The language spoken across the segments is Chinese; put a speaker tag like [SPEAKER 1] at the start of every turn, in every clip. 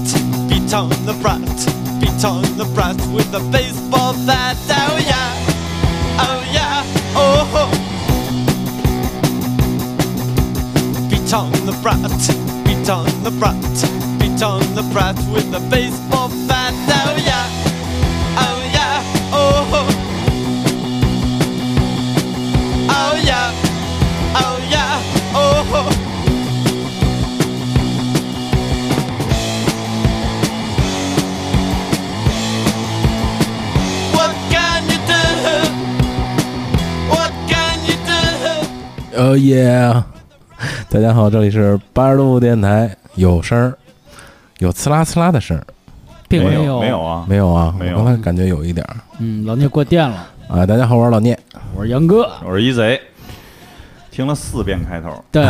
[SPEAKER 1] Oh, Beat on the brat, beat on the brat with a baseball bat. Oh yeah, oh yeah, oh. oh. Oh yeah, oh yeah, oh. oh. What can you do? What can you do?
[SPEAKER 2] 呃耶！大家好，这里是八十度电台，有声儿，有刺啦刺啦的声儿，
[SPEAKER 3] 并
[SPEAKER 4] 没
[SPEAKER 3] 有，
[SPEAKER 4] 没有，啊，
[SPEAKER 2] 没有啊？
[SPEAKER 4] 没有
[SPEAKER 2] 我刚才感觉有一点儿
[SPEAKER 3] 嗯，老聂过电了，
[SPEAKER 2] 啊。大家好，我是老聂。
[SPEAKER 3] 我是杨 哥，
[SPEAKER 4] 我是一贼，听了四遍开头，
[SPEAKER 3] 对，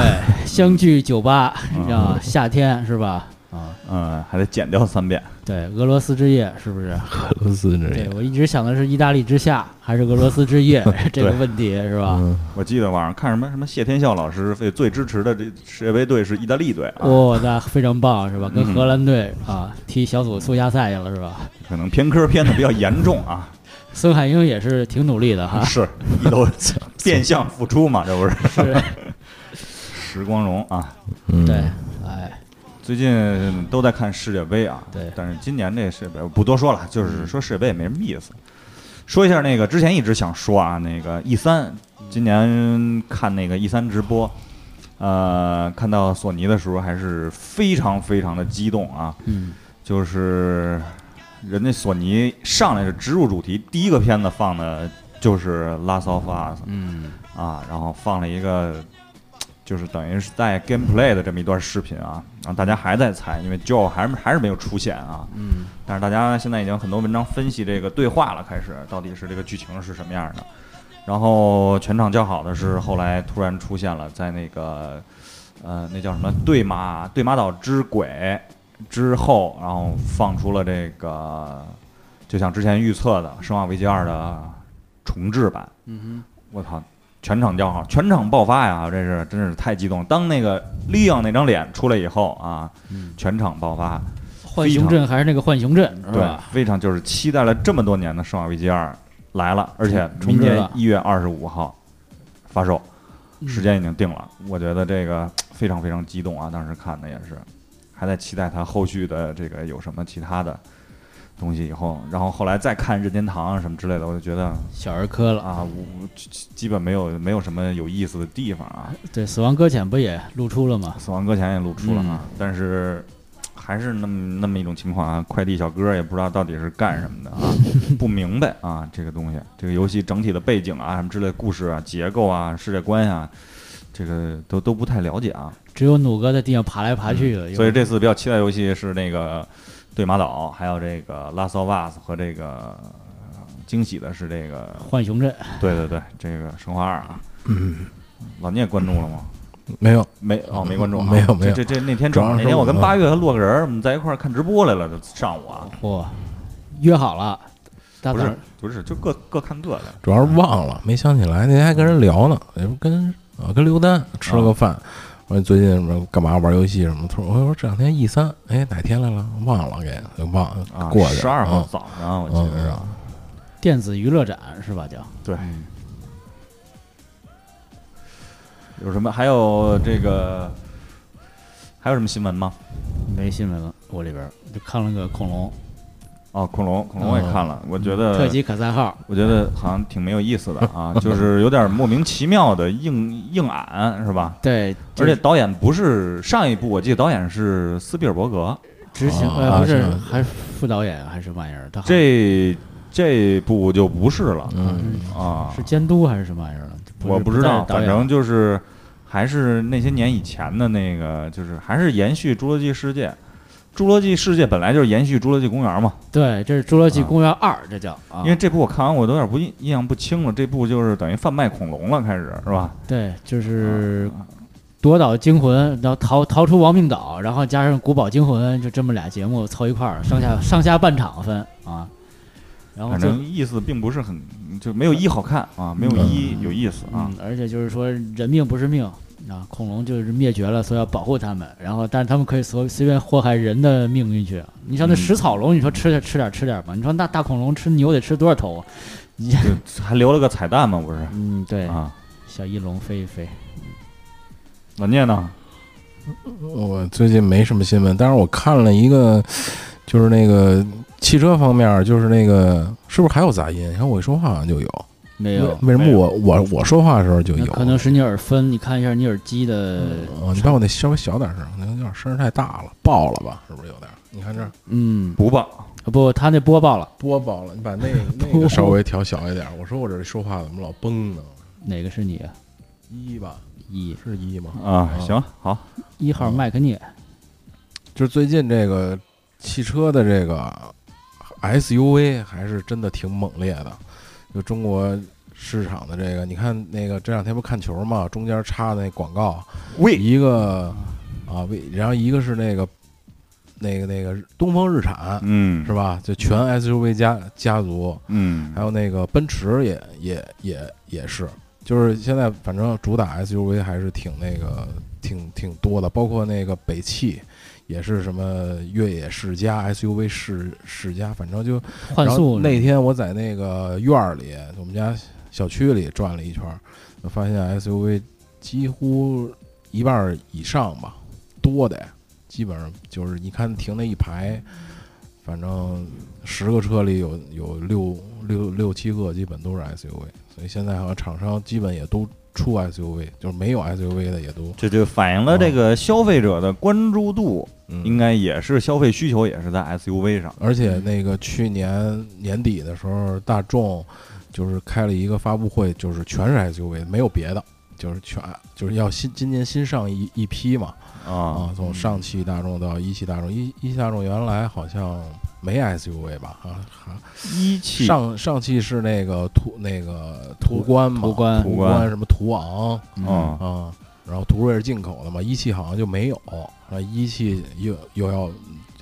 [SPEAKER 3] 相聚酒吧，
[SPEAKER 4] 嗯
[SPEAKER 3] 你知道夏天是吧？啊，
[SPEAKER 4] 嗯，还得剪掉三遍，
[SPEAKER 3] 对，俄罗斯之夜是不 是？
[SPEAKER 2] 俄罗斯之
[SPEAKER 3] 对
[SPEAKER 2] 夜，
[SPEAKER 3] 我一直想的是意大利之夏还是俄罗斯之 夜 这个问题是吧？
[SPEAKER 2] 嗯，
[SPEAKER 4] 我记得晚上看什么什么谢天笑老师最最支持的这世界杯队是意大利队啊，
[SPEAKER 3] 哦，那非常棒是吧？跟
[SPEAKER 4] 嗯
[SPEAKER 3] 荷兰队啊踢小组附加赛去了是吧？
[SPEAKER 4] 可能偏科偏的比较严 重啊，
[SPEAKER 3] 孙海英也是挺努力的
[SPEAKER 2] 啊
[SPEAKER 3] 哈，
[SPEAKER 4] 是一都 变相复出嘛，这不是
[SPEAKER 3] 是，
[SPEAKER 4] 时光荣啊。
[SPEAKER 2] 嗯
[SPEAKER 3] 对，哎，
[SPEAKER 4] 最近都在看世界杯啊，
[SPEAKER 3] 对嗯
[SPEAKER 4] 但是今年这世界杯不多说了，就是说世界杯也没什么意思。说一下那个之前一直想说啊，那个 E 三，今年看那个 E 三直播，呃，看到索尼的时候还是非常非常的激动啊，
[SPEAKER 3] 嗯，
[SPEAKER 4] 就是人家索尼上来是植入主题，第一个片子放的就是《Last of Us》，
[SPEAKER 3] 嗯，
[SPEAKER 4] 啊，然后放了一个，就是等于是带 gameplay 的这么一段视频啊，然后大家还在猜，因为 Joe 还是还是没有出现啊，
[SPEAKER 3] 嗯，
[SPEAKER 4] 但是大家现在已经很多文章分析这个对话了，开始到底是这个剧情是什么样的。然后全场叫好的是后来突然出现了，在那个呃那叫什么对马对马岛之鬼之后，然后放出了这个就像之前预测的《生化危机二》的重置版。
[SPEAKER 3] 嗯
[SPEAKER 4] 我操！全场叫好，全场爆发呀！这是真是太激动。当那个利昂那张脸出来以后啊，
[SPEAKER 3] 嗯
[SPEAKER 4] 全场爆发，
[SPEAKER 3] 哼，浣熊镇还是那个浣熊镇是
[SPEAKER 4] 对
[SPEAKER 3] 吧？，
[SPEAKER 4] 非常就是期待了这么多年的《生化危机二》来了，而且
[SPEAKER 3] 重
[SPEAKER 4] 明
[SPEAKER 3] 置
[SPEAKER 4] 年
[SPEAKER 3] 了嗯
[SPEAKER 4] 一月二十五号发售，时间已经定了。我觉得这个非常非常激动啊！当时看的也是，还在期待它后续的这个有什么其他的东西。以后，然后后来再看任天堂啊什么之类的，我就觉得
[SPEAKER 3] 小儿科了啊。
[SPEAKER 4] 啊，我我基本没有没有什么有意思的地方啊。
[SPEAKER 3] 对，《死亡搁浅》不也露出了吗？
[SPEAKER 4] 死亡搁浅也露出了啊，但是还是那么那么一种情况啊，快递小哥也不知道到底是干什么的啊，不明白啊这个东西，这个游戏整体的背景啊什么之类的故事啊、结构啊、世界观啊，这个都都不太了解啊，
[SPEAKER 3] 只有弩哥在地上爬来爬去的。
[SPEAKER 4] 嗯所以这次比较期待游戏是那个对马岛，还有这个拉索瓦斯和这个呃惊喜的是这个，
[SPEAKER 3] 浣熊镇，
[SPEAKER 4] 对对对，这个生化二啊，老聂关注了吗？
[SPEAKER 2] 没有，
[SPEAKER 4] 没哦，没关注啊，
[SPEAKER 2] 没有没有
[SPEAKER 4] 这这这那天
[SPEAKER 2] 主
[SPEAKER 4] 正
[SPEAKER 2] 要
[SPEAKER 4] 好
[SPEAKER 2] 是
[SPEAKER 4] 那天我跟
[SPEAKER 2] 我
[SPEAKER 4] 八月和洛个人儿，我们在一块儿看直播来了，上午啊，
[SPEAKER 3] 嚯、约好了，
[SPEAKER 2] 啊
[SPEAKER 3] 大
[SPEAKER 4] 不
[SPEAKER 3] 早
[SPEAKER 4] 是不是，就各各看各的。
[SPEAKER 2] 主要是忘了，没想起来。那天还跟人聊呢，也不跟啊跟刘丹吃了个饭。我说最近什么干嘛玩游戏什么？他说：“我说这两天 E 三，哎，哪天来了？忘了，给就忘了
[SPEAKER 4] 啊，
[SPEAKER 2] 过去了。
[SPEAKER 4] 十二号
[SPEAKER 2] 嗯
[SPEAKER 4] 早上，我记
[SPEAKER 2] 嗯
[SPEAKER 4] 得是吧，
[SPEAKER 3] 电子娱乐展是吧？叫
[SPEAKER 4] 对。有什么？还有这个，还有什么新闻吗？
[SPEAKER 3] 没新闻了，我里边儿就看了个恐龙
[SPEAKER 4] 哦，恐龙，恐龙我也
[SPEAKER 2] 嗯
[SPEAKER 4] 看了，我觉
[SPEAKER 3] 特
[SPEAKER 4] 得，
[SPEAKER 3] 级可赛号，
[SPEAKER 4] 我觉得好像挺没有意思的 啊，就是有点莫名其妙的硬硬俺是吧？
[SPEAKER 3] 对，
[SPEAKER 4] 而
[SPEAKER 3] 就是
[SPEAKER 4] 且导演不是上一部，我记得导演是斯皮尔伯格，
[SPEAKER 3] 执行
[SPEAKER 2] 啊
[SPEAKER 3] 呃不是
[SPEAKER 2] 是吧
[SPEAKER 3] 还是副导演还是什么玩意儿？他好像
[SPEAKER 4] 啊这这部就不是了
[SPEAKER 2] 嗯，
[SPEAKER 4] 啊
[SPEAKER 3] 是，监督还是什么玩意儿了？是
[SPEAKER 4] 我不知
[SPEAKER 3] 再是
[SPEAKER 4] 道，
[SPEAKER 3] 导
[SPEAKER 4] 反
[SPEAKER 3] 演
[SPEAKER 4] 正就是还是那些年以前的那个，就是还是延续《侏罗纪世界》。《侏罗纪世界》本来就是延续《侏罗纪公园》嘛，
[SPEAKER 3] 对，这是《侏罗纪
[SPEAKER 4] 啊
[SPEAKER 3] 公园二》，这叫啊，
[SPEAKER 4] 因为这部我看完我都有点不印印象不清了，这部就是等于贩卖恐龙了，开始是吧？
[SPEAKER 3] 对，就是夺岛惊魂，然后逃逃出亡命岛，然后加上古堡惊魂，就这么俩节目凑一块儿，上下上下半场分啊。然后
[SPEAKER 4] 反
[SPEAKER 3] 就
[SPEAKER 4] 正意思并不是很，就没有一好看啊，没有一有意思啊
[SPEAKER 3] 嗯。，而且就是说人命不是命啊，恐龙就是灭绝了，所以要保护他们。然后，但是他们可以随随便祸害人的命运去。你像那
[SPEAKER 4] 嗯
[SPEAKER 3] 食草龙，你说吃点吃点吃点吧，你说那大恐龙吃牛得吃多少头啊？
[SPEAKER 4] 就还留了个彩蛋嘛，不是
[SPEAKER 3] 嗯，对，
[SPEAKER 4] 啊？
[SPEAKER 3] 小翼龙飞一飞。
[SPEAKER 4] 老聂呢？
[SPEAKER 2] 我最近没什么新闻，但是我看了一个，就是那个汽车方面，就是那个是不是还有杂音？你看我一说话好像就有，
[SPEAKER 3] 没
[SPEAKER 2] 为
[SPEAKER 3] 有，
[SPEAKER 2] 为什
[SPEAKER 4] 没
[SPEAKER 2] 么
[SPEAKER 4] 有
[SPEAKER 2] 我我我说话的时候就
[SPEAKER 3] 那
[SPEAKER 2] 有？啊
[SPEAKER 3] 可能是你耳分，你看一下你耳机的，
[SPEAKER 2] 哦，你把我那稍微小点声，可能有点声儿太大了，爆了吧？是不是有点儿？你看这儿
[SPEAKER 3] 嗯，
[SPEAKER 4] 不啊吧，
[SPEAKER 3] 不，他那播报了
[SPEAKER 2] 多爆了，你把 那那个稍微调小一点儿。我说我这说话怎么老崩呢？
[SPEAKER 3] 哪个是你啊？
[SPEAKER 2] 一吧，
[SPEAKER 3] 一
[SPEAKER 2] 是一吗？
[SPEAKER 4] 啊，行好，
[SPEAKER 3] 一号麦克聂，
[SPEAKER 2] 就是最近这个汽车的这个 SUV 还是真的挺猛烈的，就中国市场的这个，你看那个这两天不看球嘛，中间插的那广告，
[SPEAKER 4] 喂，
[SPEAKER 2] 一个啊，为然后一个是那个那个那个东风日产
[SPEAKER 4] 嗯，
[SPEAKER 2] 是？吧？就全 SUV 家家族，
[SPEAKER 4] 嗯，
[SPEAKER 2] 还有那个奔驰也也也也是，就是现在反正主打 SUV 还是挺那个挺挺多的，包括那个北汽也是什么越野世家、SUV 世世家，反正就
[SPEAKER 3] 幻
[SPEAKER 2] 然后
[SPEAKER 3] 速
[SPEAKER 2] 那天我在那个院儿里，我们家小区里转了一圈儿，就发现 SUV 几乎一半儿以上吧，多的基本上就是你看停那一排，反正十个车里有有六六六七个基本都是 SUV，所以现在好像厂商基本也都出 SUV，就是没有 SUV 的也都
[SPEAKER 4] 这就反映了这个消费者的关注度，应
[SPEAKER 2] 嗯。
[SPEAKER 4] 该也是消费需求也是在 SUV 上。
[SPEAKER 2] 而且那个去年年底的时候，大众就是开了一个发布会，就是全是 SUV，没有别的，就是全就是要新今年新上一一批嘛
[SPEAKER 4] 啊
[SPEAKER 2] 啊，从上汽大众到一汽大众，一一汽大众原来好像没 SUV 吧啊，啊
[SPEAKER 4] 一汽
[SPEAKER 2] 上上汽是那个途那个途观嘛，
[SPEAKER 3] 途观
[SPEAKER 2] 途
[SPEAKER 4] 途
[SPEAKER 2] 观
[SPEAKER 4] 观
[SPEAKER 2] 什么途昂
[SPEAKER 4] 啊，
[SPEAKER 2] 啊，然后途锐是进口的嘛，一汽好像就没有，啊，一汽又又要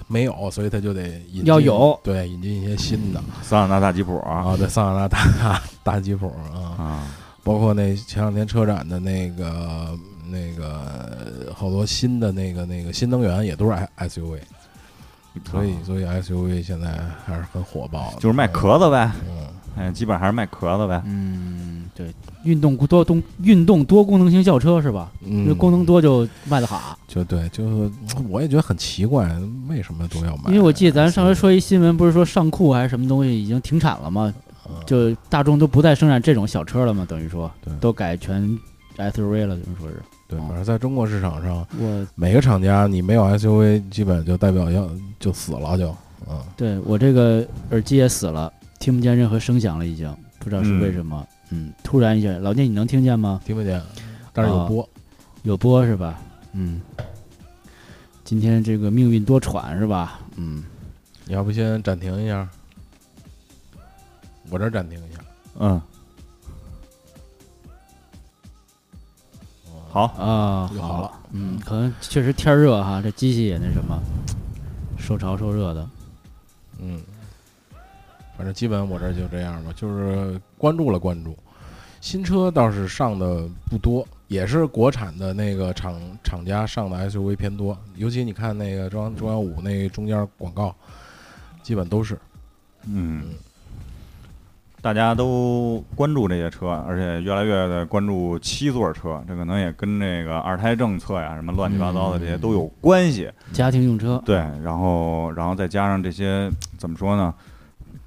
[SPEAKER 2] 没有，所以它就得引进
[SPEAKER 3] 要有嗯
[SPEAKER 2] 对引进一些新的。
[SPEAKER 4] 桑塔纳大吉普啊
[SPEAKER 2] 啊，对，桑塔纳大 大吉普啊，
[SPEAKER 4] 啊，
[SPEAKER 2] 包括那前两天车展的那个那个好多新的那个那个新能源也都是 S SUV，所
[SPEAKER 3] 啊
[SPEAKER 2] 以所以 SUV 现在还是很火爆的，
[SPEAKER 4] 就是卖壳子呗，
[SPEAKER 2] 嗯，
[SPEAKER 4] 哎，基本上还是卖壳子呗。
[SPEAKER 3] 嗯，对，运动多动运动多功能型轿车是吧？
[SPEAKER 2] 嗯，
[SPEAKER 3] 因为功能多就卖的好，
[SPEAKER 2] 就对，就我也觉得很奇怪，为什么都要买？
[SPEAKER 3] 因为我记得咱上回说一新闻，不是说尚酷啊还是什么东西已经停产了吗？
[SPEAKER 2] 嗯
[SPEAKER 3] 就大众都不再生产这种小车了嘛，等于说
[SPEAKER 2] 对
[SPEAKER 3] 都改全 SUV 了，等于说是。
[SPEAKER 2] 对，反正在中国市场上，
[SPEAKER 3] 我
[SPEAKER 2] 每个厂家你没有 SUV，基本就代表要就死了就，嗯，
[SPEAKER 3] 对我这个耳机也死了，听不见任何声响了，已经不知道是
[SPEAKER 4] 嗯
[SPEAKER 3] 为什么。嗯，突然一下，老聂你能听见吗？
[SPEAKER 2] 听不见，但是有
[SPEAKER 3] 啊
[SPEAKER 2] 播，
[SPEAKER 3] 有播是吧？嗯，今天这个命运多舛是吧？嗯，
[SPEAKER 2] 你要不先暂停一下？我这儿暂停一下。
[SPEAKER 4] 嗯，嗯好，
[SPEAKER 3] 啊，
[SPEAKER 2] 又嗯好了，
[SPEAKER 3] 嗯，可能确实天儿热哈，这机器也那什么，受潮受热的。
[SPEAKER 2] 嗯，反正基本我这儿就这样吧，就是关注了关注。新车倒是上的不多，也是国产的那个厂厂家上的 SUV 偏多，尤其你看那个中央中央五那中间广告，基本都是。
[SPEAKER 4] 嗯，大家都关注这些车，而且越来越的关注七座车，这可能也跟这个二胎政策呀、什么乱七八糟的这些都有关系。
[SPEAKER 3] 家庭用车，
[SPEAKER 4] 对，然后然后再加上这些怎么说呢？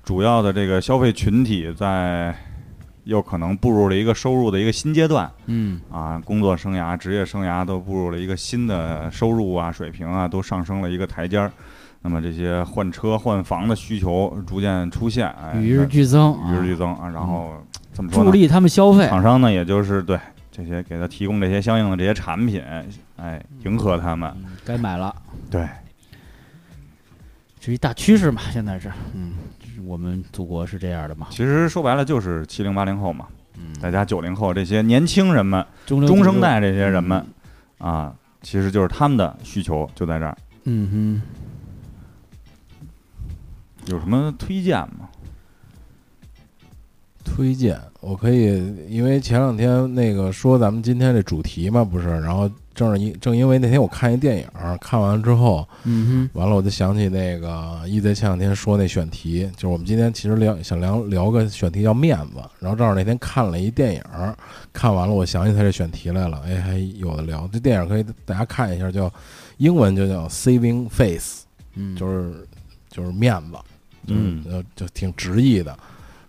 [SPEAKER 4] 主要的这个消费群体在又可能步入了一个收入的一个新阶段
[SPEAKER 3] 嗯，
[SPEAKER 4] 啊，工作生涯、职业生涯都步入了一个新的收入啊、水平啊，都上升了一个台阶儿。那么这些换车、换房的需求逐渐出现，哎，
[SPEAKER 3] 与日
[SPEAKER 4] 那
[SPEAKER 3] 俱增啊，
[SPEAKER 4] 与日俱啊增啊。然后怎么说
[SPEAKER 3] 助
[SPEAKER 4] 呢？
[SPEAKER 3] 力他们消费。
[SPEAKER 4] 厂商呢，也就是对这些给他提供这些相应的这些产品，哎，迎合他们。
[SPEAKER 3] 嗯该买了，
[SPEAKER 4] 对，
[SPEAKER 3] 这一大趋势嘛，现在是，嗯，就是我们祖国是这样的嘛，
[SPEAKER 4] 其实说白了就是七零八零后嘛，
[SPEAKER 3] 嗯，
[SPEAKER 4] 大家九零后这些年轻人们、
[SPEAKER 3] 中流
[SPEAKER 4] 中
[SPEAKER 3] 砥
[SPEAKER 4] 生
[SPEAKER 3] 柱，
[SPEAKER 4] 代这些人们啊，其实就是他们的需求就在这儿。
[SPEAKER 3] 嗯
[SPEAKER 4] 有什么推荐吗？
[SPEAKER 3] 哼，
[SPEAKER 2] 推荐，我可以，因为前两天那个说咱们今天这主题嘛，不是，然后正是因正因为那天我看一电影儿，看完之后，
[SPEAKER 3] 嗯
[SPEAKER 2] 完了我就想起那个一在前两天说那选题，就是我们今天其实聊想聊聊个选题叫面子，然后正好那天看了一电影儿，看完了我想起他这选题来了，哎，还有的聊，这电影可以大家看一下，叫英文就叫 Saving Face，
[SPEAKER 3] 哼，
[SPEAKER 2] 就是是就是面子，
[SPEAKER 4] 嗯
[SPEAKER 2] 呃，就挺直译的，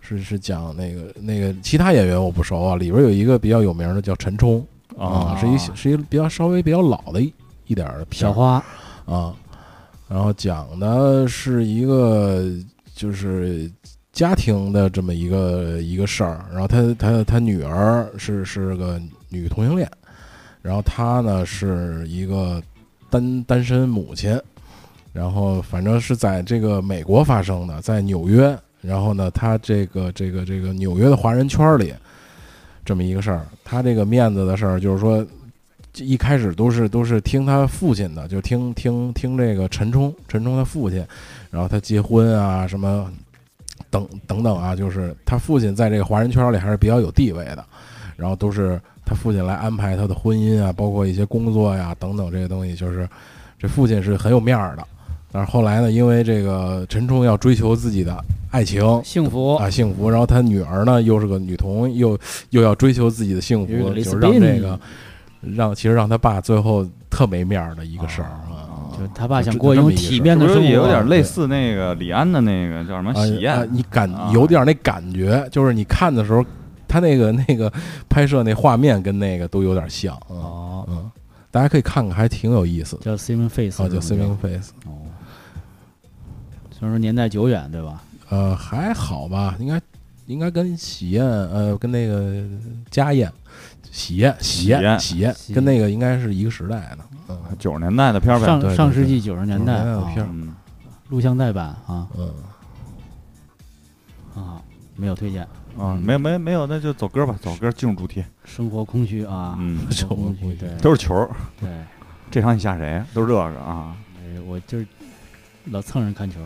[SPEAKER 2] 是是讲那个那个其他演员我不熟啊，里边有一个比较有名的叫陈冲啊，
[SPEAKER 4] 啊
[SPEAKER 2] 是一是一比较稍微比较老的一一点儿的片
[SPEAKER 3] 小
[SPEAKER 2] 儿
[SPEAKER 3] 花，
[SPEAKER 2] 啊，然后讲的是一个就是家庭的这么一个一个事儿，然后他他他女儿是是个女同性恋，然后他呢是一个单单身母亲，然后反正是在这个美国发生的，在纽约，然后呢，他这个这个这个纽约的华人圈里这么一个事儿，他这个面子的事儿，就是说一开始都是都是听他父亲的，就听听听这个陈冲，陈冲他父亲，然后他结婚啊什么等等等啊，就是他父亲在这个华人圈里还是比较有地位的，然后都是他父亲来安排他的婚姻啊，包括一些工作呀等等这些东西，就是这父亲是很有面儿的。但是后来呢，因为这个陈冲要追求自己的爱情
[SPEAKER 3] 幸福
[SPEAKER 2] 啊幸福，然后他女儿呢又是个女童，又又要追求自己的幸
[SPEAKER 3] 有一
[SPEAKER 2] 福，
[SPEAKER 3] 个
[SPEAKER 2] 就
[SPEAKER 3] 蕾丝
[SPEAKER 2] 是让
[SPEAKER 3] 边
[SPEAKER 2] 这个让其实让他爸最后特没面儿的一个事儿啊。
[SPEAKER 3] 就是他爸
[SPEAKER 2] 就
[SPEAKER 3] 想
[SPEAKER 2] 这
[SPEAKER 3] 过一
[SPEAKER 2] 这么
[SPEAKER 3] 种
[SPEAKER 2] 一个
[SPEAKER 3] 体
[SPEAKER 2] 事儿
[SPEAKER 3] 面
[SPEAKER 4] 是
[SPEAKER 3] 的
[SPEAKER 4] 不
[SPEAKER 3] 生
[SPEAKER 4] 是
[SPEAKER 3] 活，
[SPEAKER 4] 也有点类似那个李安的那个叫什么
[SPEAKER 2] 啊
[SPEAKER 4] 喜
[SPEAKER 2] 啊
[SPEAKER 4] 宴？
[SPEAKER 2] 你感
[SPEAKER 4] 啊
[SPEAKER 2] 有点那感觉，就是你看的时候，他那个那个拍摄那画面跟那个都有点像啊。
[SPEAKER 3] 哦，
[SPEAKER 2] 嗯，大家可以看看，还挺有意思的。
[SPEAKER 3] 叫 Simon Face，
[SPEAKER 2] 啊，叫《
[SPEAKER 3] 是
[SPEAKER 2] s i
[SPEAKER 3] 吗
[SPEAKER 2] m i n Face》，
[SPEAKER 3] 哦，虽然说年代久远，对吧？
[SPEAKER 2] 呃，还好吧，应该应该跟喜宴，呃，跟那个家宴、喜宴、喜宴、喜
[SPEAKER 4] 喜
[SPEAKER 2] 宴
[SPEAKER 3] 喜，宴
[SPEAKER 2] 跟那个应该是一个时代的。嗯
[SPEAKER 4] 九十年代的片儿呗。
[SPEAKER 2] 对
[SPEAKER 3] 上
[SPEAKER 2] 对
[SPEAKER 3] 上世纪九十年代
[SPEAKER 2] 90年代的
[SPEAKER 3] 啊
[SPEAKER 2] 片儿
[SPEAKER 4] 嗯，
[SPEAKER 3] 录像带版啊
[SPEAKER 2] 嗯，
[SPEAKER 3] 啊，没有推荐，
[SPEAKER 4] 啊，没有没有没有，那就走歌吧，走歌进入主题。
[SPEAKER 3] 生活空虚啊，
[SPEAKER 4] 嗯，
[SPEAKER 3] 生活空
[SPEAKER 2] 生活空虚
[SPEAKER 3] 虚，对
[SPEAKER 4] 都是球儿，
[SPEAKER 3] 对，
[SPEAKER 4] 这场你下谁？都是这个啊。
[SPEAKER 3] 哎我就是老蹭人看球，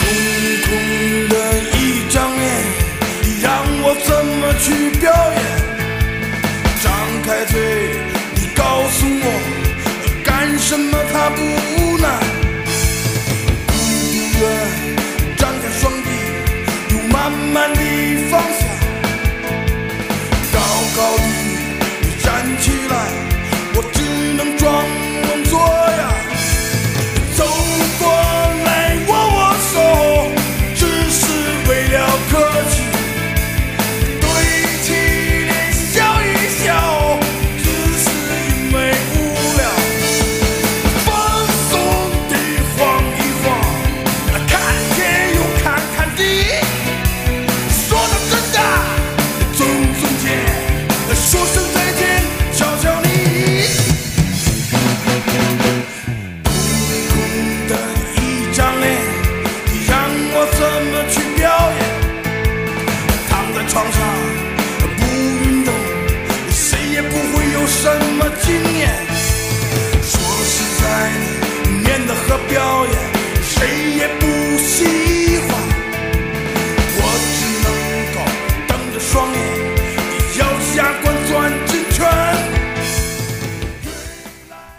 [SPEAKER 5] 空空的一张脸，你让我怎么去表演？张开嘴，你告诉我，干什么它不难？不愿张开双臂，又慢慢地放下，高高的你站起来，我只能装聋作哑。走过来握握手，只是为了客气。对起脸笑一笑，只是因为无聊。放松地晃一晃，看天又看看地。说到真的，总总结，说声再见，瞧瞧你。空的一张脸，你让我怎么去表演？躺在床上不运动，谁也不会有什么经验。说实在的，面子和表演，谁也不喜欢。我只能够瞪着双眼，你咬下关攥紧拳。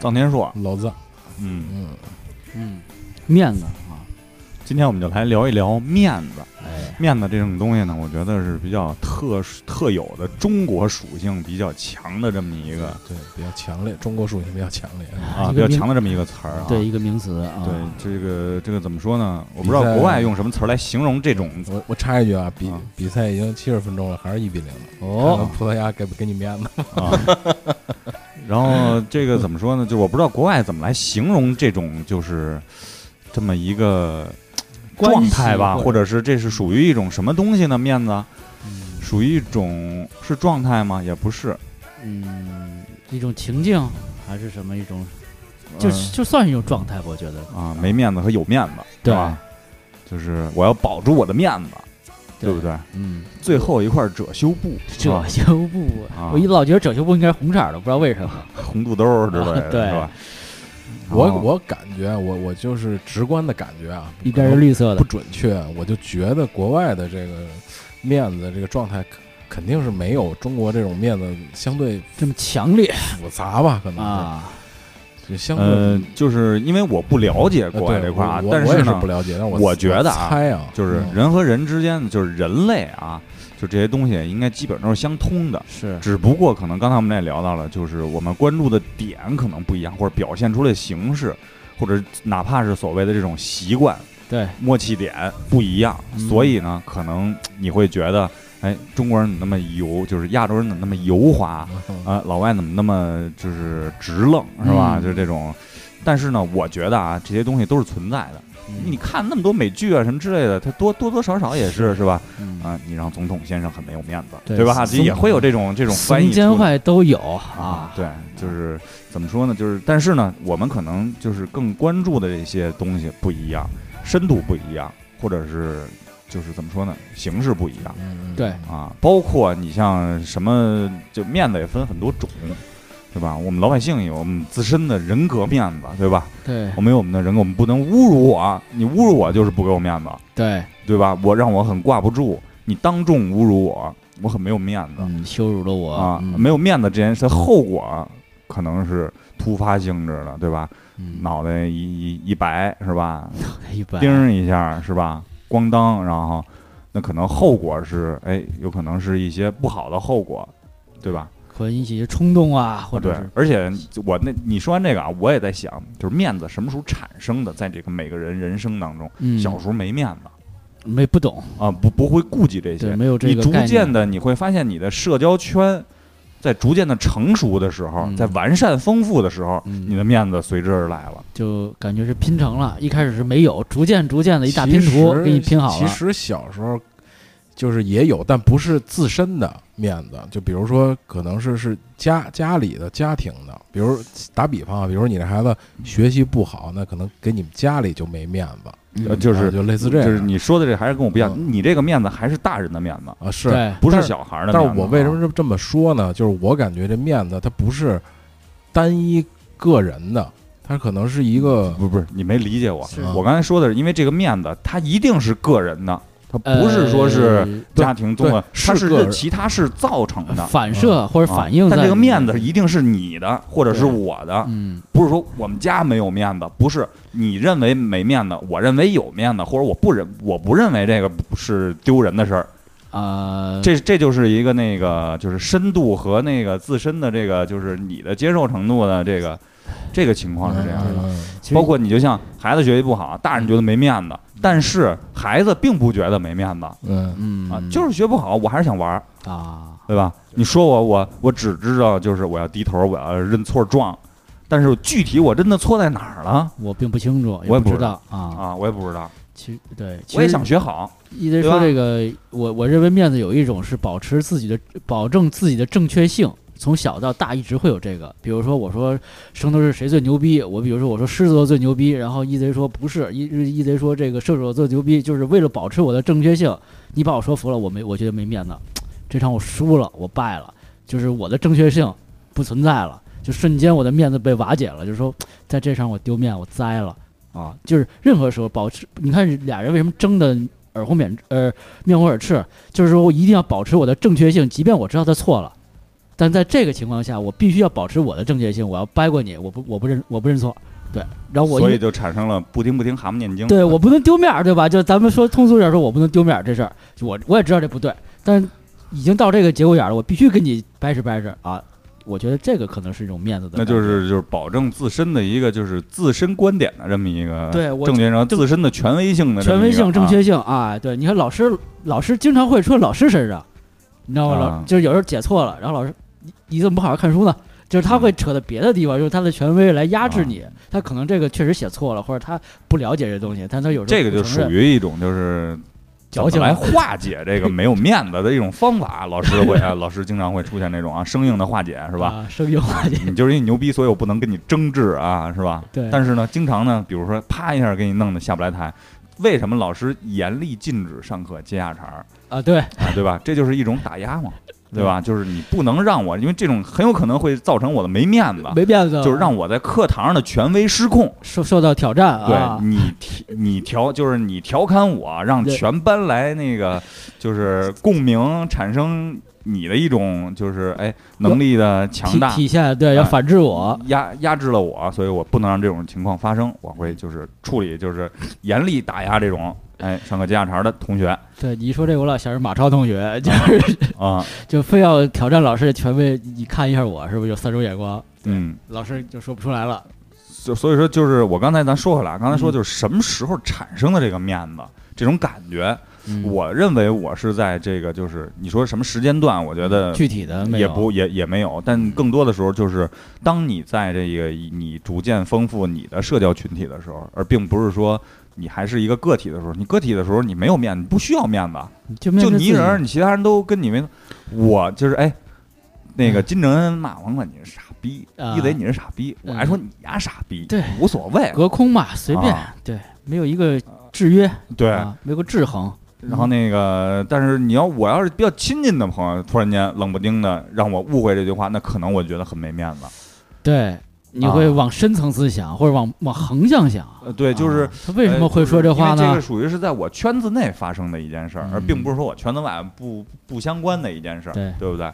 [SPEAKER 4] 臧天朔，
[SPEAKER 2] 老子，
[SPEAKER 4] 嗯，
[SPEAKER 3] 面子啊，
[SPEAKER 4] 今天我们就来聊一聊面子。
[SPEAKER 3] 哎，
[SPEAKER 4] 面子这种东西呢，我觉得是比较特殊特有的中国属性比较强的这么一个
[SPEAKER 2] 对，比较强烈，中国属性比较强烈。
[SPEAKER 4] 啊，
[SPEAKER 3] 一个
[SPEAKER 4] 比较
[SPEAKER 3] 名
[SPEAKER 4] 强的这么一个词儿啊。
[SPEAKER 3] 对一个名词啊，
[SPEAKER 4] 对，这个这个怎么说呢？我不知道
[SPEAKER 2] 比赛
[SPEAKER 4] 国外用什么词儿来形容这种
[SPEAKER 2] 我我插一句啊，比
[SPEAKER 4] 啊
[SPEAKER 2] 比赛已经七十分钟了，还是一比零了。看
[SPEAKER 3] 哦
[SPEAKER 2] 看，葡萄牙给不给你面子？
[SPEAKER 4] 啊。 然后这个怎么说呢？就我不知道国外怎么来形容这种就是这么一个
[SPEAKER 3] 关
[SPEAKER 4] 状
[SPEAKER 3] 系
[SPEAKER 4] 态吧，
[SPEAKER 3] 或
[SPEAKER 4] 或者是这是属于一种什么东西呢？面子
[SPEAKER 3] 嗯
[SPEAKER 4] 属于一种是状态吗？也不是，
[SPEAKER 3] 嗯，一种情境还是什么一种，
[SPEAKER 4] 呃
[SPEAKER 3] 就是就算是一种状态吧，我觉得
[SPEAKER 4] 啊，没面子和有面子，
[SPEAKER 3] 对
[SPEAKER 4] 吧？就是我要保住我的面子，对不对？
[SPEAKER 3] 嗯，
[SPEAKER 4] 最后一块遮羞布，
[SPEAKER 3] 遮
[SPEAKER 4] 啊
[SPEAKER 3] 羞布，
[SPEAKER 4] 啊
[SPEAKER 3] 我一老觉得遮羞布应该是红色的，不知道为什么。
[SPEAKER 4] 红肚兜儿之类
[SPEAKER 3] 啊
[SPEAKER 4] 的，
[SPEAKER 3] 对
[SPEAKER 4] 是吧？
[SPEAKER 2] 我
[SPEAKER 4] 然后
[SPEAKER 2] 我感觉，啊我我就是直观的感觉啊，
[SPEAKER 3] 一边是绿色
[SPEAKER 2] 不
[SPEAKER 3] 的，
[SPEAKER 2] 准确，我就觉得国外的这个面子这个状态肯肯定是没有中国这种面子相对
[SPEAKER 3] 这么强烈
[SPEAKER 2] 复杂吧，可能是、
[SPEAKER 3] 啊！
[SPEAKER 2] 就相对、
[SPEAKER 4] 呃，就是因为我不了解国外
[SPEAKER 2] 呃对
[SPEAKER 4] 这块儿啊
[SPEAKER 2] 我，
[SPEAKER 4] 但
[SPEAKER 2] 我我也是
[SPEAKER 4] 呢
[SPEAKER 2] 不，了解，但是我
[SPEAKER 4] 我觉得啊
[SPEAKER 2] 猜啊，
[SPEAKER 4] 就是
[SPEAKER 2] 嗯
[SPEAKER 4] 人和人之间，就是人类啊，就这些东西应该基本都是相通的，
[SPEAKER 3] 是
[SPEAKER 4] 只不过可能刚才我们也聊到了，就是我们关注的点可能不一样，或者表现出来的形式，或者哪怕是所谓的这种习惯、
[SPEAKER 3] 对，
[SPEAKER 4] 默契点不一样，
[SPEAKER 3] 嗯
[SPEAKER 4] 所以呢，可能你会觉得，哎，中国人怎么那么油，就是亚洲人怎么那么油滑，
[SPEAKER 2] 嗯
[SPEAKER 4] 啊，老外怎么那么就是直愣是吧？
[SPEAKER 3] 嗯
[SPEAKER 4] 就是这种。但是呢，我觉得啊，这些东西都是存在的。
[SPEAKER 3] 嗯
[SPEAKER 4] 你看那么多美剧啊什么之类的，它多多多少少也是是吧？
[SPEAKER 3] 嗯
[SPEAKER 4] 啊，你让总统先生很没有面子，
[SPEAKER 3] 对
[SPEAKER 4] 吧？
[SPEAKER 3] 怂
[SPEAKER 4] 这也会有这种这种翻
[SPEAKER 3] 怂
[SPEAKER 4] 译
[SPEAKER 3] 奸
[SPEAKER 4] 出来
[SPEAKER 3] 坏都有啊。
[SPEAKER 4] 对，就是怎么说呢？就是但是呢，我们可能就是更关注的这些东西不一样，深度不一样，或者是就是怎么说呢？形式不一样。
[SPEAKER 2] 嗯
[SPEAKER 3] 对
[SPEAKER 4] 啊，包括你像什么，就面子也分很多种，对吧？我们老百姓有我们自身的人格面子，对吧？
[SPEAKER 3] 对
[SPEAKER 4] 我们有我们的人格，我们不能侮辱我，你侮辱我就是不给我面子，
[SPEAKER 3] 对，
[SPEAKER 4] 对吧？我让我很挂不住，你当众侮辱我，我很没有面子、
[SPEAKER 3] 嗯，羞辱了我
[SPEAKER 4] 啊，
[SPEAKER 3] 嗯
[SPEAKER 4] 没有面子这件事后果可能是突发性质的，对吧？
[SPEAKER 3] 嗯
[SPEAKER 4] 脑袋一一一白是吧？
[SPEAKER 3] 一般
[SPEAKER 4] 叮儿一下是吧？咣当，然后那可能后果是，哎，有可能是一些不好的后果，对吧？
[SPEAKER 3] 可能引起冲动啊，或者
[SPEAKER 4] 对
[SPEAKER 3] 是。
[SPEAKER 4] 而且我那你说完这个啊，我也在想，就是面子什么时候产生的？在这个每个人人生当中，
[SPEAKER 3] 嗯
[SPEAKER 4] 小时候没面子
[SPEAKER 3] 没不懂，
[SPEAKER 4] 啊，不不会顾及这
[SPEAKER 3] 对，
[SPEAKER 4] 些。
[SPEAKER 3] 没有这
[SPEAKER 4] 你
[SPEAKER 3] 个
[SPEAKER 4] 逐
[SPEAKER 3] 概
[SPEAKER 4] 渐
[SPEAKER 3] 念。
[SPEAKER 4] 的你会发现，你的社交圈在逐渐的成熟的时候，
[SPEAKER 3] 嗯
[SPEAKER 4] 在完善丰富的时候，
[SPEAKER 3] 嗯
[SPEAKER 4] 你的面子随之而来了。
[SPEAKER 3] 就感觉是拼成了，一开始是没有，逐渐逐渐的一大
[SPEAKER 2] 其
[SPEAKER 3] 拼图
[SPEAKER 2] 实
[SPEAKER 3] 给你拼好
[SPEAKER 2] 其
[SPEAKER 3] 了。
[SPEAKER 2] 实小时候就是也有，但不是自身的面子，就比如说可能是是家家里的家庭的，比如打比方啊，比如你这孩子学习不好，那可能给你们家里就没面子，
[SPEAKER 4] 呃，就
[SPEAKER 2] 啊
[SPEAKER 4] 是
[SPEAKER 2] 就类似这样，
[SPEAKER 4] 就是你说的这还是跟我不一样，你这个面子还是大人的面子，
[SPEAKER 2] 啊是。
[SPEAKER 3] 对，
[SPEAKER 4] 不是
[SPEAKER 2] 但是
[SPEAKER 4] 小孩儿的面
[SPEAKER 2] 但
[SPEAKER 4] 子啊。
[SPEAKER 2] 是我为什么这这么说呢？就是我感觉这面子它不是单一个人的，它可能是一个
[SPEAKER 4] 不是不是你没理解我
[SPEAKER 3] 是？
[SPEAKER 2] 啊
[SPEAKER 4] 我刚才说的是，因为这个面子，它一定是个人的，它不是说
[SPEAKER 3] 呃
[SPEAKER 4] 是家庭综合，
[SPEAKER 2] 对
[SPEAKER 4] 它
[SPEAKER 2] 是
[SPEAKER 4] 是
[SPEAKER 2] 个人
[SPEAKER 4] 任其他事造成的。
[SPEAKER 3] 呃反射或者
[SPEAKER 4] 啊
[SPEAKER 3] 反应在你。
[SPEAKER 4] 但这个面子一定是你的，或者是
[SPEAKER 3] 对
[SPEAKER 4] 我的，
[SPEAKER 3] 嗯，
[SPEAKER 4] 不是说我们家没有面子，不是你认为没面子，我认为有面子，或者我不认，我不认为这个不是丢人的事儿。
[SPEAKER 3] 啊，
[SPEAKER 4] 这这就是一个那个就是深度和那个自身的这个就是你的接受程度的这个这个情况是这样的。
[SPEAKER 2] 嗯嗯
[SPEAKER 3] 其实
[SPEAKER 4] 包括你就像孩子学习不好，大人觉得没面子，但是孩子并不觉得没面子啊，
[SPEAKER 2] 嗯
[SPEAKER 3] 嗯
[SPEAKER 4] 就是学不好，我还是想玩儿，
[SPEAKER 3] 啊，
[SPEAKER 4] 对吧？你说我我我只知道就是我要低头，我要认错撞，但是具体我真的错在哪儿了
[SPEAKER 3] 我并不清楚，
[SPEAKER 4] 我也
[SPEAKER 3] 不
[SPEAKER 4] 不
[SPEAKER 3] 知
[SPEAKER 4] 知道
[SPEAKER 3] 道啊。
[SPEAKER 4] 啊？我也不知道，
[SPEAKER 3] 其实对，其
[SPEAKER 4] 我也
[SPEAKER 3] 实
[SPEAKER 4] 想学好，
[SPEAKER 3] 一直
[SPEAKER 4] 对
[SPEAKER 3] 说
[SPEAKER 4] 吧
[SPEAKER 3] 这个，我我认为面子有一种是保持自己的，保证自己的正确性，从小到大一直会有这个。比如说我说圣斗士谁最牛逼，我比如说我说狮子座最牛逼，然后一贼说不是，一一贼说这个射手座最牛逼，就是为了保持我的正确性，你把我说服了，我没我觉得没面子，这场我输了，我败了，就是我的正确性不存在了。就瞬间我的面子被瓦解了，就是说，在这上我丢面，我栽了啊！就是任何时候保持，你看俩人为什么争的耳红面呃面红耳赤，就是说我一定要保持我的正确性，即便我知道他错了，但在这个情况下，我必须要保持我的正确性，我要掰过你，我不我不认我不认错，对，然后我
[SPEAKER 4] 所以
[SPEAKER 3] 一
[SPEAKER 4] 就产生了不听不听蛤蟆念经。
[SPEAKER 3] 对我不能丢面儿，对吧？就咱们说通俗点儿说，我不能丢面儿这事儿，就我我也知道这不对，但是已经到这个节骨眼儿了，我必须跟你掰扯掰扯啊！我觉得这个可能是一种面子的感
[SPEAKER 4] 那
[SPEAKER 3] 觉，
[SPEAKER 4] 就是就是保证自身的一个就是自身观点的这么一个
[SPEAKER 3] 对我
[SPEAKER 4] 正确，然后自身的权威性的这
[SPEAKER 3] 权
[SPEAKER 4] 么一个
[SPEAKER 3] 威性、正
[SPEAKER 4] 啊
[SPEAKER 3] 确性啊，对，你看老师，老师经常会出在老师身上，你知道吗？老
[SPEAKER 4] 啊
[SPEAKER 3] 就是有时候解错了，然后老师，你你怎么不好好看书呢？就是他会
[SPEAKER 4] 嗯
[SPEAKER 3] 扯到别的地方，就是他的权威来压制你。
[SPEAKER 4] 啊
[SPEAKER 3] 他可能这个确实写错了，或者他不了解这东西，但他有时候
[SPEAKER 4] 这个就
[SPEAKER 3] 不承认
[SPEAKER 4] 属于一种就是
[SPEAKER 3] 矫情
[SPEAKER 4] 怎么来化解这个没有面子的一种方法。老师会啊，老师经常会出现这种啊生硬的化解，是吧？
[SPEAKER 3] 啊，生硬化解，
[SPEAKER 4] 你就是因为你牛逼，所以我不能跟你争执啊，是吧？
[SPEAKER 3] 对
[SPEAKER 4] 但是呢，经常呢，比如说啪一下给你弄得下不来台，为什么老师严厉禁止上课接下茬儿
[SPEAKER 3] 啊，对，
[SPEAKER 4] 啊，对吧？这就是一种打压嘛，对
[SPEAKER 3] 嗯
[SPEAKER 4] 吧？就是你不能让我，因为这种很有可能会造成我的没面子，
[SPEAKER 3] 没面子，
[SPEAKER 4] 就是让我在课堂上的权威失控。
[SPEAKER 3] 受受到挑战
[SPEAKER 4] 对
[SPEAKER 3] 啊，
[SPEAKER 4] 你调你调就是你调侃我，让
[SPEAKER 3] 对
[SPEAKER 4] 全班来那个就是共鸣，产生你的一种就是哎能力的强
[SPEAKER 3] 体
[SPEAKER 4] 大，
[SPEAKER 3] 体现对要
[SPEAKER 4] 哎
[SPEAKER 3] 反制我，
[SPEAKER 4] 压压制了我，所以我不能让这种情况发生，我会就是处理就是严厉打压这种哎上课接下茬的同学
[SPEAKER 3] 对你一说这个，我老想着马超同学，就是
[SPEAKER 4] 啊，
[SPEAKER 3] 就非要挑战老师的权威，你看一下我是不是有三种眼光？对，
[SPEAKER 4] 嗯。
[SPEAKER 3] 老师就说不出来了。
[SPEAKER 4] 就所以说，就是我刚才咱说回来啊，刚才
[SPEAKER 3] 嗯
[SPEAKER 4] 说就是什么时候产生的这个面子，这种感觉，
[SPEAKER 3] 嗯
[SPEAKER 4] 我认为我是在这个就是你说什么时间段，我觉得
[SPEAKER 3] 嗯具体的没
[SPEAKER 4] 也
[SPEAKER 3] 有，嗯
[SPEAKER 4] 不也也没有，但更多的时候就是当你在这个你逐渐丰富你的社交群体的时候，而并不是说。你还是一个个体的时候，你个体的时候你没有面子，你不需要面子，
[SPEAKER 3] 就面
[SPEAKER 4] 就
[SPEAKER 3] 对
[SPEAKER 4] 你一
[SPEAKER 3] 自己
[SPEAKER 4] 人儿，你其他人都跟你没。我就是哎，那个金正恩骂王冠你是傻逼，
[SPEAKER 3] 嗯啊嗯
[SPEAKER 4] 一贼你是傻逼，我还说你丫傻逼，
[SPEAKER 3] 对
[SPEAKER 4] 无所谓，
[SPEAKER 3] 隔空嘛，随便，
[SPEAKER 4] 啊
[SPEAKER 3] 对，没有一个制约，
[SPEAKER 4] 对。
[SPEAKER 3] 啊，没有个制衡，
[SPEAKER 4] 然后那个，但是你要我要是比较亲近的朋友，突然间冷不丁的让我误会这句话，那可能我觉得很没面子。
[SPEAKER 3] 对，你
[SPEAKER 4] 啊
[SPEAKER 3] 会往深层次想，或者往往横向想。
[SPEAKER 4] 呃，对，就是
[SPEAKER 3] 啊他为什么会说这话
[SPEAKER 4] 呃就是因为
[SPEAKER 3] 呢
[SPEAKER 4] 这个？属于是在我圈子内发生的一件事儿，而并不是说我圈子外不不相关的一件事儿，
[SPEAKER 3] 对
[SPEAKER 4] 对不对？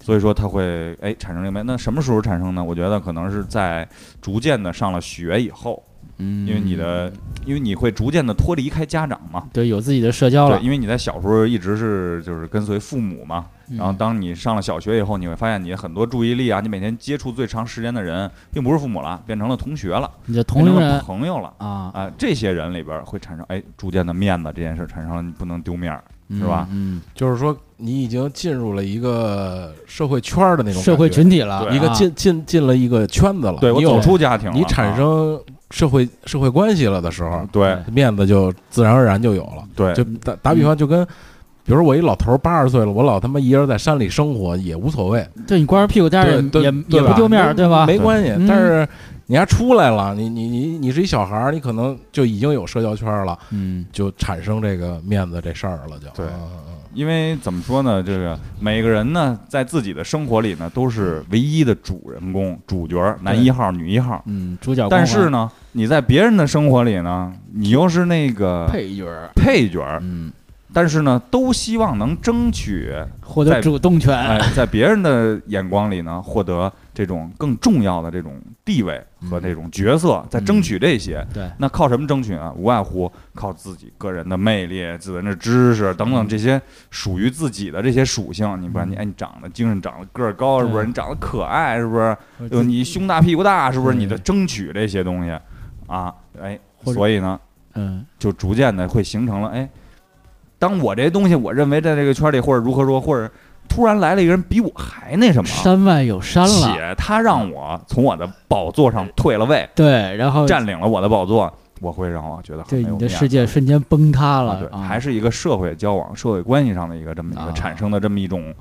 [SPEAKER 4] 所以说它会哎产生这个面，那什么时候产生呢？我觉得可能是在逐渐的上了学以后，
[SPEAKER 3] 嗯，
[SPEAKER 4] 因为你的，因为你会逐渐的脱离开家长嘛，
[SPEAKER 3] 对有自己的社交
[SPEAKER 4] 对
[SPEAKER 3] 了，，
[SPEAKER 4] 因为你在小时候一直是就是跟随父母嘛，然后
[SPEAKER 3] 嗯
[SPEAKER 4] 当你上了小学以后，你会发现你很多注意力啊，你每天接触最长时间的人并不是父母了，变成了同学了，
[SPEAKER 3] 你的同
[SPEAKER 4] 变成
[SPEAKER 3] 龄
[SPEAKER 4] 了
[SPEAKER 3] 人
[SPEAKER 4] 朋友了。
[SPEAKER 3] 啊，
[SPEAKER 4] 啊、这些人里边儿会产生哎，逐渐的面子这件事产生了，你不能丢面儿，是吧？
[SPEAKER 3] 嗯，
[SPEAKER 2] 就是说你已经进入了一个社会圈儿的那种
[SPEAKER 3] 社会
[SPEAKER 2] 感觉
[SPEAKER 3] 群体了，
[SPEAKER 4] 对
[SPEAKER 2] 一个
[SPEAKER 3] 啊
[SPEAKER 2] 进进进了一个圈子了，
[SPEAKER 4] 对我
[SPEAKER 2] 你有
[SPEAKER 4] 走出家庭了，
[SPEAKER 2] 你产
[SPEAKER 4] 啊
[SPEAKER 2] 生社会社会关系了的时候，
[SPEAKER 4] 对
[SPEAKER 2] 面子就自然而然就有了。
[SPEAKER 4] 对
[SPEAKER 2] 就打打比方，就跟比如说我一老头八十岁了，我老他妈一人在山里生活也无所谓，
[SPEAKER 3] 对你光着屁股待着
[SPEAKER 2] 对对
[SPEAKER 3] 也也
[SPEAKER 2] 对
[SPEAKER 3] 也
[SPEAKER 2] 吧
[SPEAKER 3] 不丢面儿，
[SPEAKER 2] 没
[SPEAKER 3] 对吧？
[SPEAKER 2] 没关系
[SPEAKER 3] 嗯，
[SPEAKER 2] 但是你还出来了，你你你你是一小孩儿，你可能就已经有社交圈了，
[SPEAKER 3] 嗯，
[SPEAKER 2] 就产生这个面子这事儿了，就
[SPEAKER 4] 对
[SPEAKER 2] 嗯嗯
[SPEAKER 4] 因为怎么说呢，这个每个人呢，在自己的生活里呢，都是唯一的主人公、主角儿，男一号、女一号。
[SPEAKER 3] 嗯，主角光环，
[SPEAKER 4] 但是呢，你在别人的生活里呢，你又是那个
[SPEAKER 3] 配角儿，
[SPEAKER 4] 配角儿，
[SPEAKER 3] 嗯，
[SPEAKER 4] 但是呢，都希望能争取，
[SPEAKER 3] 获得
[SPEAKER 4] 在
[SPEAKER 3] 主动
[SPEAKER 4] 哎
[SPEAKER 3] 权，，
[SPEAKER 4] 在别人的眼光里呢，获得这种更重要的这种地位和这种角色，在争取这些。
[SPEAKER 3] 嗯对，
[SPEAKER 4] 那靠什么争取啊？无外乎靠自己个人的魅力、自身的知识等等这些属于自己的这些属性。你不
[SPEAKER 3] 嗯
[SPEAKER 4] 然你哎，你长得精神，长得个儿高是不是？
[SPEAKER 3] 对
[SPEAKER 4] 你长得可爱是不是？有你胸大屁股大是不是？
[SPEAKER 3] 对
[SPEAKER 4] 你得争取这些东西啊，哎，
[SPEAKER 3] 嗯或者
[SPEAKER 4] 所以呢，
[SPEAKER 3] 嗯，
[SPEAKER 4] 就逐渐的会形成了哎，当我这东西我认为在这个圈里或者如何说，或者突然来了一个人比我还那什么，
[SPEAKER 3] 山外有山了，
[SPEAKER 4] 且他让我从我的宝座上退了位，
[SPEAKER 3] 对，然后
[SPEAKER 4] 占领了我的宝座，我会让我觉得很
[SPEAKER 3] 嗯对
[SPEAKER 4] 没有
[SPEAKER 3] 你的
[SPEAKER 4] 面
[SPEAKER 3] 世
[SPEAKER 4] 子
[SPEAKER 3] 界瞬间崩塌
[SPEAKER 4] 啊，
[SPEAKER 3] 了
[SPEAKER 4] 对，，还是一个社会交往、社会关系上的一个这么一
[SPEAKER 3] 啊
[SPEAKER 4] 个产生的这么一种，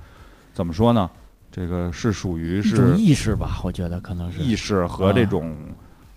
[SPEAKER 4] 怎么说呢？这个是属于
[SPEAKER 3] 一种
[SPEAKER 4] 是
[SPEAKER 3] 意识啊吧，我觉得可能是
[SPEAKER 4] 意识和这种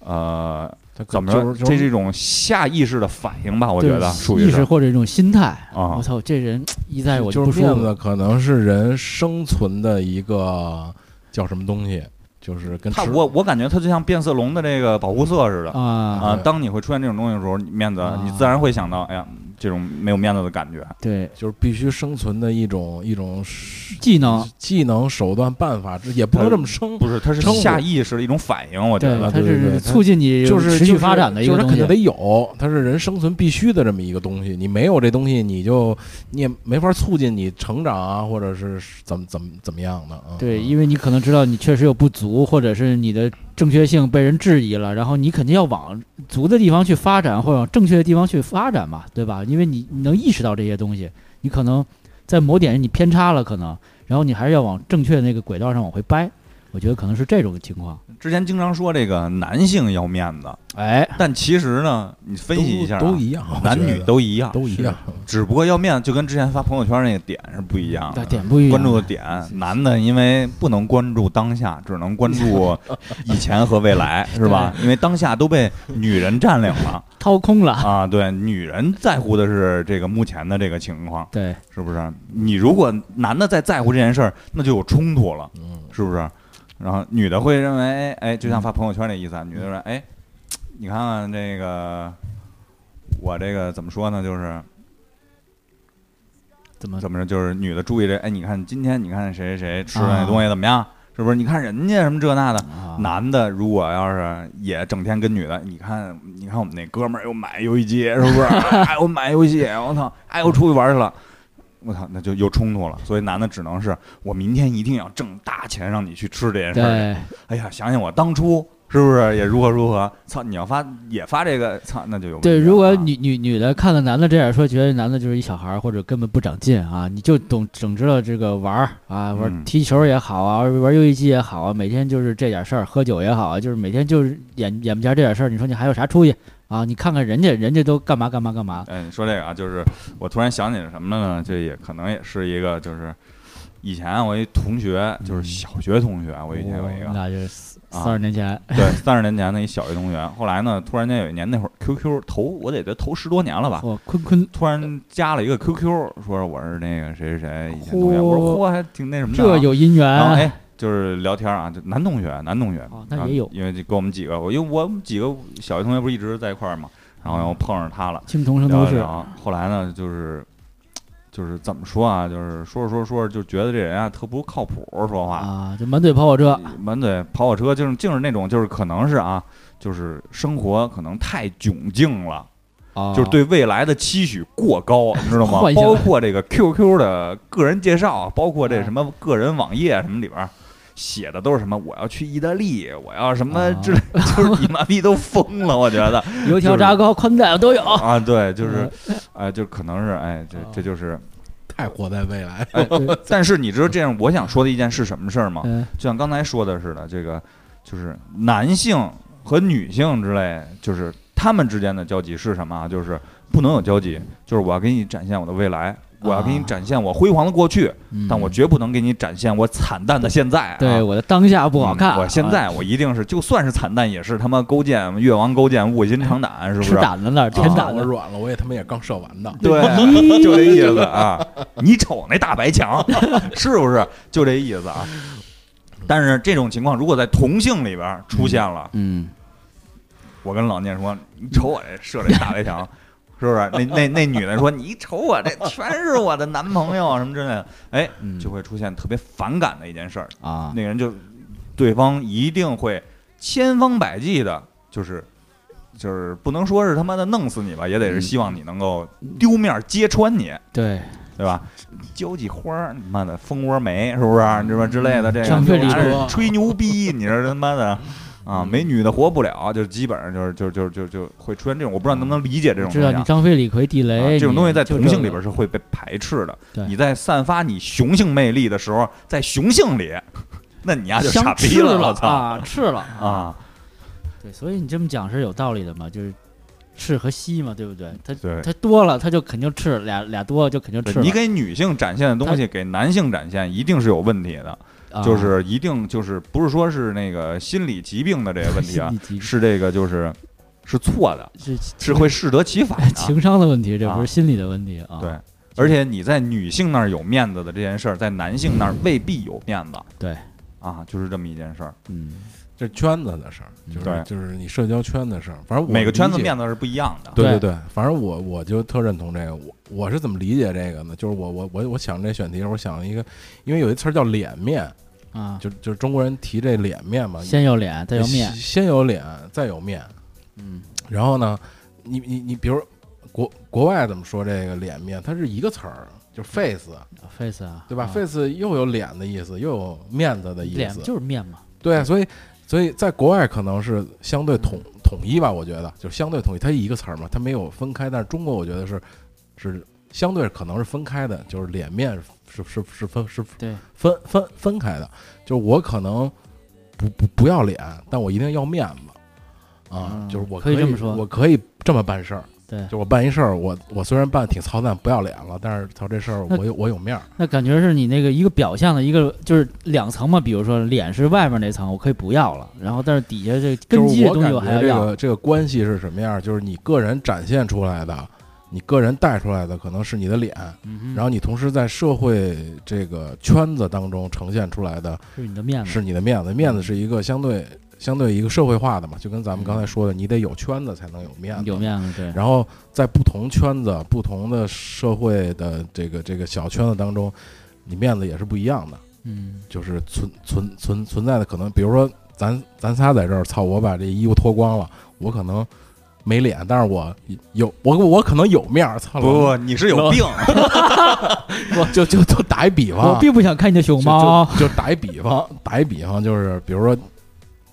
[SPEAKER 4] 呃
[SPEAKER 2] 它可
[SPEAKER 4] 怎么
[SPEAKER 2] 就
[SPEAKER 4] 说，
[SPEAKER 2] 是
[SPEAKER 4] 这是一种下意识的反应吧？我觉
[SPEAKER 3] 就
[SPEAKER 4] 得
[SPEAKER 3] 是
[SPEAKER 4] 属于
[SPEAKER 3] 意
[SPEAKER 4] 是
[SPEAKER 3] 识或者一种心态
[SPEAKER 4] 啊
[SPEAKER 3] 我操，这人一在我
[SPEAKER 2] 就
[SPEAKER 3] 不
[SPEAKER 2] 是
[SPEAKER 3] 舒
[SPEAKER 2] 面
[SPEAKER 3] 服
[SPEAKER 2] 子，可能是人生存的一个叫什么东西，就是跟
[SPEAKER 4] 它
[SPEAKER 2] 吃
[SPEAKER 4] 我我感觉它就像变色龙的这个保护色似的
[SPEAKER 3] 啊，
[SPEAKER 4] 啊
[SPEAKER 2] 对
[SPEAKER 4] 当你会出现这种东西的时候，你面子
[SPEAKER 3] 啊
[SPEAKER 4] 你自然会想到，哎呀，这种没有面子的感觉。
[SPEAKER 3] 对，
[SPEAKER 2] 就是必须生存的一种一种是
[SPEAKER 3] 技能，
[SPEAKER 2] 技能、手段、办法，这也不能这么生。
[SPEAKER 4] 不是，它是
[SPEAKER 2] 称呼
[SPEAKER 4] 下意识的一种反应，我觉
[SPEAKER 3] 对，
[SPEAKER 4] 得
[SPEAKER 3] 它
[SPEAKER 2] 对对
[SPEAKER 3] 是
[SPEAKER 2] 对
[SPEAKER 3] 促进你
[SPEAKER 2] 就是
[SPEAKER 3] 持续发展的一
[SPEAKER 2] 就
[SPEAKER 3] 个
[SPEAKER 2] 是它
[SPEAKER 3] 东
[SPEAKER 2] 肯定得
[SPEAKER 3] 西，
[SPEAKER 2] 有，它是人生存必须的这么一个东西。你没有这东西，你就你也没法促进你成长啊，或者是怎么怎么怎么样的啊？
[SPEAKER 3] 对，因为你可能知道你确实有不足，或者是你的正确性被人质疑了，然后你肯定要往足的地方去发展，或者往正确的地方去发展嘛，对吧？因为你你能意识到这些东西，你可能在某点你偏差了，可能，然后你还是要往正确的那个轨道上往回掰，我觉得可能是这种情况。
[SPEAKER 4] 之前经常说这个男性要面子，
[SPEAKER 3] 哎，
[SPEAKER 4] 但其实呢，你分析一下啊、
[SPEAKER 2] 都都一样，我
[SPEAKER 4] 男
[SPEAKER 2] 觉
[SPEAKER 4] 女
[SPEAKER 2] 得
[SPEAKER 4] 都一样，
[SPEAKER 2] 都一样，
[SPEAKER 4] 只不过要面子就跟之前发朋友圈那个点是不一样的
[SPEAKER 3] 但。啊点不一样，
[SPEAKER 4] 关注的点，男的因为不能关注当下，只能关 注以前和未来，是吧？因为当下都被女人占领了
[SPEAKER 3] 掏空了。
[SPEAKER 4] 啊！对，女人在乎的是这个目前的这个情况，
[SPEAKER 3] 对，
[SPEAKER 4] 是不是？你如果男的再在乎这件事儿，那就有冲突了，
[SPEAKER 2] 嗯，
[SPEAKER 4] 是不是？然后女的会认为，哎哎，就
[SPEAKER 3] 嗯
[SPEAKER 4] 像发朋友圈那意思啊，女的说，哎，你看看这个，我这个怎么说呢？就是
[SPEAKER 3] 怎么
[SPEAKER 4] 怎么着，就是女的注意这，哎，你看今天你看谁谁谁吃的那东西怎么样？是不是？你看人家什么这那的，
[SPEAKER 3] 啊？
[SPEAKER 4] 男的如果要是也整天跟女的，你看你看我们那哥们儿又买游戏机，是 不是？哎，我买游戏，我操，哎，我出去玩去了。我操，那就又冲突了，所以男的只能是我明天一定要挣大钱让你去吃这件事儿。
[SPEAKER 3] 对，
[SPEAKER 4] 哎呀，想想我当初是不是也如何如何？操，你要发也发这个，操，那就有问
[SPEAKER 3] 对，
[SPEAKER 4] 题
[SPEAKER 3] 如果
[SPEAKER 4] 了啊
[SPEAKER 3] 女女女的看到男的这样说，觉得男的就是一小孩儿，或者根本不长进啊，你就懂整知道这个玩儿啊，玩
[SPEAKER 4] 嗯
[SPEAKER 3] 踢球也好啊，玩游戏机也好啊，每天就是这点事儿，喝酒也好啊，就是每天就是眼眼不前这点事儿，你说你还有啥出息啊？你看看人家，人家都干嘛干嘛干嘛，
[SPEAKER 4] 哎，你说这个啊，就是我突然想起了什么了呢？这也可能也是一个，就是以前我一同学，
[SPEAKER 3] 嗯
[SPEAKER 4] 就是小学同学，我以前有一个，
[SPEAKER 3] 哦
[SPEAKER 4] 啊
[SPEAKER 3] 那就是三十年前，
[SPEAKER 4] 对，三十年前的一小学同学。后来呢，突然间有一年，那会儿 QQ 头，我得得头十多年了吧，
[SPEAKER 3] 我哦坤坤
[SPEAKER 4] 突然加了一个 QQ，说我是那个谁谁谁以前同学，我说
[SPEAKER 3] 嚯
[SPEAKER 4] 嚯，还挺那什么的啊、
[SPEAKER 3] 这有姻
[SPEAKER 4] 然后
[SPEAKER 3] 缘，
[SPEAKER 4] 哎，就是聊天啊，就男同学，男同学，
[SPEAKER 3] 哦那
[SPEAKER 4] 然后
[SPEAKER 3] 也有
[SPEAKER 4] 因为就跟我们几个，我因为我们几个小学同学不是一直在一块儿嘛，然后碰上他了。
[SPEAKER 3] 青铜圣
[SPEAKER 4] 聊
[SPEAKER 3] 斗
[SPEAKER 4] 一
[SPEAKER 3] 士，
[SPEAKER 4] 聊。后来呢，就是就是怎么说啊，就是说着说着说着就觉得这人啊特不靠谱，说话
[SPEAKER 3] 啊，就满嘴跑火车，
[SPEAKER 4] 满嘴跑火车，就是净是那种就是可能是啊，就是生活可能太窘境了，
[SPEAKER 3] 啊，
[SPEAKER 4] 就是对未来的期许 过高，你知道吗
[SPEAKER 3] 幻？想
[SPEAKER 4] 包括这个 QQ 的个人介绍，包括这什么个人网页什么里边儿。写的都是什么？我要去意大利，我要什
[SPEAKER 3] 啊
[SPEAKER 4] 么之类，就是你妈逼都疯了，我觉 得。
[SPEAKER 3] 油条炸糕、宽带都有，
[SPEAKER 4] 啊，对，就是，
[SPEAKER 3] 嗯
[SPEAKER 4] 哎，就可能是，哎，这
[SPEAKER 3] 啊
[SPEAKER 4] 这就是，
[SPEAKER 2] 太活在未来，
[SPEAKER 4] 哎
[SPEAKER 3] 对，
[SPEAKER 4] 但是你知道这样我想说的一件是什么事儿吗？
[SPEAKER 3] 嗯，
[SPEAKER 4] 就像刚才说的似的，这个就是男性和女性之类，就是他们之间的交集是什么啊？就是不能有交集，就是我要给你展现我的未来。我要给你
[SPEAKER 3] 啊
[SPEAKER 4] 展现我辉煌的过去，
[SPEAKER 3] 嗯
[SPEAKER 4] 但我绝不能给你展现我惨淡的现在、啊。
[SPEAKER 3] 对我的当下不好看，
[SPEAKER 4] 嗯我现
[SPEAKER 3] 啊
[SPEAKER 4] 在我一定是，就算是惨淡，也是他妈勾践越王勾践卧薪尝胆，是不
[SPEAKER 3] 吃
[SPEAKER 4] 是？啊
[SPEAKER 3] 胆子那儿，舔
[SPEAKER 4] 真的
[SPEAKER 3] 胆
[SPEAKER 2] 我
[SPEAKER 3] 子，
[SPEAKER 2] 软了，我也他妈也刚射完 的，
[SPEAKER 4] 对，就这意思啊！ 你瞅那大白 墙，是不是？就这意思啊！但是这种情况如果在同性里边儿出现了，
[SPEAKER 3] 嗯，
[SPEAKER 4] 我跟老聂说：“你瞅我这射这大白 墙，是不是？”那那那女的说：“你瞅我这全是我的男朋友什么之类的。”哎，
[SPEAKER 3] 嗯
[SPEAKER 4] 就会出现特别反感的一件事儿，
[SPEAKER 3] 啊，
[SPEAKER 4] 那个人就对方一定会千方百计的，就是。就是不能说是他妈的弄死你吧，也得是希望你能够丢面儿揭穿你，
[SPEAKER 3] 对，
[SPEAKER 4] 对吧？交际花儿，你妈的蜂窝煤是不是？这吧之类的，这个
[SPEAKER 3] 张飞
[SPEAKER 4] 你
[SPEAKER 3] 李
[SPEAKER 4] 还是
[SPEAKER 3] 逵
[SPEAKER 4] 吹牛逼，你是他妈的
[SPEAKER 3] 嗯
[SPEAKER 4] 啊，没女的活不了，就是基本上就是就就就就会出现这种，我不知道能不能理解这种
[SPEAKER 3] 知
[SPEAKER 4] 现
[SPEAKER 3] 道
[SPEAKER 4] 象。
[SPEAKER 3] 你张飞、李逵、地
[SPEAKER 4] 啊
[SPEAKER 3] 雷
[SPEAKER 4] 这种东西在同性里，
[SPEAKER 3] 你就这
[SPEAKER 4] 边
[SPEAKER 3] 个
[SPEAKER 4] 是会被排斥的
[SPEAKER 3] 对。
[SPEAKER 4] 你在散发你雄性魅力的时候，在雄性里， 那你丫就傻
[SPEAKER 3] 相
[SPEAKER 4] 逼
[SPEAKER 3] 斥了，
[SPEAKER 4] 我操
[SPEAKER 3] 啊，斥了啊，
[SPEAKER 4] 啊！
[SPEAKER 3] 对，所以你这么讲是有道理的嘛，就是斥和吸嘛，对不对？他
[SPEAKER 4] 对
[SPEAKER 3] 他多了，他就肯定斥，俩俩多就肯定
[SPEAKER 4] 对
[SPEAKER 3] 斥了，
[SPEAKER 4] 你给女性展现的东西，给男性展现一定是有问题的，
[SPEAKER 3] 啊
[SPEAKER 4] 就是一定就是不是说是那个心理疾病的这个 问题啊，
[SPEAKER 3] 心理 疾病
[SPEAKER 4] 是这个就是是错的，
[SPEAKER 3] 是
[SPEAKER 4] 是会适得其反的。
[SPEAKER 3] 情商的问题，这不
[SPEAKER 4] 啊
[SPEAKER 3] 是心理的问题啊，
[SPEAKER 4] 对，而且你在女性那儿有面子的这件事儿，在男性那儿未必有面子。
[SPEAKER 3] 对，
[SPEAKER 4] 啊，就是这么一件事儿。
[SPEAKER 3] 嗯，
[SPEAKER 2] 这圈子的事儿，就
[SPEAKER 4] 对
[SPEAKER 2] 是就是你社交圈的事儿，反正我
[SPEAKER 4] 每个圈子
[SPEAKER 2] 理解
[SPEAKER 4] 面子是不一样的。
[SPEAKER 2] 对
[SPEAKER 3] 对
[SPEAKER 2] 对，反正我我就特认同这个。我我是怎么理解这个呢？就是我我我我想这选题，我想了一个，因为有一词儿叫脸面，
[SPEAKER 3] 啊，
[SPEAKER 2] 就就是中国人提这脸面嘛，
[SPEAKER 3] 先要脸，再要面
[SPEAKER 4] 呃
[SPEAKER 2] 先，先有脸，再有面。
[SPEAKER 3] 嗯，
[SPEAKER 2] 然后呢，你你你，比如国国外怎么说这个脸面，它是一个词儿，就是 face，
[SPEAKER 3] face 啊，
[SPEAKER 2] 对吧、
[SPEAKER 3] 啊
[SPEAKER 2] f a c e 又有脸的意思，又有面子的意
[SPEAKER 3] 脸
[SPEAKER 2] 思，
[SPEAKER 3] 就是面嘛，
[SPEAKER 2] 对，啊所以所以在国外可能是相对统
[SPEAKER 3] 嗯
[SPEAKER 2] 统一吧，我觉得就是相对统一，它一个词儿嘛，它没有分开。但是中国我觉得是是相对可能是分开的，就是脸面是是是是分是
[SPEAKER 3] 对，
[SPEAKER 2] 分分分开的。就是我可能不不不要脸，但我一定要面子啊，
[SPEAKER 3] 嗯
[SPEAKER 2] 就是我
[SPEAKER 3] 可以这么说
[SPEAKER 2] 我可以这么办事儿。
[SPEAKER 3] 对
[SPEAKER 2] 就我办一事儿，我我虽然办挺操蛋，不要脸了，但是操这事儿
[SPEAKER 3] 那
[SPEAKER 2] 我有我有面儿。
[SPEAKER 3] 那感觉是你那个一个表象的一个就是两层嘛，比如说脸是外面那层，我可以不要了，然后但是底下这根
[SPEAKER 2] 就是
[SPEAKER 3] 基的
[SPEAKER 2] 我
[SPEAKER 3] 东
[SPEAKER 2] 感
[SPEAKER 3] 西我还
[SPEAKER 2] 觉
[SPEAKER 3] 要
[SPEAKER 2] 这
[SPEAKER 3] 要。
[SPEAKER 2] 个这个关系是什么样儿？就是你个人展现出来的，你个人带出来的可能是你的脸，
[SPEAKER 3] 嗯哼
[SPEAKER 2] 然后你同时在社会这个圈子当中呈现出来的
[SPEAKER 3] 是你的面子，
[SPEAKER 2] 是你的面子，
[SPEAKER 3] 嗯
[SPEAKER 2] 面子是一个相对相对一个社会化的嘛，就跟咱们刚才说的，你得有圈子才能有面子，
[SPEAKER 3] 有面子对。
[SPEAKER 2] 然后在不同圈子、不同的社会的这个这个小圈子当中，你面子也是不一样的，
[SPEAKER 3] 嗯，
[SPEAKER 2] 就是存存存存在的可能，比如说咱咱仨在这儿，操，我把这衣服脱光了，我可能没脸，但是我有我我可能有面儿，操，
[SPEAKER 4] 不不，你是有病，
[SPEAKER 2] 我就就就打一比方，
[SPEAKER 3] 嗯我并不想看你的熊猫，
[SPEAKER 2] 就就就打一比方，打一比方就是，比如说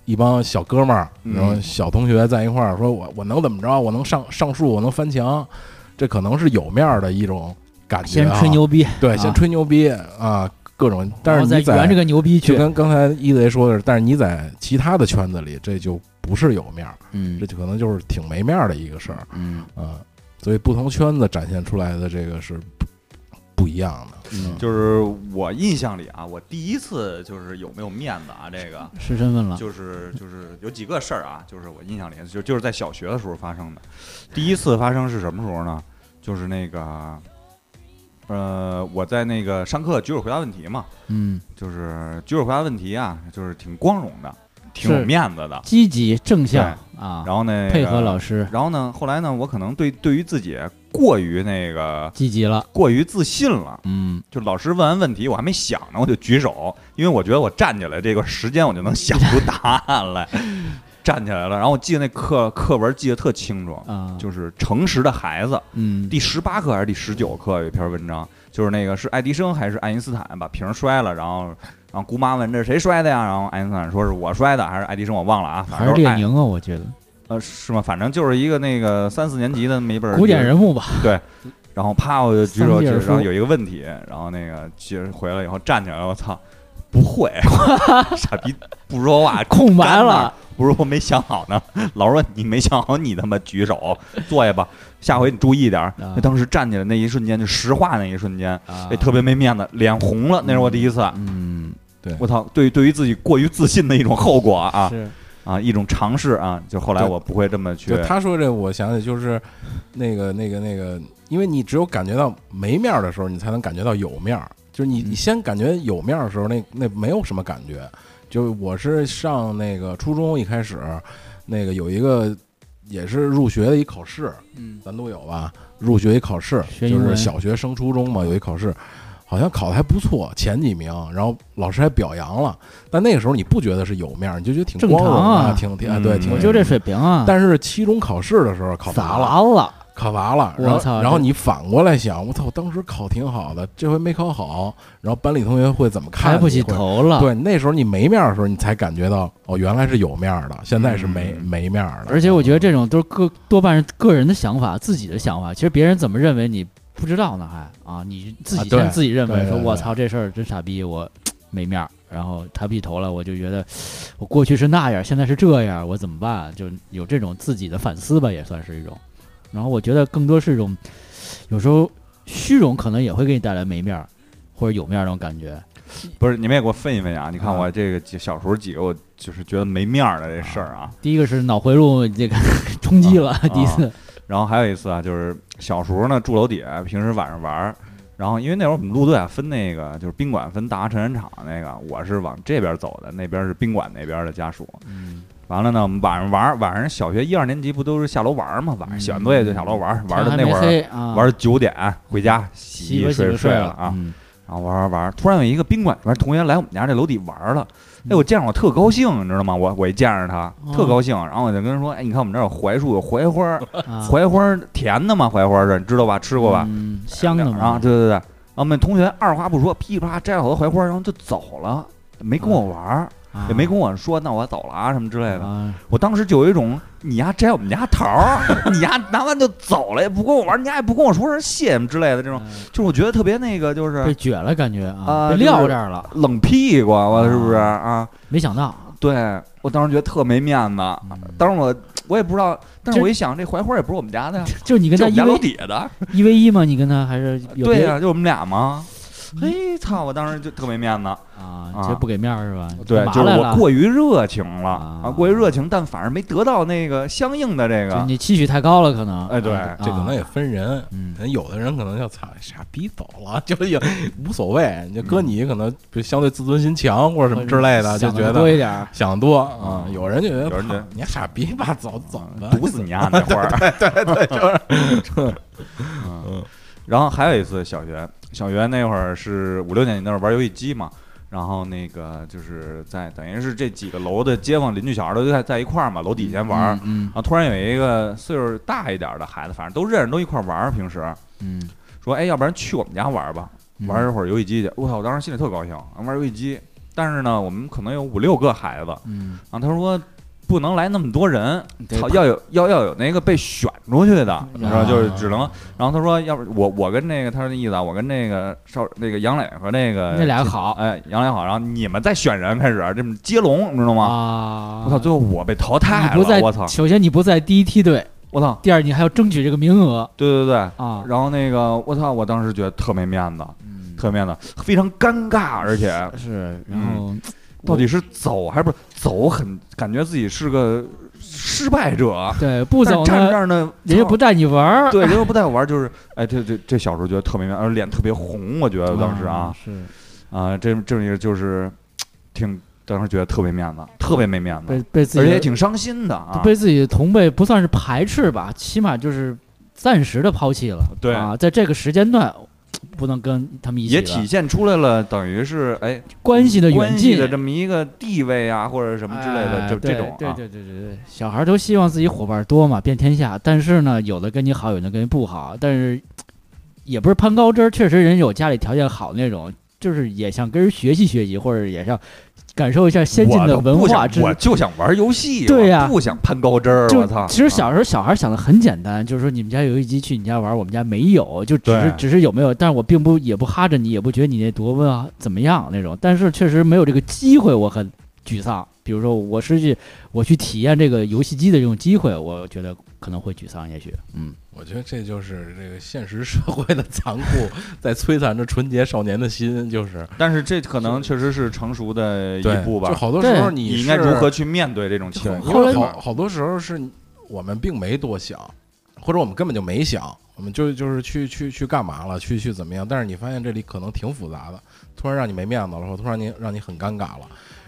[SPEAKER 2] 一帮小哥们儿，
[SPEAKER 4] 嗯
[SPEAKER 2] 然后小同学在一块儿，说我我能怎么着？我能上上树，我能翻墙，这可能是有面儿的一种感觉、
[SPEAKER 3] 先
[SPEAKER 2] 啊。
[SPEAKER 3] 吹，牛逼，
[SPEAKER 2] 对，
[SPEAKER 3] 啊
[SPEAKER 2] 先吹牛逼啊，各种。但
[SPEAKER 3] 然
[SPEAKER 2] 是
[SPEAKER 3] 后
[SPEAKER 2] 你
[SPEAKER 3] 再圆这
[SPEAKER 2] 在
[SPEAKER 3] 个牛逼
[SPEAKER 2] 就
[SPEAKER 3] 去。
[SPEAKER 2] 跟刚才一贼说的是，但是你在其他的圈子里，这就不是有面儿，
[SPEAKER 3] 嗯
[SPEAKER 2] 这就可能就是挺没面儿的一个事儿
[SPEAKER 3] 嗯
[SPEAKER 2] 啊。所以不同圈子展现出来的这个是不不一样的。
[SPEAKER 3] 嗯，
[SPEAKER 4] 就是我印象里啊，我第一次就是有没有面子啊，这个
[SPEAKER 3] 是身份了，
[SPEAKER 4] 就是就是有几个事儿啊，就是我印象里就就是在小学的时候发生的。第一次发生是什么时候呢？就是那个，呃，我在那个上课举手回答问题嘛，
[SPEAKER 3] 嗯，
[SPEAKER 4] 就是举手回答问题啊，就是挺光荣的，挺有
[SPEAKER 3] 是
[SPEAKER 4] 面子的。
[SPEAKER 3] 积极正向啊，
[SPEAKER 4] 然后呢，
[SPEAKER 3] 配合老
[SPEAKER 4] 师。
[SPEAKER 3] 师，
[SPEAKER 4] 然后呢，后来呢，我可能对对于自己过于那个
[SPEAKER 3] 积极了，
[SPEAKER 4] 过于自信了，
[SPEAKER 3] 嗯，
[SPEAKER 4] 就老师问完问题，我还没想呢，我就举手，因为我觉得我站起来这个时间我就能想出答案来， 站起来了。然后我记得那课课文记得特清楚，
[SPEAKER 3] 啊，
[SPEAKER 4] 就是《诚实的孩子》
[SPEAKER 3] 嗯，
[SPEAKER 4] 第十八课还是第十九课有一篇文章，就是那个是爱迪生还是爱因斯坦把瓶摔了，然后。然后姑妈问：“这是谁摔的呀？”然后爱因斯坦说：“是我摔的，还是爱迪生？我忘了啊，反
[SPEAKER 3] 还是
[SPEAKER 4] 正都是
[SPEAKER 3] 列
[SPEAKER 4] 爱
[SPEAKER 3] 宁啊，我觉得
[SPEAKER 4] 呃是吗？反正就是一个那个三四年级的那么一本
[SPEAKER 3] 古典人物吧，
[SPEAKER 4] 然后啪我就举
[SPEAKER 3] 桑
[SPEAKER 4] 手去，
[SPEAKER 3] 吉尔夫
[SPEAKER 4] 然后有一个问题，然后那个接着回来以后站起来了，我操，不会， 傻逼不说话，
[SPEAKER 3] 空白
[SPEAKER 4] 干那儿
[SPEAKER 3] 了，。
[SPEAKER 4] 不是我没想好呢， 老师说你没想好，你他妈 举手坐下吧，下回你注意点儿。
[SPEAKER 3] 啊
[SPEAKER 4] 那当时站起来那一瞬间，就石化那一瞬间，
[SPEAKER 3] 啊
[SPEAKER 4] 哎，特别没面子，脸红了，那是我第一次。
[SPEAKER 3] 嗯，
[SPEAKER 2] 对
[SPEAKER 4] 我操，对，对于自己过于自信的一种后果啊
[SPEAKER 3] 是
[SPEAKER 4] 啊，一种尝试啊，就后来
[SPEAKER 2] 对
[SPEAKER 4] 我不会这么去
[SPEAKER 2] 就。他说这，我想起就是那个那个那个，因为你只有感觉到没面儿的时候，你才能感觉到有面儿。就是你
[SPEAKER 3] 嗯
[SPEAKER 2] 你先感觉有面儿的时候，那那没有什么感觉。就我是上那个初中一开始，那个有一个也是入学的一考试，
[SPEAKER 3] 嗯
[SPEAKER 2] 咱都有吧？入学一考试，
[SPEAKER 3] 学
[SPEAKER 2] 就
[SPEAKER 3] 英文
[SPEAKER 2] 是小学升初中嘛，有一考试，好像考的还不错，前几名，然后老师还表扬了。但那个时候你不觉得是有面儿，你就觉得挺
[SPEAKER 3] 正
[SPEAKER 2] 光荣
[SPEAKER 3] 常啊
[SPEAKER 2] 挺挺哎对，
[SPEAKER 4] 嗯
[SPEAKER 2] 挺
[SPEAKER 3] 我就这水平啊，
[SPEAKER 2] 但是期中考试的时候考砸
[SPEAKER 3] 咋
[SPEAKER 2] 了，
[SPEAKER 3] 了？
[SPEAKER 2] 考砸了，
[SPEAKER 3] 我
[SPEAKER 2] 然后
[SPEAKER 3] 操
[SPEAKER 2] 然后
[SPEAKER 3] 这
[SPEAKER 2] 你反过来想，我操，我当时考挺好的，这回没考好，然后班里同学会怎么看？
[SPEAKER 3] 抬不起。头了，
[SPEAKER 2] 对，那时候你没面儿的时候，你才感觉到哦，原来是有面儿的，现在是没、
[SPEAKER 4] 嗯
[SPEAKER 2] 没面儿的。
[SPEAKER 3] 而且我觉得这种都是个多半是个人的想法，自己的想法。其实别人怎么认为你不知道呢，还啊，你自
[SPEAKER 2] 啊
[SPEAKER 3] 己
[SPEAKER 2] 对
[SPEAKER 3] 先自己认为
[SPEAKER 2] 对对
[SPEAKER 3] 说，
[SPEAKER 2] 对
[SPEAKER 3] 我操，这事儿真傻逼，我没面儿。然后抬不起头了，我就觉得我过去是那样，现在是这样，我怎么办？就有这种自己的反思吧，也算是一种。然后我觉得更多是一种，有时候虚荣可能也会给你带来没面儿或者有面儿那种感觉。
[SPEAKER 4] 不是，你们也给我分析分析啊！你看
[SPEAKER 3] 啊
[SPEAKER 4] 我这个几小时候几个我就是觉得没面儿的这事儿啊，
[SPEAKER 3] 第一个是脑回路这个冲击了，第一次，
[SPEAKER 4] 然后还有一次啊，就是小时候呢住楼底下，平时晚上玩儿，然后因为那会儿我们路队啊分那个就是宾馆分大达成人场那个，我是往这边走的，那边是宾馆那边的家属。
[SPEAKER 3] 嗯，
[SPEAKER 4] 完了呢，我们晚上玩儿，晚上小学一二年级不都是下楼玩儿嘛，晚上写完作业就下楼玩儿，玩儿
[SPEAKER 3] 天还
[SPEAKER 4] 的那
[SPEAKER 3] 没
[SPEAKER 4] 会儿
[SPEAKER 3] 黑啊，
[SPEAKER 4] 玩儿九点回家洗
[SPEAKER 3] 洗
[SPEAKER 4] 洗
[SPEAKER 3] 吧洗
[SPEAKER 4] 睡
[SPEAKER 3] 吧睡
[SPEAKER 4] 了
[SPEAKER 3] 了
[SPEAKER 4] 啊，
[SPEAKER 3] 嗯
[SPEAKER 4] 然后玩玩玩，突然有一个宾馆里边同学来我们家这楼底玩了，哎，我见着我特高兴，你知道吗？我我一见着他
[SPEAKER 3] 哦
[SPEAKER 4] 特高兴，然后我就跟他说，哎，你看我们这儿有槐树，有槐花儿，
[SPEAKER 3] 啊
[SPEAKER 4] 槐花儿甜的嘛，槐花儿是你知道吧？吃过吧？
[SPEAKER 3] 嗯，香的
[SPEAKER 4] 然后
[SPEAKER 3] 嘛，
[SPEAKER 4] 对对对，然后我们同学二话不说，噼里啪啦摘了好多槐花儿，然后就走了，没跟我玩儿，
[SPEAKER 3] 啊
[SPEAKER 4] 也没跟我说那我走了啊什么之类的。
[SPEAKER 3] 啊，
[SPEAKER 4] 我当时就有一种你丫摘我们家桃 儿，你丫拿完就走了，也不跟我玩儿，你丫也不跟我说声谢什么之类的，这种
[SPEAKER 3] 嗯
[SPEAKER 4] 就是我觉得特别那个就是
[SPEAKER 3] 被撅了感觉
[SPEAKER 4] 啊
[SPEAKER 3] 啊，被
[SPEAKER 4] 就是
[SPEAKER 3] 撂这儿了，啊
[SPEAKER 4] 冷屁股，我是不是啊？
[SPEAKER 3] 没想到，
[SPEAKER 4] 对我当时觉得特没面子，当时我我也不知道，但
[SPEAKER 3] 嗯
[SPEAKER 4] 是
[SPEAKER 3] 这
[SPEAKER 4] 我一想，这槐花也不是我们家的呀，
[SPEAKER 3] 就你跟
[SPEAKER 4] 就
[SPEAKER 3] 他
[SPEAKER 4] 我们
[SPEAKER 3] 一
[SPEAKER 4] 家楼
[SPEAKER 3] v
[SPEAKER 4] 底下的，
[SPEAKER 3] 一 v 一吗？你跟他还是有
[SPEAKER 4] 对
[SPEAKER 3] 别
[SPEAKER 4] 啊
[SPEAKER 3] 嗯
[SPEAKER 4] 呀、就我们俩嘛。嘿，操！我当时就特没面子，
[SPEAKER 3] 啊，
[SPEAKER 4] 啊
[SPEAKER 3] 这不给面儿是吧？
[SPEAKER 4] 对，
[SPEAKER 3] 干嘛
[SPEAKER 4] 就是
[SPEAKER 3] 来
[SPEAKER 4] 我
[SPEAKER 3] 了
[SPEAKER 4] 过于热情了
[SPEAKER 3] 啊
[SPEAKER 4] 啊，过于热情，但反而没得到那个相应的这
[SPEAKER 3] 就是
[SPEAKER 4] 个，
[SPEAKER 3] 你期许太高了，可能。
[SPEAKER 4] 啊哎对
[SPEAKER 3] 啊
[SPEAKER 2] 这可能也分人，
[SPEAKER 3] 嗯
[SPEAKER 2] 可能有的人可能就操傻逼走了， 就也无所谓。你就搁你可能比相对自尊心强或者什么之类的，就
[SPEAKER 3] 啊嗯想
[SPEAKER 2] 觉
[SPEAKER 3] 多
[SPEAKER 2] 得
[SPEAKER 3] 一点儿。
[SPEAKER 2] 想多啊。
[SPEAKER 4] 嗯
[SPEAKER 2] 有人就觉得
[SPEAKER 4] 有人觉得
[SPEAKER 2] 操你还傻逼吧，走走吧，
[SPEAKER 4] 毒死你啊！那会儿， 对 对，就是，嗯。然后还有一次小学，小学那会儿是五六年级那会儿玩游戏机嘛，然后那个就是在等于是这几个楼的街坊邻居小孩都在在一块儿嘛，楼底下玩儿。
[SPEAKER 3] 嗯
[SPEAKER 4] 然后突然有一个岁数大一点儿的孩子，反正都认识，都一块儿玩儿。平时
[SPEAKER 3] 嗯，
[SPEAKER 4] 说，哎，要不然去我们家玩儿吧，玩一会儿游戏机去。我操，我当时心里特高兴，啊玩游戏机。但是呢，我们可能有五六个孩子，
[SPEAKER 3] 嗯，
[SPEAKER 4] 啊，他说不能来那么多人，
[SPEAKER 3] 得
[SPEAKER 4] 操，要有要要有那个被选出去的，
[SPEAKER 3] 嗯
[SPEAKER 4] 你知道，就是只能。然后他说，要不我我跟那个，他说那意思啊，我跟那个少那个杨磊和那个
[SPEAKER 3] 那俩好
[SPEAKER 4] 哎杨磊好，然后你们再选人开始啊这么接龙，你知道吗？
[SPEAKER 3] 啊！
[SPEAKER 4] 我操，最后我被淘汰
[SPEAKER 3] 你不
[SPEAKER 4] 了，
[SPEAKER 3] 在
[SPEAKER 4] 我操，
[SPEAKER 3] 首先你不在第一梯队，
[SPEAKER 4] 我操，
[SPEAKER 3] 第二你还要争取这个名额
[SPEAKER 4] 对对对。
[SPEAKER 3] 啊。
[SPEAKER 4] 然后那个我操，我当时觉得特没面子，特没面子，非常尴尬，而且嗯
[SPEAKER 3] 是，然后
[SPEAKER 4] 到底是走还是不走很感觉自己是个失败者，
[SPEAKER 3] 对不
[SPEAKER 4] 但
[SPEAKER 3] 走
[SPEAKER 4] 站这
[SPEAKER 3] 呢，
[SPEAKER 4] 儿呢，
[SPEAKER 3] 人家
[SPEAKER 4] 操
[SPEAKER 3] 不带你玩儿。
[SPEAKER 4] 对，人又不带我玩儿，就是哎，这这这小时候觉得特没面，而脸特别红，我觉得当时啊
[SPEAKER 3] 是
[SPEAKER 4] 啊，这这也就是挺当时觉得特别面子，特别没面子，
[SPEAKER 3] 被被自
[SPEAKER 4] 而
[SPEAKER 3] 己
[SPEAKER 4] 且
[SPEAKER 3] 的
[SPEAKER 4] 也挺伤心的啊。
[SPEAKER 3] 被自己的同辈不算是排斥吧，起码就是暂时的抛弃了。
[SPEAKER 4] 对
[SPEAKER 3] 啊，在这个时间段不能跟他们一起
[SPEAKER 4] 也
[SPEAKER 3] 了
[SPEAKER 4] 体现出来了，等于是哎
[SPEAKER 3] 关系的远
[SPEAKER 4] 关系
[SPEAKER 3] 近
[SPEAKER 4] 的这么一个地位啊，或者什么之类的，
[SPEAKER 3] 哎
[SPEAKER 4] 就
[SPEAKER 3] 对
[SPEAKER 4] 这种
[SPEAKER 3] 对
[SPEAKER 4] 啊，
[SPEAKER 3] 对对对对，小孩儿都希望自己伙伴多嘛，遍天下。但是呢，有的跟你好，有的跟你不好，但是也不是攀高枝儿。确实，人有家里条件好那种，就是也想跟人学习学习，或者也想感受一下先进
[SPEAKER 4] 我
[SPEAKER 3] 的
[SPEAKER 4] 都
[SPEAKER 3] 文
[SPEAKER 4] 不
[SPEAKER 3] 化
[SPEAKER 4] 想
[SPEAKER 3] 知
[SPEAKER 4] 我就想玩儿游戏，
[SPEAKER 3] 对
[SPEAKER 4] 我
[SPEAKER 3] 呀
[SPEAKER 4] 不想攀高枝儿，
[SPEAKER 3] 就
[SPEAKER 4] 我操！
[SPEAKER 3] 其实
[SPEAKER 4] 啊
[SPEAKER 3] 小时候小孩想的很简单，就是说你们家有游戏机去你家玩，我们家没有，就只是
[SPEAKER 4] 对
[SPEAKER 3] 只是有没有，但是我并不也不哈着你，也不觉得你那多问啊怎么样那种，但是确实没有这个机会，我很沮丧。比如说我失去我去体验这个游戏机的这种机会，我觉得可能会沮丧，也许嗯，
[SPEAKER 2] 我觉得这就是这个现实社会的残酷，在摧残着纯洁少年的心，就是
[SPEAKER 4] 但是这可能确实是成熟的
[SPEAKER 2] 对
[SPEAKER 4] 一步吧
[SPEAKER 2] 就。好多时候你
[SPEAKER 4] 你应该
[SPEAKER 2] 是
[SPEAKER 4] 如何去面对这种情
[SPEAKER 2] 对，
[SPEAKER 4] 况？
[SPEAKER 2] 因
[SPEAKER 3] 后来
[SPEAKER 2] 为好好多时候是我们并没多想，或者我们根本就没想，我们就就是去去去干嘛了，去去怎么样？但是你发现这里可能挺复杂的，突然让你没面子了，或突然你让你很尴尬了，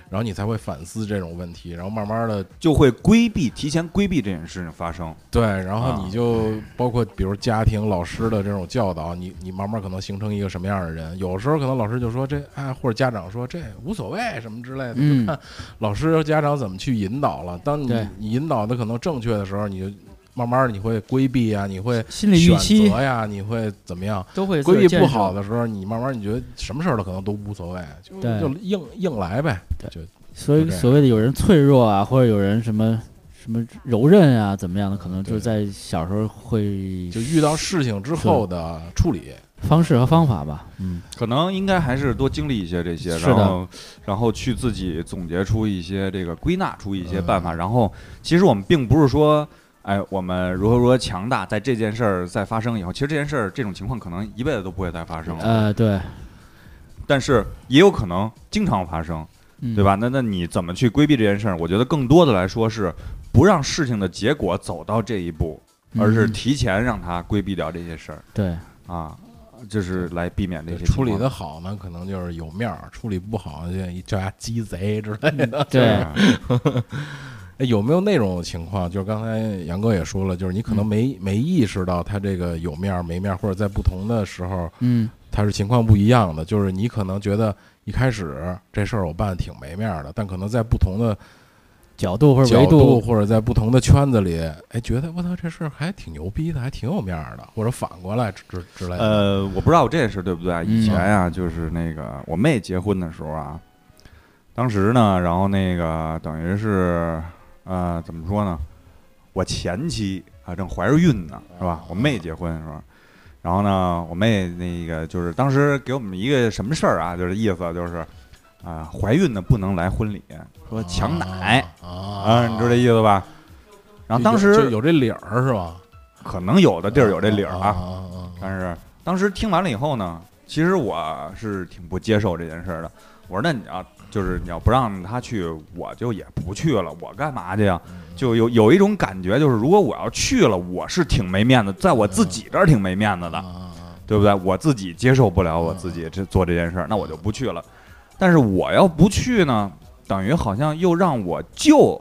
[SPEAKER 2] 然后你才会反思这种问题，然后慢慢的
[SPEAKER 4] 就会规避，提前规避这件事情发生。
[SPEAKER 2] 对，然后
[SPEAKER 4] 啊
[SPEAKER 2] 你就包括比如家庭、老师的这种教导，你你慢慢可能形成一个什么样的人？有时候可能老师就说这，哎，或者家长说这无所谓什么之类的，就
[SPEAKER 3] 嗯
[SPEAKER 2] 看老师和家长怎么去引导了。当你
[SPEAKER 3] 对
[SPEAKER 2] 你引导的可能正确的时候，你就慢慢你会规避啊，你会
[SPEAKER 3] 心理预
[SPEAKER 2] 选
[SPEAKER 3] 期
[SPEAKER 2] 择呀，你会怎么样？
[SPEAKER 3] 都会
[SPEAKER 2] 规避不好，的时候，你慢慢你觉得什么事儿都可能都无所谓，就
[SPEAKER 3] 对
[SPEAKER 2] 就硬硬来呗。
[SPEAKER 3] 所以
[SPEAKER 2] 就这样
[SPEAKER 3] 所谓的有人脆弱啊，或者有人什么。什么柔韧啊，怎么样的？可能就是在小时候会
[SPEAKER 2] 就遇到事情之后的处理，
[SPEAKER 3] 方式和方法吧。嗯，
[SPEAKER 4] 可能应该还是多经历一些这些，
[SPEAKER 3] 是的
[SPEAKER 4] 然后然后去自己总结出一些这个归纳出一些
[SPEAKER 3] 嗯
[SPEAKER 4] 办法。然后其实我们并不是说，哎，我们如何如何强大，在这件事儿再发生以后，其实这件事儿这种情况可能一辈子都不会再发生了，
[SPEAKER 3] 呃，对，
[SPEAKER 4] 但是也有可能经常发生，
[SPEAKER 3] 嗯
[SPEAKER 4] 对吧？那那你怎么去规避这件事儿？我觉得更多的来说是不让事情的结果走到这一步，而是
[SPEAKER 3] 嗯
[SPEAKER 4] 提前让它规避掉这些事儿
[SPEAKER 3] 对，
[SPEAKER 4] 啊，就是来避免这些
[SPEAKER 2] 处理
[SPEAKER 4] 情况
[SPEAKER 2] 的好呢，可能就是有面儿；处理不好，就一叫他鸡贼之类的。
[SPEAKER 3] 嗯对，
[SPEAKER 2] 哎有没有那种情况？就是刚才杨哥也说了，就是你可能
[SPEAKER 3] 嗯
[SPEAKER 2] 没、没意识到他这个有面儿没面儿，或者在不同的时候，
[SPEAKER 3] 嗯，
[SPEAKER 2] 他是情况不一样的。就是你可能觉得一开始这事儿我办的挺没面儿的，但可能在不同的
[SPEAKER 3] 角度或者
[SPEAKER 2] 角
[SPEAKER 3] 维
[SPEAKER 2] 度
[SPEAKER 3] 度，
[SPEAKER 2] 或者在不同的圈子里，哎，觉得我操这事儿还挺牛逼的，还挺有面儿的，或者反过来之之之类的。
[SPEAKER 4] 呃，我不知道我这件事对不对啊？
[SPEAKER 3] 嗯
[SPEAKER 4] 以前呀、就是那个我妹结婚的时候啊，当时呢，然后那个等于是呃，怎么说呢？我前妻啊正怀着孕呢，是
[SPEAKER 2] 哦
[SPEAKER 4] 吧？我妹结婚的时候，然后呢，我妹那个就是当时给我们一个什么事儿啊？就是意思就是啊，怀孕的不能来婚礼，说抢奶
[SPEAKER 2] 啊
[SPEAKER 4] 啊，你知道这意思吧？然后
[SPEAKER 2] 就
[SPEAKER 4] 当
[SPEAKER 2] 有就
[SPEAKER 4] 时
[SPEAKER 2] 有这理儿是吧？
[SPEAKER 4] 可能有的地儿有这理儿啊，
[SPEAKER 2] 啊
[SPEAKER 4] 但是当时听完了以后呢，其实我是挺不接受这件事儿的。我说那你要就是你要不让他去，我就也不去了，我干嘛去呀？
[SPEAKER 2] 嗯
[SPEAKER 4] 就有有一种感觉，就是如果我要去了，我是挺没面子，在我自己这儿挺没面子
[SPEAKER 2] 啊
[SPEAKER 4] 的，
[SPEAKER 2] 啊
[SPEAKER 4] 对不对？我自己接受不了我
[SPEAKER 2] 嗯
[SPEAKER 4] 自己这做这件事儿，那我就不去了。但是我要不去呢，等于好像又让我舅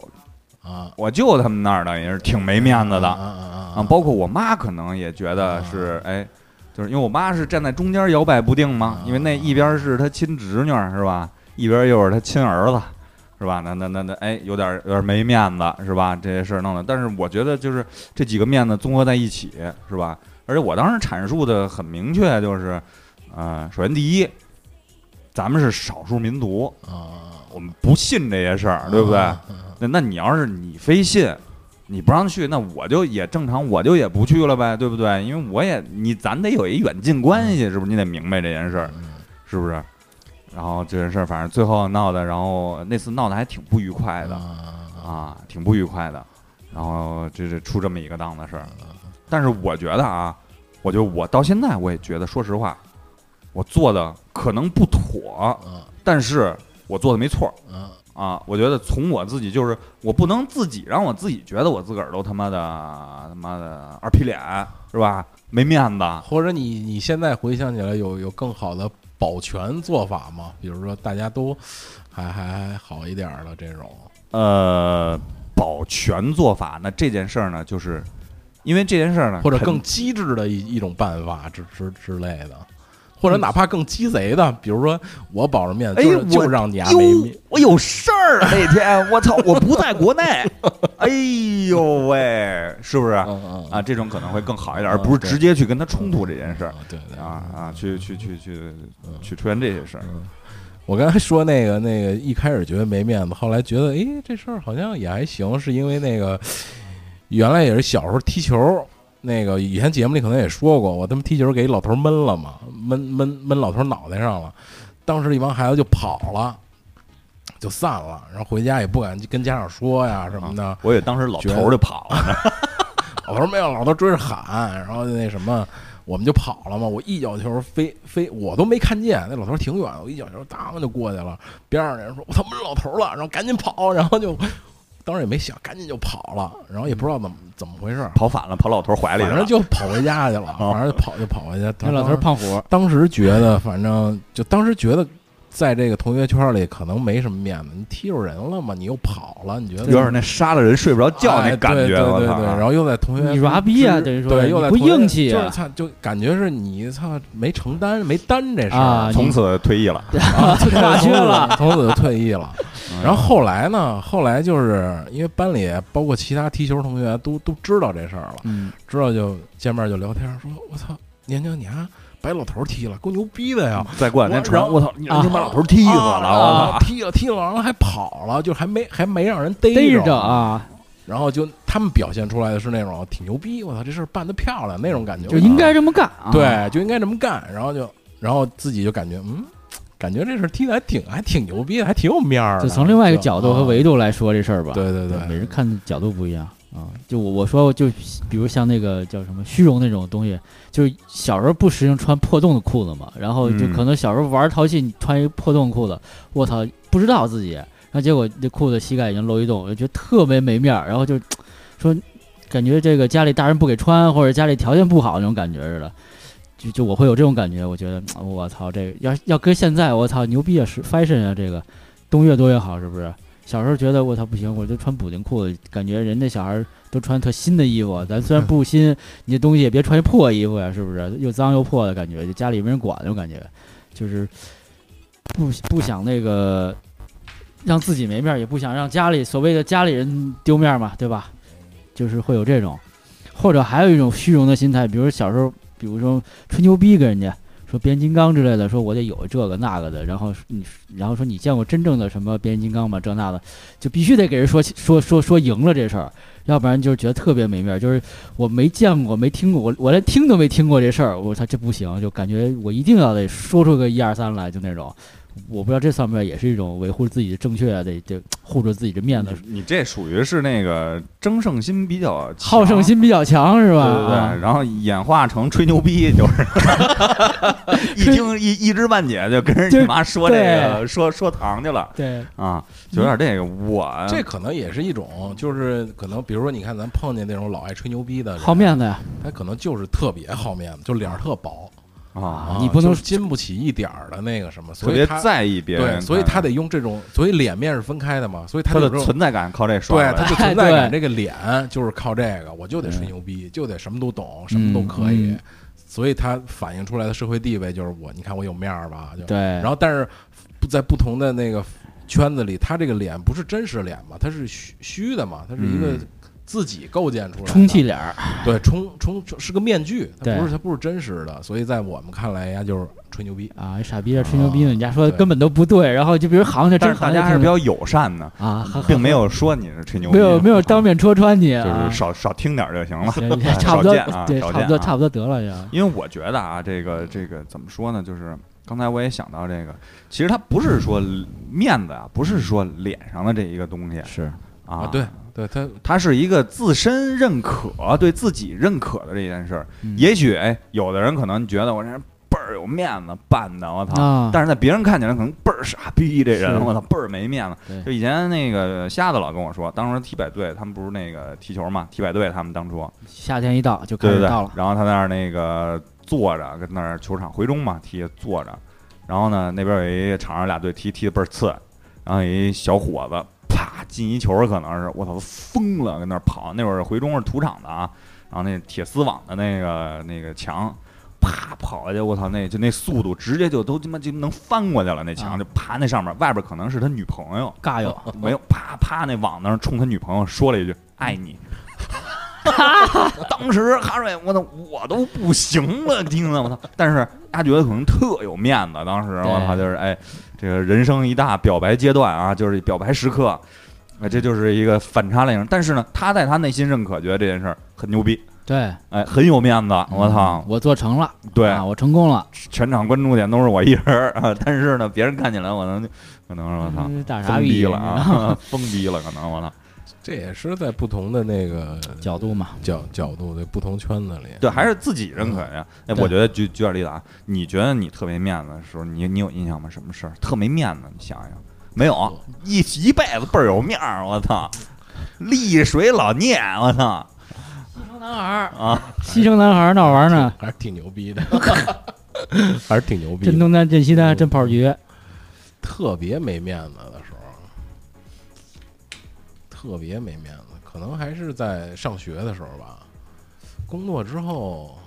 [SPEAKER 2] 啊
[SPEAKER 4] 我舅他们那儿呢，也是挺没面子的。
[SPEAKER 2] 啊啊
[SPEAKER 4] 啊，包括我妈可能也觉得是，哎，就是因为我妈是站在中间摇摆不定嘛
[SPEAKER 2] 啊，
[SPEAKER 4] 因为那一边是她亲侄女儿是吧，一边又是她亲儿子是吧？那那那那，哎，有点有点没面子是吧？这些事儿弄的，但是我觉得就是这几个面子综合在一起是吧？而且我当时阐述的很明确，就是，呃，首先第一，咱们是少数民族，
[SPEAKER 2] 啊，
[SPEAKER 4] 我们不信这些事儿，对不对？
[SPEAKER 2] 啊？啊
[SPEAKER 4] 那那你要是你非信，你不让去，那我就也正常，我就也不去了呗，对不对？因为我也你咱得有一远近关
[SPEAKER 2] 嗯
[SPEAKER 4] 系，是不是？你得明白这件事儿，是不是？然后这件事儿，反正最后闹的，然后那次闹得还挺不愉快的
[SPEAKER 2] 啊
[SPEAKER 4] 啊，挺不愉快的。然后这这出这么一个档子事儿，但是我觉得啊，我就我到现在我也觉得，说实话，我做的可能不妥，
[SPEAKER 2] 啊
[SPEAKER 4] 但是我做的没错儿。
[SPEAKER 2] 啊
[SPEAKER 4] 啊，我觉得从我自己就是，我不能自己让我自己觉得我自个儿都他妈的他妈的二皮脸是吧？没面子，
[SPEAKER 2] 或者你你现在回想起来有有更好的保全做法吗？比如说大家都还还还好一点儿的这种
[SPEAKER 4] 呃，保全做法。那这件事儿呢，就是因为这件事儿呢，
[SPEAKER 2] 或者
[SPEAKER 4] 肯
[SPEAKER 2] 更机智的一一种办法之之之类的，或者哪怕更鸡贼的，比如说我保着面子，
[SPEAKER 4] 哎
[SPEAKER 2] 就是
[SPEAKER 4] 我
[SPEAKER 2] 就让你丫
[SPEAKER 4] 哟
[SPEAKER 2] 没面，
[SPEAKER 4] 我有事儿那天，我操，我不在国内，哎呦喂，是不是
[SPEAKER 2] 嗯嗯
[SPEAKER 4] 啊？这种可能会更好一点，
[SPEAKER 2] 嗯
[SPEAKER 4] 而不是
[SPEAKER 2] 对
[SPEAKER 4] 直接去跟他冲突这件事儿
[SPEAKER 2] 啊对对
[SPEAKER 4] 啊啊，去去去去去出现这些事儿。
[SPEAKER 2] 我刚才说那个那个，一开始觉得没面子，后来觉得，诶，这事儿好像也还行，是因为那个原来也是小时候踢球，那个以前节目里可能也说过，我他妈踢球给一老头闷了嘛，闷闷闷老头脑袋上了，当时一帮孩子就跑了，就散了，然后回家也不敢跟家长说呀什么的，
[SPEAKER 4] 我也当时老
[SPEAKER 2] 觉得
[SPEAKER 4] 头儿就跑了呢。
[SPEAKER 2] 老头儿没有，老头儿追着喊，然后那什么，我们就跑了嘛。我一脚球飞飞，我都没看见，那老头儿挺远，我一脚球当就过去了。边上那人说：“我他妈老头儿了！”然后赶紧跑，然后就当时也没想，赶紧就跑了，然后也不知道怎么怎么回事儿，
[SPEAKER 4] 跑反了，跑老头怀里
[SPEAKER 2] 反
[SPEAKER 4] 了
[SPEAKER 2] 正。就跑回家去了，反正就跑就跑回去。
[SPEAKER 3] 那老头儿胖虎，
[SPEAKER 2] 当时觉得，反正就当时觉得。在这个同学圈里，可能没什么面子。你踢着人了嘛，你又跑了，你觉得
[SPEAKER 4] 有点那杀了人睡不着觉
[SPEAKER 2] 哎
[SPEAKER 4] 那感
[SPEAKER 2] 对
[SPEAKER 4] 觉，
[SPEAKER 2] 对
[SPEAKER 4] 我
[SPEAKER 2] 对
[SPEAKER 4] 操啊
[SPEAKER 2] 对，！然后又在同学
[SPEAKER 3] 你 rap 啊
[SPEAKER 2] 之
[SPEAKER 3] 等于说
[SPEAKER 2] 对，
[SPEAKER 3] 你
[SPEAKER 2] 又在
[SPEAKER 3] 不
[SPEAKER 2] 同学
[SPEAKER 3] 硬气
[SPEAKER 2] 就是
[SPEAKER 3] 啊
[SPEAKER 2] 操，就感觉是你操没承担没担这事儿
[SPEAKER 3] 啊
[SPEAKER 4] 从此退役了。
[SPEAKER 2] 啊 对
[SPEAKER 3] 麻雀
[SPEAKER 2] 从此
[SPEAKER 3] 了
[SPEAKER 2] 从此就退役了。
[SPEAKER 4] 嗯
[SPEAKER 2] 然后后来呢，后来就是因为班里包括其他踢球同学都都知道这事儿了，
[SPEAKER 3] 嗯，
[SPEAKER 2] 知道就见面就聊天，说我操，年轻你还把老头儿踢了，够牛逼的呀！
[SPEAKER 4] 再过两天
[SPEAKER 2] 然
[SPEAKER 4] 成，
[SPEAKER 2] 后
[SPEAKER 4] 我操！你
[SPEAKER 3] 啊
[SPEAKER 4] 你把老头踢死了，我
[SPEAKER 2] 啊
[SPEAKER 4] 操！
[SPEAKER 2] 踢了踢了，然后还跑了，就还没还没让人逮
[SPEAKER 3] 逮着啊，
[SPEAKER 2] 然后就他们表现出来的是那种挺牛逼，我操，这事儿办得漂亮那种感觉，
[SPEAKER 3] 就应该这么干啊。
[SPEAKER 2] 对，就应该这么干。然后就，然后自己就感觉，嗯，感觉这事儿踢的还挺还挺牛逼的，还挺有面儿的。
[SPEAKER 3] 就从另外一个角度和维
[SPEAKER 2] 度，
[SPEAKER 3] 度来说这事儿吧。
[SPEAKER 2] 对对
[SPEAKER 3] 每
[SPEAKER 2] 对，
[SPEAKER 3] 人看的角度不一样啊。就我我说就比如像那个叫什么虚荣那种东西，就是小时候不实行穿破洞的裤子嘛，然后就
[SPEAKER 4] 嗯
[SPEAKER 3] 可能小时候玩淘气，你穿一破洞裤子，我操，不知道自己，然后结果这裤子膝盖已经漏一洞，我就觉得特别没面儿，然后就说感觉这个家里大人不给穿，或者家里条件不好那种感觉似的。就就我会有这种感觉，我觉得嗯我操，这个要要搁现在，我操牛逼啊，是 fashion 啊，这个 东越多越好，是不是？小时候觉得我操不行，我就穿补丁裤子，感觉人家小孩儿都穿特新的衣服，咱虽然不新，你这东西也别穿一破衣服呀，啊是不是？又脏又破的感觉，就家里没人管那种感觉，就是不不想那个让自己没面儿，也不想让家里所谓的家里人丢面儿嘛，对吧？就是会有这种，或者还有一种虚荣的心态，比如小时候，比如说吹牛逼跟人家说变形金刚之类的，说我得有这个那个的，然后你然后说你见过真正的什么变形金刚吗？这那的，就必须得给人说 说说说赢了这事儿，要不然就是觉得特别没面儿。就是我没见过，没听过，我我连听都没听过这事儿，我操，这不行，就感觉我一定要得说出个一二三来，就那种。我不知道这算不算也是一种维护自己的正确啊，得得护着自己的面子，
[SPEAKER 4] 你这属于是那个争胜心比较强
[SPEAKER 3] 好胜，心比较强是
[SPEAKER 4] 对
[SPEAKER 3] 吧？
[SPEAKER 4] 对对，
[SPEAKER 3] 啊
[SPEAKER 4] 然后演化成吹牛逼，就是 一听一一知半解，就跟人
[SPEAKER 3] 就
[SPEAKER 4] 你妈说这个说说糖去了
[SPEAKER 3] 对
[SPEAKER 4] 啊，就有点这个我
[SPEAKER 2] 这可能也是一种，就是可能，比如说，你看咱碰见那种老爱吹牛逼的人，
[SPEAKER 3] 好面子呀，
[SPEAKER 2] 他可能就是特别好面子，就脸儿特薄，
[SPEAKER 4] 啊
[SPEAKER 2] 啊
[SPEAKER 3] 你不能
[SPEAKER 2] 就经不起一点儿的那个什么，
[SPEAKER 4] 特
[SPEAKER 2] 所以
[SPEAKER 4] 别
[SPEAKER 2] 他
[SPEAKER 4] 在意别
[SPEAKER 2] 对，
[SPEAKER 4] 人，嗯
[SPEAKER 2] 所以他得用这种，所以脸面是分开的嘛，所以他
[SPEAKER 4] 他的
[SPEAKER 2] 有这种
[SPEAKER 4] 存在感靠这刷
[SPEAKER 2] 对，他就
[SPEAKER 4] 出来
[SPEAKER 3] 哎
[SPEAKER 2] 存在感，
[SPEAKER 3] 对
[SPEAKER 2] 这个脸就是靠这个，我就得吹牛逼，就得什么都懂，什么都可
[SPEAKER 3] 嗯
[SPEAKER 2] 以
[SPEAKER 3] 嗯，
[SPEAKER 2] 所以他反映出来的社会地位就是我，你看我有面儿吧，就
[SPEAKER 3] 对，
[SPEAKER 2] 然后但是不在不同的那个圈子里，他这个脸不是真实脸嘛，他是虚虚的嘛，他是一个
[SPEAKER 4] 嗯
[SPEAKER 2] 自己构建出来的，
[SPEAKER 3] 充气脸儿，
[SPEAKER 2] 对充充充是个面具，他
[SPEAKER 3] 对
[SPEAKER 2] 不是他不是真实的，所以在我们看来，人家就是吹牛逼。
[SPEAKER 3] 啊，傻逼在吹牛逼呢，人家说
[SPEAKER 2] 对
[SPEAKER 3] 根本都不对，然后就比如行家
[SPEAKER 4] 但
[SPEAKER 3] 真
[SPEAKER 4] 是大
[SPEAKER 3] 行
[SPEAKER 4] 家
[SPEAKER 3] 家
[SPEAKER 4] 还是比较友善的，
[SPEAKER 3] 啊，呵呵
[SPEAKER 4] 并没有说你是吹牛逼，啊
[SPEAKER 3] 没有没有当面戳穿你，
[SPEAKER 4] 就是
[SPEAKER 3] 啊
[SPEAKER 4] 少少听点儿就行 了。
[SPEAKER 3] 行差不多
[SPEAKER 4] 少见啊
[SPEAKER 3] 对，
[SPEAKER 4] 少
[SPEAKER 3] 差
[SPEAKER 4] 见
[SPEAKER 3] 不多
[SPEAKER 4] 啊
[SPEAKER 3] 差不多得了呀，
[SPEAKER 4] 因为我觉得啊，这个这个怎么说呢？就是刚才我也想到这个，其实它不是说面子啊，不是说脸上的这一个东西
[SPEAKER 3] 是
[SPEAKER 4] 啊，
[SPEAKER 2] 对，对，他
[SPEAKER 4] 它是一个自身认可、对自己认可的这件事儿。
[SPEAKER 3] 嗯
[SPEAKER 4] 也许哎，有的人可能觉得我这人倍儿有面子，办的我操，
[SPEAKER 3] 啊，
[SPEAKER 4] 但是在别人看起来可能倍儿傻逼，这人
[SPEAKER 3] 是
[SPEAKER 4] 我操倍儿没面
[SPEAKER 3] 对
[SPEAKER 4] 子。就以前那个瞎子老跟我说，当时踢百队他们不是那个踢球嘛，踢百队他们当初，
[SPEAKER 3] 夏天一到就开
[SPEAKER 4] 对对
[SPEAKER 3] 始
[SPEAKER 4] 对
[SPEAKER 3] 到了，，
[SPEAKER 4] 然后他在那儿那个坐着，跟那儿球场回中嘛踢坐着，然后呢那边有一场上俩队踢踢的倍儿次，然后有一小伙子啪进一球，可能是我操都疯了，跟那儿跑。那会儿回中是土场的啊，然后那铁丝网的那个那个墙。啪跑下去，我操，那就那速度直接就都他妈就能翻过去了，那
[SPEAKER 3] 啊
[SPEAKER 4] 墙就啪那上面，外边可能是他女朋友，
[SPEAKER 3] 尬友，
[SPEAKER 4] 没有，啪啪那网那儿冲他女朋友说了一句
[SPEAKER 3] 嗯
[SPEAKER 4] “爱你”。当时哈瑞，我操，我都不行了，听了我操！但是他觉得可能特有面子，当时
[SPEAKER 3] 对
[SPEAKER 4] 我操，就是哎，这个人生一大表白阶段啊，就是表白时刻，哎，这就是一个反差类型。但是呢，他在他内心认可，觉得这件事儿很牛逼，
[SPEAKER 3] 对，
[SPEAKER 4] 哎，很有面子，我操
[SPEAKER 3] 嗯，我做成了，
[SPEAKER 4] 对，
[SPEAKER 3] 啊，我成功了，
[SPEAKER 4] 全场关注点都是我一人儿啊，但是呢，别人看起来我能，可能是我操，
[SPEAKER 3] 嗯大傻
[SPEAKER 4] 疯
[SPEAKER 3] 逼
[SPEAKER 4] 逼了
[SPEAKER 3] 你知道吗
[SPEAKER 4] 啊， 疯逼了，可能我操。
[SPEAKER 2] 这也是在不同的那个
[SPEAKER 3] 角度嘛，
[SPEAKER 2] 角角度对不同圈子里，
[SPEAKER 4] 对，还是自己认可呀。哎，
[SPEAKER 3] 对
[SPEAKER 4] 我觉得举举点例子啊，你觉得你特没面子的时候，你你有印象吗？什么事儿特没面子？你想想，没有一一辈子倍儿有面儿，我操，丽水老聂，我操
[SPEAKER 3] 男孩儿，
[SPEAKER 4] 啊，
[SPEAKER 3] 西城男孩儿闹玩儿 呢，
[SPEAKER 2] 还是挺牛逼的，还是挺牛逼
[SPEAKER 3] 镇
[SPEAKER 2] 的。
[SPEAKER 3] 东单、镇西单、镇炮局，
[SPEAKER 2] 特别没面子的时候，特别没面子，可能还是在上学的时候吧。工作之后，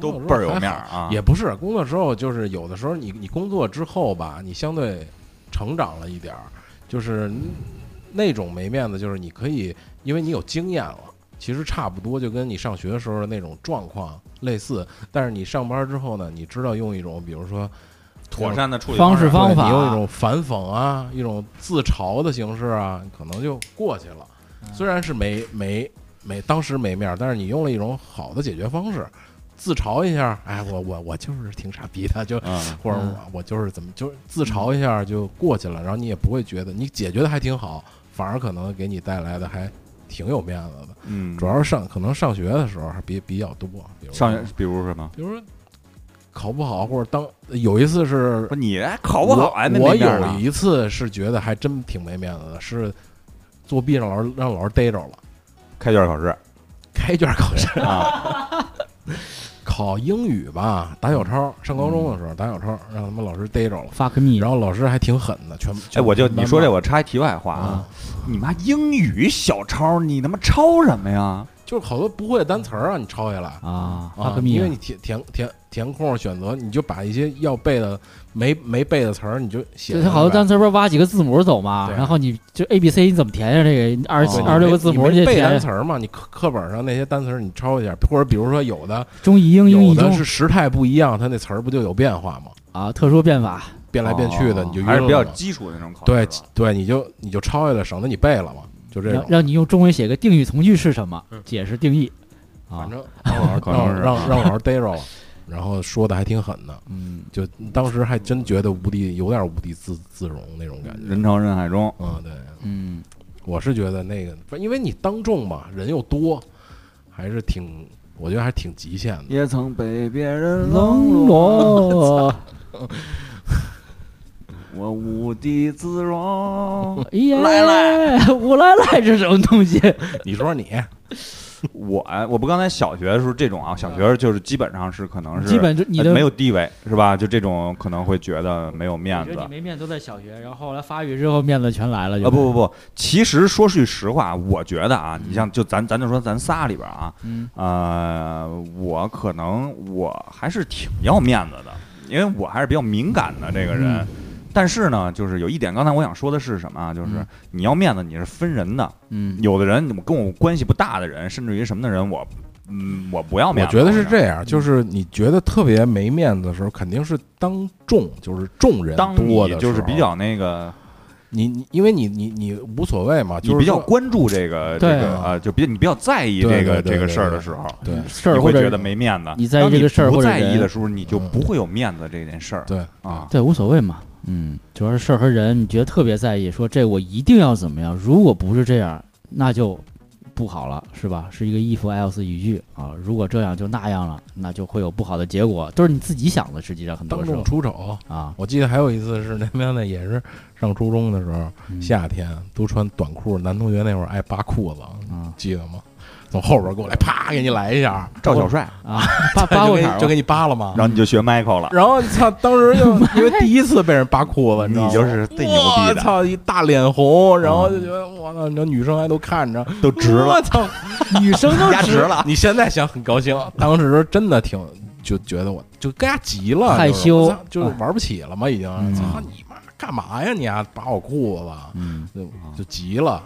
[SPEAKER 4] 都
[SPEAKER 2] 工
[SPEAKER 4] 倍
[SPEAKER 2] 作
[SPEAKER 4] 儿
[SPEAKER 2] 之后
[SPEAKER 4] 有
[SPEAKER 2] 还
[SPEAKER 4] 面
[SPEAKER 2] 好
[SPEAKER 4] 儿啊。
[SPEAKER 2] 也不是工作之后，就是有的时候你你工作之后吧，你相对成长了一点儿，就是那种没面子，就是你可以因为你有经验了，其实差不多就跟你上学的时候的那种状况类似，但是你上班之后呢，你知道用一种比如说
[SPEAKER 4] 妥善的处理
[SPEAKER 3] 方式
[SPEAKER 4] 式
[SPEAKER 3] 方法
[SPEAKER 2] 对你用一种反讽啊，一种自嘲的形式啊，可能就过去了。
[SPEAKER 3] 嗯
[SPEAKER 2] 虽然是没没没当时没面儿，但是你用了一种好的解决方式，自嘲一下，哎，我我我就是挺傻逼的，就
[SPEAKER 4] 嗯，
[SPEAKER 2] 或者
[SPEAKER 3] 嗯
[SPEAKER 2] 我我就是怎么就是自嘲一下就过去了，然后你也不会觉得你解决的还挺好，反而可能给你带来的还挺有面子的。
[SPEAKER 4] 嗯，
[SPEAKER 2] 主要是上可能上学的时候还比比较多，比如说
[SPEAKER 4] 上学，比如什么？
[SPEAKER 2] 比如说考不好或者当有一次是
[SPEAKER 4] 不，你还考不好还没
[SPEAKER 2] 我我
[SPEAKER 4] 没面
[SPEAKER 2] 有
[SPEAKER 4] 儿呢
[SPEAKER 2] 一次是觉得还真挺没面子的，是作弊让老师让老师逮着了，
[SPEAKER 4] 开卷考试
[SPEAKER 2] 开卷考试，
[SPEAKER 4] 啊，
[SPEAKER 2] 考英语吧，打小抄。上高中的时候打小抄，让他们老师逮着了，
[SPEAKER 3] fuck me，
[SPEAKER 2] 然后老师还挺狠的，全
[SPEAKER 4] 哎，我就你说这，
[SPEAKER 2] 全
[SPEAKER 4] 我插一题外话
[SPEAKER 2] 班骂
[SPEAKER 4] 啊
[SPEAKER 2] 啊，，
[SPEAKER 4] 你妈英语小抄，你他妈抄什么呀？
[SPEAKER 2] 就是好多不会的单词儿啊，你抄下来。
[SPEAKER 3] 啊
[SPEAKER 2] 啊
[SPEAKER 3] ，fuck，me，
[SPEAKER 2] 因为你填填填填空选择，你就把一些要背的没没背的词儿，你就写
[SPEAKER 3] 就
[SPEAKER 2] 下
[SPEAKER 3] 它
[SPEAKER 2] 来。
[SPEAKER 3] 好多单词不是挖几个字母走嘛，
[SPEAKER 2] 对
[SPEAKER 3] 然后你就 A B C 你怎么填呀？这个二
[SPEAKER 2] 对
[SPEAKER 3] 二十六个字母
[SPEAKER 2] 啊你没
[SPEAKER 3] 得
[SPEAKER 2] 背单
[SPEAKER 3] 填
[SPEAKER 2] 词，儿嘛？你课课本上那些单词儿你抄一下，或者比如说有的
[SPEAKER 3] 中译英英
[SPEAKER 2] 有
[SPEAKER 3] 译
[SPEAKER 2] 的
[SPEAKER 3] 中
[SPEAKER 2] 是时态不一样，它那词儿不就有变化吗？
[SPEAKER 3] 啊，特殊变法
[SPEAKER 2] 变来变
[SPEAKER 3] 哦
[SPEAKER 2] 去的，你就晕
[SPEAKER 4] 哦还是比较
[SPEAKER 2] 了嘛
[SPEAKER 4] 基础的那种考试
[SPEAKER 2] 对
[SPEAKER 4] 吧。
[SPEAKER 2] 对，你就你就抄下来，省得你背了嘛，就这
[SPEAKER 3] 让
[SPEAKER 2] 种。
[SPEAKER 3] 让你用中文写个定语从句是什么，解释定义啊
[SPEAKER 2] 反正让我老师让我让让我老师逮着了，然后说的还挺狠的，
[SPEAKER 4] 嗯，
[SPEAKER 2] 就当时还真觉得无地有点无地自自容那种感觉。
[SPEAKER 4] 人潮人海中，
[SPEAKER 2] 嗯，对，
[SPEAKER 4] 嗯，
[SPEAKER 2] 我是觉得那个，不因为你当众嘛，人又多，还是挺，我觉得还挺极限的。
[SPEAKER 4] 也曾被别人
[SPEAKER 3] 冷，落，
[SPEAKER 4] 我无地自容。
[SPEAKER 3] 耶，我来来，这什么东西？
[SPEAKER 2] 你说你，
[SPEAKER 4] 我我不刚才小学的时候这种啊，小学就是基本上是可能是
[SPEAKER 3] 基本就你
[SPEAKER 4] 呃
[SPEAKER 3] 的
[SPEAKER 4] 没有地位是吧？就这种可能会觉得没有面
[SPEAKER 3] 我觉
[SPEAKER 4] 子
[SPEAKER 3] 得你。没面子都在小学，然后后来发育之后面子全来了就。
[SPEAKER 4] 啊不不不，其实说句实话，我觉得啊，你像就咱咱就说咱仨里边啊，
[SPEAKER 3] 嗯，
[SPEAKER 4] 呃，我可能我还是挺要面子的，因为我还是比较敏感的这个人。
[SPEAKER 3] 嗯
[SPEAKER 4] 但是呢，就是有一点，刚才我想说的是什么啊？就是
[SPEAKER 3] 嗯
[SPEAKER 4] 你要面子，你是分人的。
[SPEAKER 3] 嗯，
[SPEAKER 4] 有的人我跟我关系不大的人，甚至于什么的人，我嗯我不要
[SPEAKER 2] 我
[SPEAKER 4] 面子。
[SPEAKER 2] 觉得是
[SPEAKER 4] 样，
[SPEAKER 2] 这样，就是你觉得特别没面子的时候，肯定是当众，就是众人
[SPEAKER 4] 当
[SPEAKER 2] 多
[SPEAKER 4] 你
[SPEAKER 2] 的时候，
[SPEAKER 4] 就是比较那个，
[SPEAKER 2] 你你，因为你你你无所谓嘛，
[SPEAKER 4] 你
[SPEAKER 2] 就是
[SPEAKER 4] 比较
[SPEAKER 2] 说
[SPEAKER 4] 关注这个这
[SPEAKER 3] 对
[SPEAKER 4] 个啊，就比你比较在意
[SPEAKER 2] 对
[SPEAKER 4] 这个
[SPEAKER 2] 对对
[SPEAKER 4] 这个
[SPEAKER 2] 对
[SPEAKER 4] 事儿的
[SPEAKER 2] 对
[SPEAKER 4] 时候，
[SPEAKER 2] 对
[SPEAKER 3] 事儿
[SPEAKER 4] 你
[SPEAKER 3] 或
[SPEAKER 4] 会
[SPEAKER 3] 者
[SPEAKER 4] 觉得没面子。
[SPEAKER 3] 你在意
[SPEAKER 4] 当
[SPEAKER 3] 这个事儿
[SPEAKER 4] 不
[SPEAKER 3] 或者
[SPEAKER 4] 在意
[SPEAKER 3] 人
[SPEAKER 4] 的时候，你就
[SPEAKER 2] 嗯
[SPEAKER 4] 不会有面子这件事儿
[SPEAKER 2] 对
[SPEAKER 4] 啊。
[SPEAKER 3] 对，无所谓嘛。嗯，主要是事儿和人，你觉得特别在意，说这我一定要怎么样，如果不是这样，那就不好了，是吧？是一个 if else 语句啊，如果这样就那样了，那就会有不好的结果，都是你自己想的，实际上很多
[SPEAKER 2] 当
[SPEAKER 3] 时
[SPEAKER 2] 众
[SPEAKER 3] 候
[SPEAKER 2] 出丑。
[SPEAKER 3] 啊，
[SPEAKER 2] 我记得还有一次是那边的，也是上初中的时候，
[SPEAKER 3] 嗯
[SPEAKER 2] 夏天都穿短裤，男同学那会儿爱扒裤子，
[SPEAKER 3] 啊
[SPEAKER 2] 记得吗？从后边给我来，啪给你来一下，
[SPEAKER 4] 赵小帅，
[SPEAKER 3] 啊， 扒扒
[SPEAKER 2] 就
[SPEAKER 3] 过
[SPEAKER 2] 给
[SPEAKER 3] 茬儿
[SPEAKER 2] 就
[SPEAKER 3] 了
[SPEAKER 2] 给你扒了嘛
[SPEAKER 4] 然。后你就学 Michael 了，
[SPEAKER 2] 然后操，当时就因为第一次被人扒裤
[SPEAKER 3] 嗯
[SPEAKER 2] 子，你知道吗
[SPEAKER 4] 你就是最牛逼
[SPEAKER 2] 我
[SPEAKER 4] 的，
[SPEAKER 2] 操，一大脸红，然后就觉得我操，你知道女生还都看着，
[SPEAKER 4] 都值了
[SPEAKER 2] 我，操，
[SPEAKER 3] 女生都
[SPEAKER 4] 压值了。
[SPEAKER 2] 你现在想很高兴，当时真的挺就觉得我就跟家急了，
[SPEAKER 3] 害
[SPEAKER 2] 就是
[SPEAKER 3] 羞
[SPEAKER 2] 我操就是玩不起了嘛，已经。
[SPEAKER 3] 嗯
[SPEAKER 2] 操你妈，干嘛呀你啊，扒我裤子，
[SPEAKER 3] 嗯，
[SPEAKER 2] 就就急了，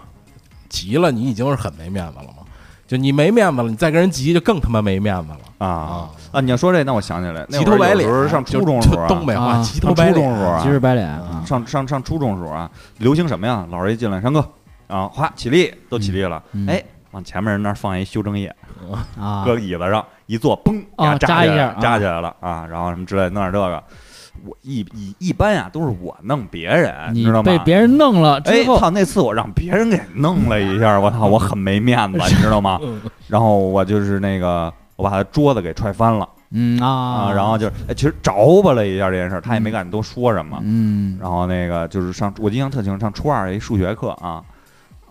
[SPEAKER 2] 急了，你已经是很没面子了嘛。就你没面子了，你再跟人急就更他妈没面子了，
[SPEAKER 3] 嗯
[SPEAKER 4] 啊啊！你要说这，那我想起来，那
[SPEAKER 2] 急
[SPEAKER 4] 会
[SPEAKER 2] 头
[SPEAKER 4] 儿
[SPEAKER 2] 白
[SPEAKER 4] 有
[SPEAKER 2] 脸
[SPEAKER 4] 时候。上
[SPEAKER 2] 就
[SPEAKER 4] 初中
[SPEAKER 2] 就
[SPEAKER 4] 时候啊，
[SPEAKER 2] 东北话
[SPEAKER 3] 啊
[SPEAKER 2] 急头
[SPEAKER 4] 上
[SPEAKER 2] 白
[SPEAKER 4] 初中
[SPEAKER 2] 脸，
[SPEAKER 4] 时候啊
[SPEAKER 3] 急，着白脸啊，
[SPEAKER 4] 上上上初中时候啊，流行什么呀？老师一进来，山哥啊，哗起立，都起立了
[SPEAKER 3] 嗯，
[SPEAKER 4] 哎，往前面人那儿放一修正液，
[SPEAKER 3] 啊，
[SPEAKER 4] 搁椅子上一坐，嘣，给它
[SPEAKER 3] 哦
[SPEAKER 4] 扎
[SPEAKER 3] 扎
[SPEAKER 4] 起
[SPEAKER 3] 一下
[SPEAKER 4] 来，
[SPEAKER 3] 啊
[SPEAKER 4] 扎起来了啊，然后什么之类，弄点这个。我一一一般呀，都是我弄别人，
[SPEAKER 3] 你
[SPEAKER 4] 知道吗？
[SPEAKER 3] 被别人弄了之
[SPEAKER 4] 哎，
[SPEAKER 3] 后，
[SPEAKER 4] 操！那次我让别人给弄了一下，我操，我很没面子，你知道吗？
[SPEAKER 3] 嗯
[SPEAKER 4] 然后我就是那个，我把他桌子给踹翻了
[SPEAKER 3] 嗯啊，
[SPEAKER 4] 然后就是，哎其实着吧了一下这件事儿，他也没敢多说什么。
[SPEAKER 3] 嗯，
[SPEAKER 4] 然后那个就是上，我印象特清，上初二一数学课啊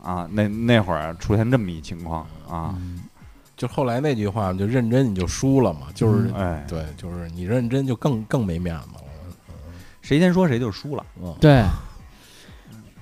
[SPEAKER 4] 啊，那那会儿出现这么一情况啊，
[SPEAKER 3] 嗯
[SPEAKER 2] 就后来那句话，就认真你就输了嘛，
[SPEAKER 3] 嗯
[SPEAKER 2] 就是
[SPEAKER 4] 哎，
[SPEAKER 2] 对，就是你认真就更更没面子了，
[SPEAKER 4] 谁先说谁就输了，
[SPEAKER 2] 嗯，
[SPEAKER 3] 对，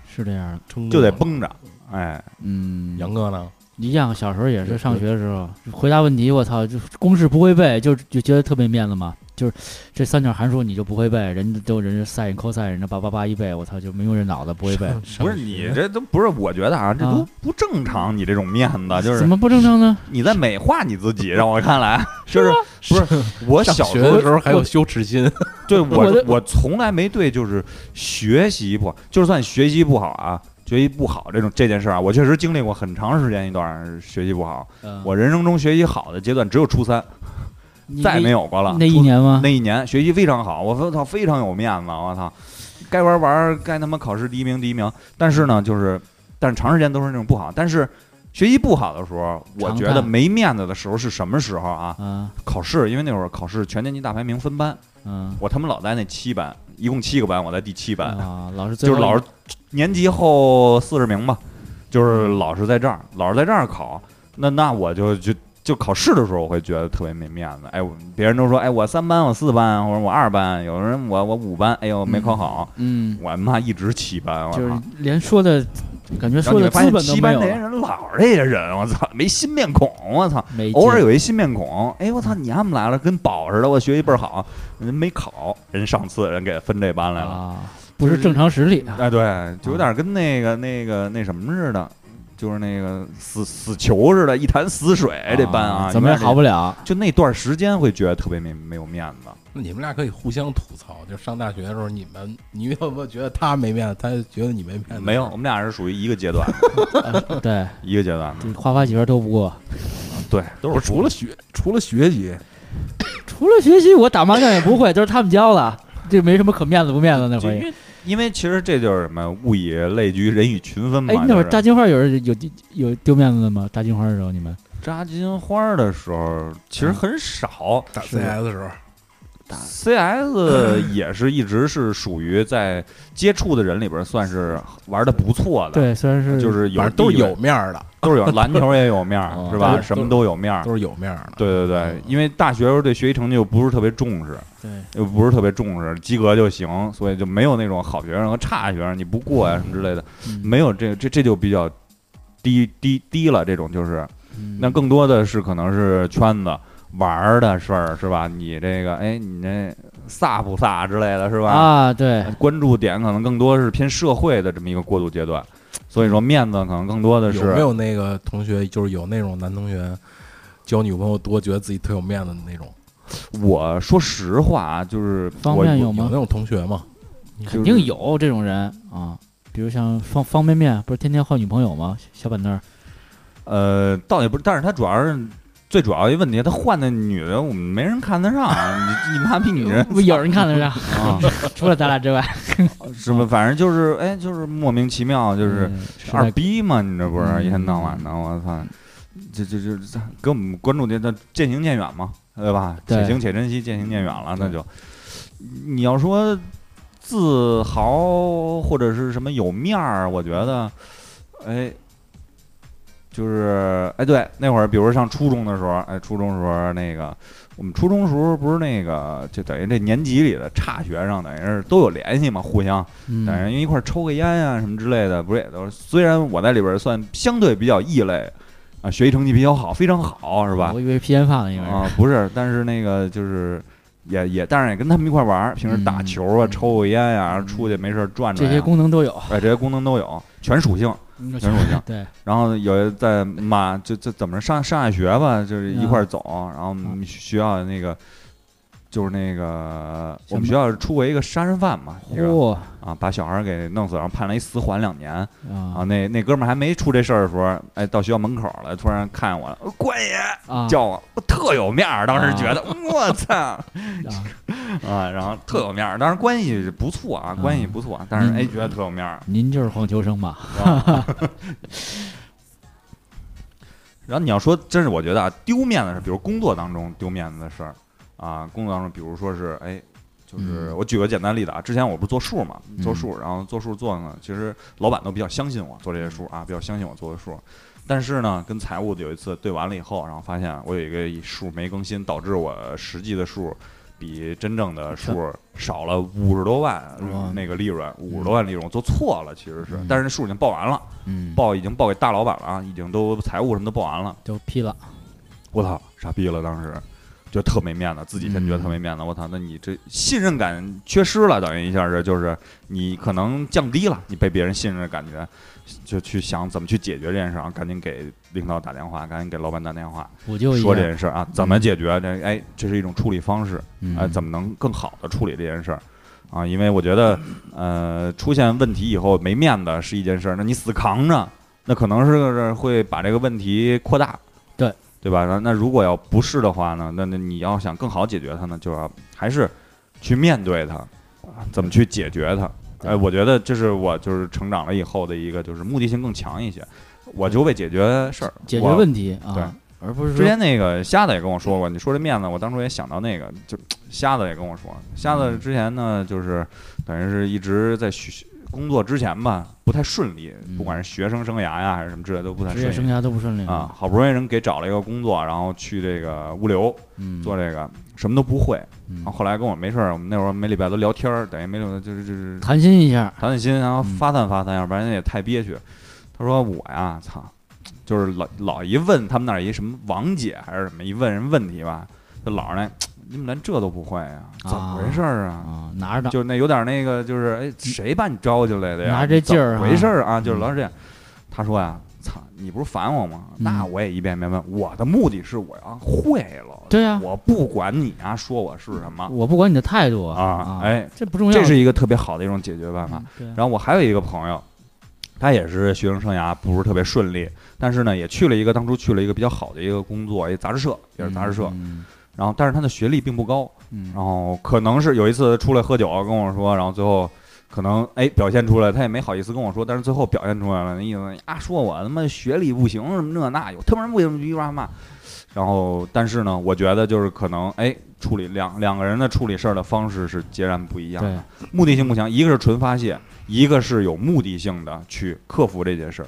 [SPEAKER 3] 是这样的，
[SPEAKER 2] 冲
[SPEAKER 4] 就
[SPEAKER 2] 动
[SPEAKER 4] 得
[SPEAKER 2] 了。
[SPEAKER 4] 绷着，哎，
[SPEAKER 3] 嗯，
[SPEAKER 2] 杨哥呢？
[SPEAKER 3] 一样，小时候也是上学的时候回答问题，我操，就公式不会背，就就觉得特没面子嘛。就是这三角函数你就不会背，人家都人家 sin、cos，人家八八八一背，我操就没用这脑子不会背，
[SPEAKER 4] 不是你这都不是，我觉得啊，这都
[SPEAKER 3] 啊
[SPEAKER 4] 不正常，你这种面子 就是
[SPEAKER 3] 怎么不正常呢？
[SPEAKER 4] 你在美化你自己，让我看来就是不是我小
[SPEAKER 2] 上
[SPEAKER 4] 时
[SPEAKER 2] 学的时
[SPEAKER 4] 候
[SPEAKER 2] 候还有
[SPEAKER 4] 我
[SPEAKER 2] 羞耻心，
[SPEAKER 4] 对
[SPEAKER 3] 我
[SPEAKER 4] 我
[SPEAKER 3] 的
[SPEAKER 4] 我从来没对就是学习不好，就算学习不好啊，学习不好这种这件事儿啊，我确实经历过很长时间一段学习不好。
[SPEAKER 3] 嗯
[SPEAKER 4] 我人生中学习好的阶段只有初三，再没
[SPEAKER 3] 有
[SPEAKER 4] 有过了。
[SPEAKER 3] 那一
[SPEAKER 4] 初
[SPEAKER 3] 年吗
[SPEAKER 4] 那？一年学习非常好，我操非常有面子，我操，该玩玩，该他妈考试第一名第一名。但是
[SPEAKER 3] 嗯
[SPEAKER 4] 呢，就是但是长时间都是那种不好，但是。学习不好的时候，我
[SPEAKER 3] 常
[SPEAKER 4] 觉
[SPEAKER 3] 态
[SPEAKER 4] 得没面子的时候是什么时候啊？
[SPEAKER 3] 啊
[SPEAKER 4] 考试，因为那会儿考试全年级大排名分班，
[SPEAKER 3] 嗯
[SPEAKER 4] 我他妈老在那七班，一共七个班，我在第七班，
[SPEAKER 3] 啊，老师最
[SPEAKER 4] 就是
[SPEAKER 3] 后
[SPEAKER 4] 老是年级后四十名吧，就是老是在这儿，老是在这儿考，那那我就就就考试的时候，我会觉得特别没面子。哎，我别人都说，哎，我三班，我四班，或者我二班，有人我我五班，哎呦没考好，
[SPEAKER 3] 嗯，
[SPEAKER 4] 我妈一直七班，我
[SPEAKER 3] 就是
[SPEAKER 4] 操！
[SPEAKER 3] 连说的感觉
[SPEAKER 4] 啊然
[SPEAKER 3] 说
[SPEAKER 4] 后你
[SPEAKER 3] 的资
[SPEAKER 4] 会发现
[SPEAKER 3] 本都
[SPEAKER 4] 七
[SPEAKER 3] 没
[SPEAKER 4] 班
[SPEAKER 3] 有
[SPEAKER 4] 那些
[SPEAKER 3] 了，
[SPEAKER 4] 人老是这些人，我操，没新面孔，我操！
[SPEAKER 3] 没
[SPEAKER 4] 偶尔
[SPEAKER 3] 劲
[SPEAKER 4] 有一新面孔，哎，我操，你俺们来了，跟宝似的，我学习倍儿好，人没考，人上次人给分这班来了，
[SPEAKER 3] 啊，不是正常实力啊
[SPEAKER 4] 哎，对，就有点跟那个那个那什么似的，就是那个死死球似的，一潭死水这班啊，
[SPEAKER 3] 怎么也
[SPEAKER 4] 有点
[SPEAKER 3] 好不 了。
[SPEAKER 4] 就那段时间会觉得特别没没有面子，
[SPEAKER 2] 那你们俩可以互相吐槽。就上大学的时候，你们你有没有觉得他没面子，他觉得你没面子？
[SPEAKER 4] 没有，我，们俩是属于一个 阶段的，
[SPEAKER 3] 对，
[SPEAKER 4] 一个阶段的，
[SPEAKER 3] 花花几分都不过，
[SPEAKER 4] 对，都
[SPEAKER 2] 我
[SPEAKER 4] 是
[SPEAKER 2] 除了学除了学习，
[SPEAKER 3] 除了学习，我打麻将也不会，都是他们教的， 这没什么可面子不面子那
[SPEAKER 4] 就
[SPEAKER 3] 回
[SPEAKER 4] 因。为因为其实这就是什么物以类聚，人以群分嘛。
[SPEAKER 3] 哎，那会
[SPEAKER 4] 就
[SPEAKER 3] 儿
[SPEAKER 4] 是
[SPEAKER 3] 扎金花有人有有丢面子的吗？扎金花的时候，你们
[SPEAKER 4] 扎金花的时候，其
[SPEAKER 3] 嗯
[SPEAKER 4] 实很少。
[SPEAKER 2] 打 CS 的时候，
[SPEAKER 4] CS 也是一直是属于在接触的人里边算是玩的不错的，
[SPEAKER 3] 对，虽然是
[SPEAKER 4] 就是有
[SPEAKER 2] 嗯反正都是
[SPEAKER 4] 地位
[SPEAKER 2] 有面儿的，
[SPEAKER 4] 都是有篮球也有面儿
[SPEAKER 2] 哦
[SPEAKER 4] 是
[SPEAKER 2] 都
[SPEAKER 4] 吧？
[SPEAKER 2] 是
[SPEAKER 4] 什么都有面儿。
[SPEAKER 2] 都是嗯有面儿的。
[SPEAKER 4] 对对对，因为大学时候对学习成绩又不是特别重视，
[SPEAKER 3] 对
[SPEAKER 4] 又不是特别重视，及格就行，所以就没有那种好学生和差学生，你不过呀、什么之类的，没有这这这就比较低低低了。这种就是，
[SPEAKER 2] 嗯
[SPEAKER 3] 嗯
[SPEAKER 4] 那更多的是可能是圈子玩儿的事儿，是吧？你这个，哎，你这飒不飒之类的是吧？
[SPEAKER 3] 啊，对，
[SPEAKER 4] 关注点可能更多是偏社会的这么一个过渡阶段，所以说面子可能更多的是
[SPEAKER 2] 有没有那个同学，就是有那种男同学交女朋友多，觉得自己特有面子的那种？
[SPEAKER 4] 我说实话啊，就是
[SPEAKER 3] 方
[SPEAKER 4] 我
[SPEAKER 3] 便有
[SPEAKER 4] 有
[SPEAKER 2] 有
[SPEAKER 3] 吗
[SPEAKER 2] 那？种同学吗？
[SPEAKER 3] 肯定有这种人啊，比如像方方便面，不是天天换女朋友吗？小板 凳儿，
[SPEAKER 4] 呃，倒也不是，但是他主要是最主要一问题，他换的女人我们没人看得上，啊你你妈逼女 人
[SPEAKER 3] 不有人看得上，
[SPEAKER 4] 啊，
[SPEAKER 3] 除了咱俩之外，
[SPEAKER 4] 是吧？反正就是哎，就是莫名其妙，就是
[SPEAKER 3] 嗯
[SPEAKER 4] 二
[SPEAKER 3] 在
[SPEAKER 4] 逼嘛，你这不是
[SPEAKER 3] 嗯
[SPEAKER 4] 一天到晚的，我操！这这这跟我们关注点的渐行渐远嘛，对吧？
[SPEAKER 3] 对
[SPEAKER 4] 且行且珍惜，渐行渐远了，那就你要说自豪或者是什么有面儿，我觉得，哎，就是哎，对，那会儿比如上初中的时候，哎，初中时候那个。我们初中时候不是那个，就等于这年级里的差学生，等于是都有联系嘛，互相
[SPEAKER 3] 嗯
[SPEAKER 4] 但是因为一块儿抽个烟啊什么之类的，不是也都是？虽然我在里边儿算相对比较异类，啊，学习成绩比较好，非常好，是吧
[SPEAKER 3] 我？以为披肩发呢，因为
[SPEAKER 4] 啊，不是，但是那个就是也也，但是也跟他们一块儿玩儿，平时打
[SPEAKER 3] 嗯
[SPEAKER 4] 球啊，抽个烟呀、出去没事儿转转、
[SPEAKER 3] 这
[SPEAKER 4] 呀
[SPEAKER 3] 些功能都有，
[SPEAKER 4] 哎，这些功能都有，全属性。
[SPEAKER 3] 全
[SPEAKER 4] 全是我家
[SPEAKER 3] 对，
[SPEAKER 4] 然后有在马就就怎么着上上下学吧，就是一块
[SPEAKER 3] 嗯
[SPEAKER 4] 儿走，然后我们学校的那个。就是那个，我们学校出过一个杀人犯嘛，一个
[SPEAKER 3] 嚯
[SPEAKER 4] 啊，把小孩儿给弄死，然后判了一死缓两年。啊，
[SPEAKER 3] 啊
[SPEAKER 4] 那那哥们儿还没出这事儿的时候，哎，到学校门口了，突然看见我了，呃关爷
[SPEAKER 3] 啊，
[SPEAKER 4] 叫我，我特有面儿，当时觉得、我操
[SPEAKER 3] 啊
[SPEAKER 4] 啊，然后特有面儿，当时关系不错啊，关系不错，但是哎，觉得特有面儿。
[SPEAKER 3] 您就是黄秋生吧？
[SPEAKER 4] 然后你要说，真是我觉得啊，丢面子是，比如工作当中丢面子的事儿啊，工作当中，比如说是哎。就是
[SPEAKER 3] 嗯
[SPEAKER 4] 我举个简单例子啊，之前我不是做数嘛，做
[SPEAKER 3] 嗯
[SPEAKER 4] 数，然后做数做呢，其实老板都比较相信我做这些数
[SPEAKER 3] 嗯
[SPEAKER 4] 啊，比较相信我做的数。但是呢，跟财务有一次对完了以后，然后发现我有一个数没更新，导致我实际的数比真正的数少了五十多万
[SPEAKER 3] 哇
[SPEAKER 4] 那个利润，五十多万利润我做错了，其实是
[SPEAKER 3] 嗯，
[SPEAKER 4] 但是那数已经报完了，
[SPEAKER 3] 嗯，
[SPEAKER 4] 报已经报给大老板了，啊，已经都财务什么都报完了。
[SPEAKER 3] 就批了，
[SPEAKER 4] 我操，傻逼了！当时就特没面子，自己先觉得特没面子。我操，那你这信任感缺失了，等于一下是就是你可能降低了你被别人信任的感觉，就去想怎么去解决这件事，然后赶紧给领导打电话，赶紧给老板打电话，
[SPEAKER 3] 补救一下，
[SPEAKER 4] 说这件事啊，怎么解决？这哎，这是一种处理方式，
[SPEAKER 3] 嗯
[SPEAKER 4] 哎，怎么能更好的处理这件事儿？啊，因为我觉得，呃，出现问题以后没面子是一件事儿，那你死扛着，那可能是会把这个问题扩大，
[SPEAKER 3] 对
[SPEAKER 4] 对吧？那那如果要不是的话呢，那那你要想更好解决它呢，就要还是去面对它，啊怎么去解决它？
[SPEAKER 3] 对
[SPEAKER 4] 哎，我觉得这是我就是成长了以后的一个，就是目的性更强一些，我就为解决事儿，
[SPEAKER 3] 解决
[SPEAKER 4] 我
[SPEAKER 3] 问题
[SPEAKER 4] 对
[SPEAKER 3] 啊，而不是
[SPEAKER 4] 之
[SPEAKER 3] 说
[SPEAKER 4] 前那个瞎子也跟我说过，你说这面子，我当初也想到那个，就瞎子也跟我说，瞎
[SPEAKER 3] 嗯
[SPEAKER 4] 子之前呢，就是等于是一直在学工作之前吧，不太顺利，
[SPEAKER 3] 嗯
[SPEAKER 4] 不管是学生生涯呀还是什么之类的，都不太
[SPEAKER 3] 职业
[SPEAKER 4] 顺
[SPEAKER 3] 生
[SPEAKER 4] 利
[SPEAKER 3] 涯嗯都不顺利
[SPEAKER 4] 啊。，好不容易人给找了一个工作，然后去这个物流
[SPEAKER 3] 嗯，
[SPEAKER 4] 做啊这个，什么都不会。
[SPEAKER 3] 嗯
[SPEAKER 4] 然后后来跟我没事儿，我们那会儿每礼拜都聊天儿，等于没有就是就是
[SPEAKER 3] 谈心一下，
[SPEAKER 4] 谈谈心，然后
[SPEAKER 3] 嗯
[SPEAKER 4] 发散发散，要不然也太憋屈。他说我呀，操，就是老老一问他们那儿一什么王姐还是什么，一问人问题吧，就老是那，你们连这都不会啊，怎么回事儿啊？
[SPEAKER 3] 啊，拿着呢，
[SPEAKER 4] 就是那有点那个，就是哎，谁把你招进来的呀？
[SPEAKER 3] 拿这劲儿啊
[SPEAKER 4] 怎么回事儿啊？就是
[SPEAKER 3] 嗯
[SPEAKER 4] 老是这样。他说呀，操，你不是烦我吗？
[SPEAKER 3] 嗯
[SPEAKER 4] 那我也一遍遍问，我的目的是我要会了，
[SPEAKER 3] 对啊呀
[SPEAKER 4] 我不管你啊，说我是什么
[SPEAKER 3] 我不管你的态度
[SPEAKER 4] 啊
[SPEAKER 3] 啊，，
[SPEAKER 4] 哎，
[SPEAKER 3] 这不重要，嗯
[SPEAKER 4] 这是一个特别好的一种解决办法。
[SPEAKER 3] 对，
[SPEAKER 4] 然后我还有一个朋友，他也是学生生涯不是特别顺利，但是呢，也去了一个当初去了一个比较好的一个工作，一杂志社，也是杂志社。
[SPEAKER 3] 嗯
[SPEAKER 4] 然后但是他的学历并不高，
[SPEAKER 3] 嗯，
[SPEAKER 4] 然后可能是有一次出来喝酒跟我说，然后最后可能哎表现出来，他也没好意思跟我说，但是最后表现出来了，那意思啊说我他妈学历不行什么这那有他妈不行一乱骂。然后但是呢，我觉得就是可能哎处理两两个人的处理事儿的方式是截然不一样
[SPEAKER 3] 对
[SPEAKER 4] 的，，目的性不强，一个是纯发泄，一个是有目的性的去克服这件事儿。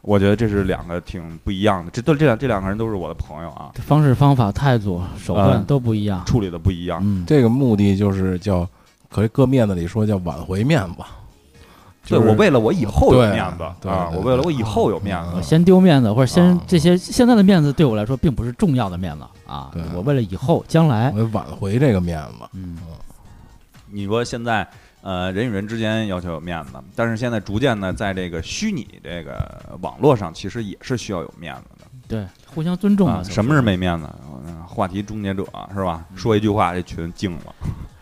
[SPEAKER 4] 我觉得这是两个挺不一样的，这都这两这两个人都是我的朋友啊，
[SPEAKER 3] 方式、方法、态度、手段
[SPEAKER 4] 嗯
[SPEAKER 3] 都不一样。
[SPEAKER 4] 处理的不一样。
[SPEAKER 3] 嗯，
[SPEAKER 2] 这个目的就是叫，可以搁面子里说叫挽回面子，就
[SPEAKER 4] 对
[SPEAKER 2] 是
[SPEAKER 4] 我为了我以后有
[SPEAKER 2] 对
[SPEAKER 4] 面子
[SPEAKER 2] 对
[SPEAKER 4] 啊，
[SPEAKER 2] 对对
[SPEAKER 4] 我为了我以后有面
[SPEAKER 2] 嗯
[SPEAKER 4] 子，
[SPEAKER 3] 呃先丢面子，或者先
[SPEAKER 2] 啊
[SPEAKER 3] 这些现在的面子对我来说并不是重要的面子啊
[SPEAKER 2] 对。
[SPEAKER 3] 我为了以后将来，
[SPEAKER 2] 我得挽回这个面子。
[SPEAKER 3] 嗯，
[SPEAKER 4] 你说现在呃人与人之间要求有面子，但是现在逐渐呢，在这个虚拟这个网络上，其实也是需要有面子的。
[SPEAKER 3] 对，互相尊重嘛
[SPEAKER 4] 啊，。
[SPEAKER 3] 就是
[SPEAKER 4] 什么是没面子？嗯话题终结者是吧？
[SPEAKER 3] 嗯
[SPEAKER 4] 说一句话，这群静了，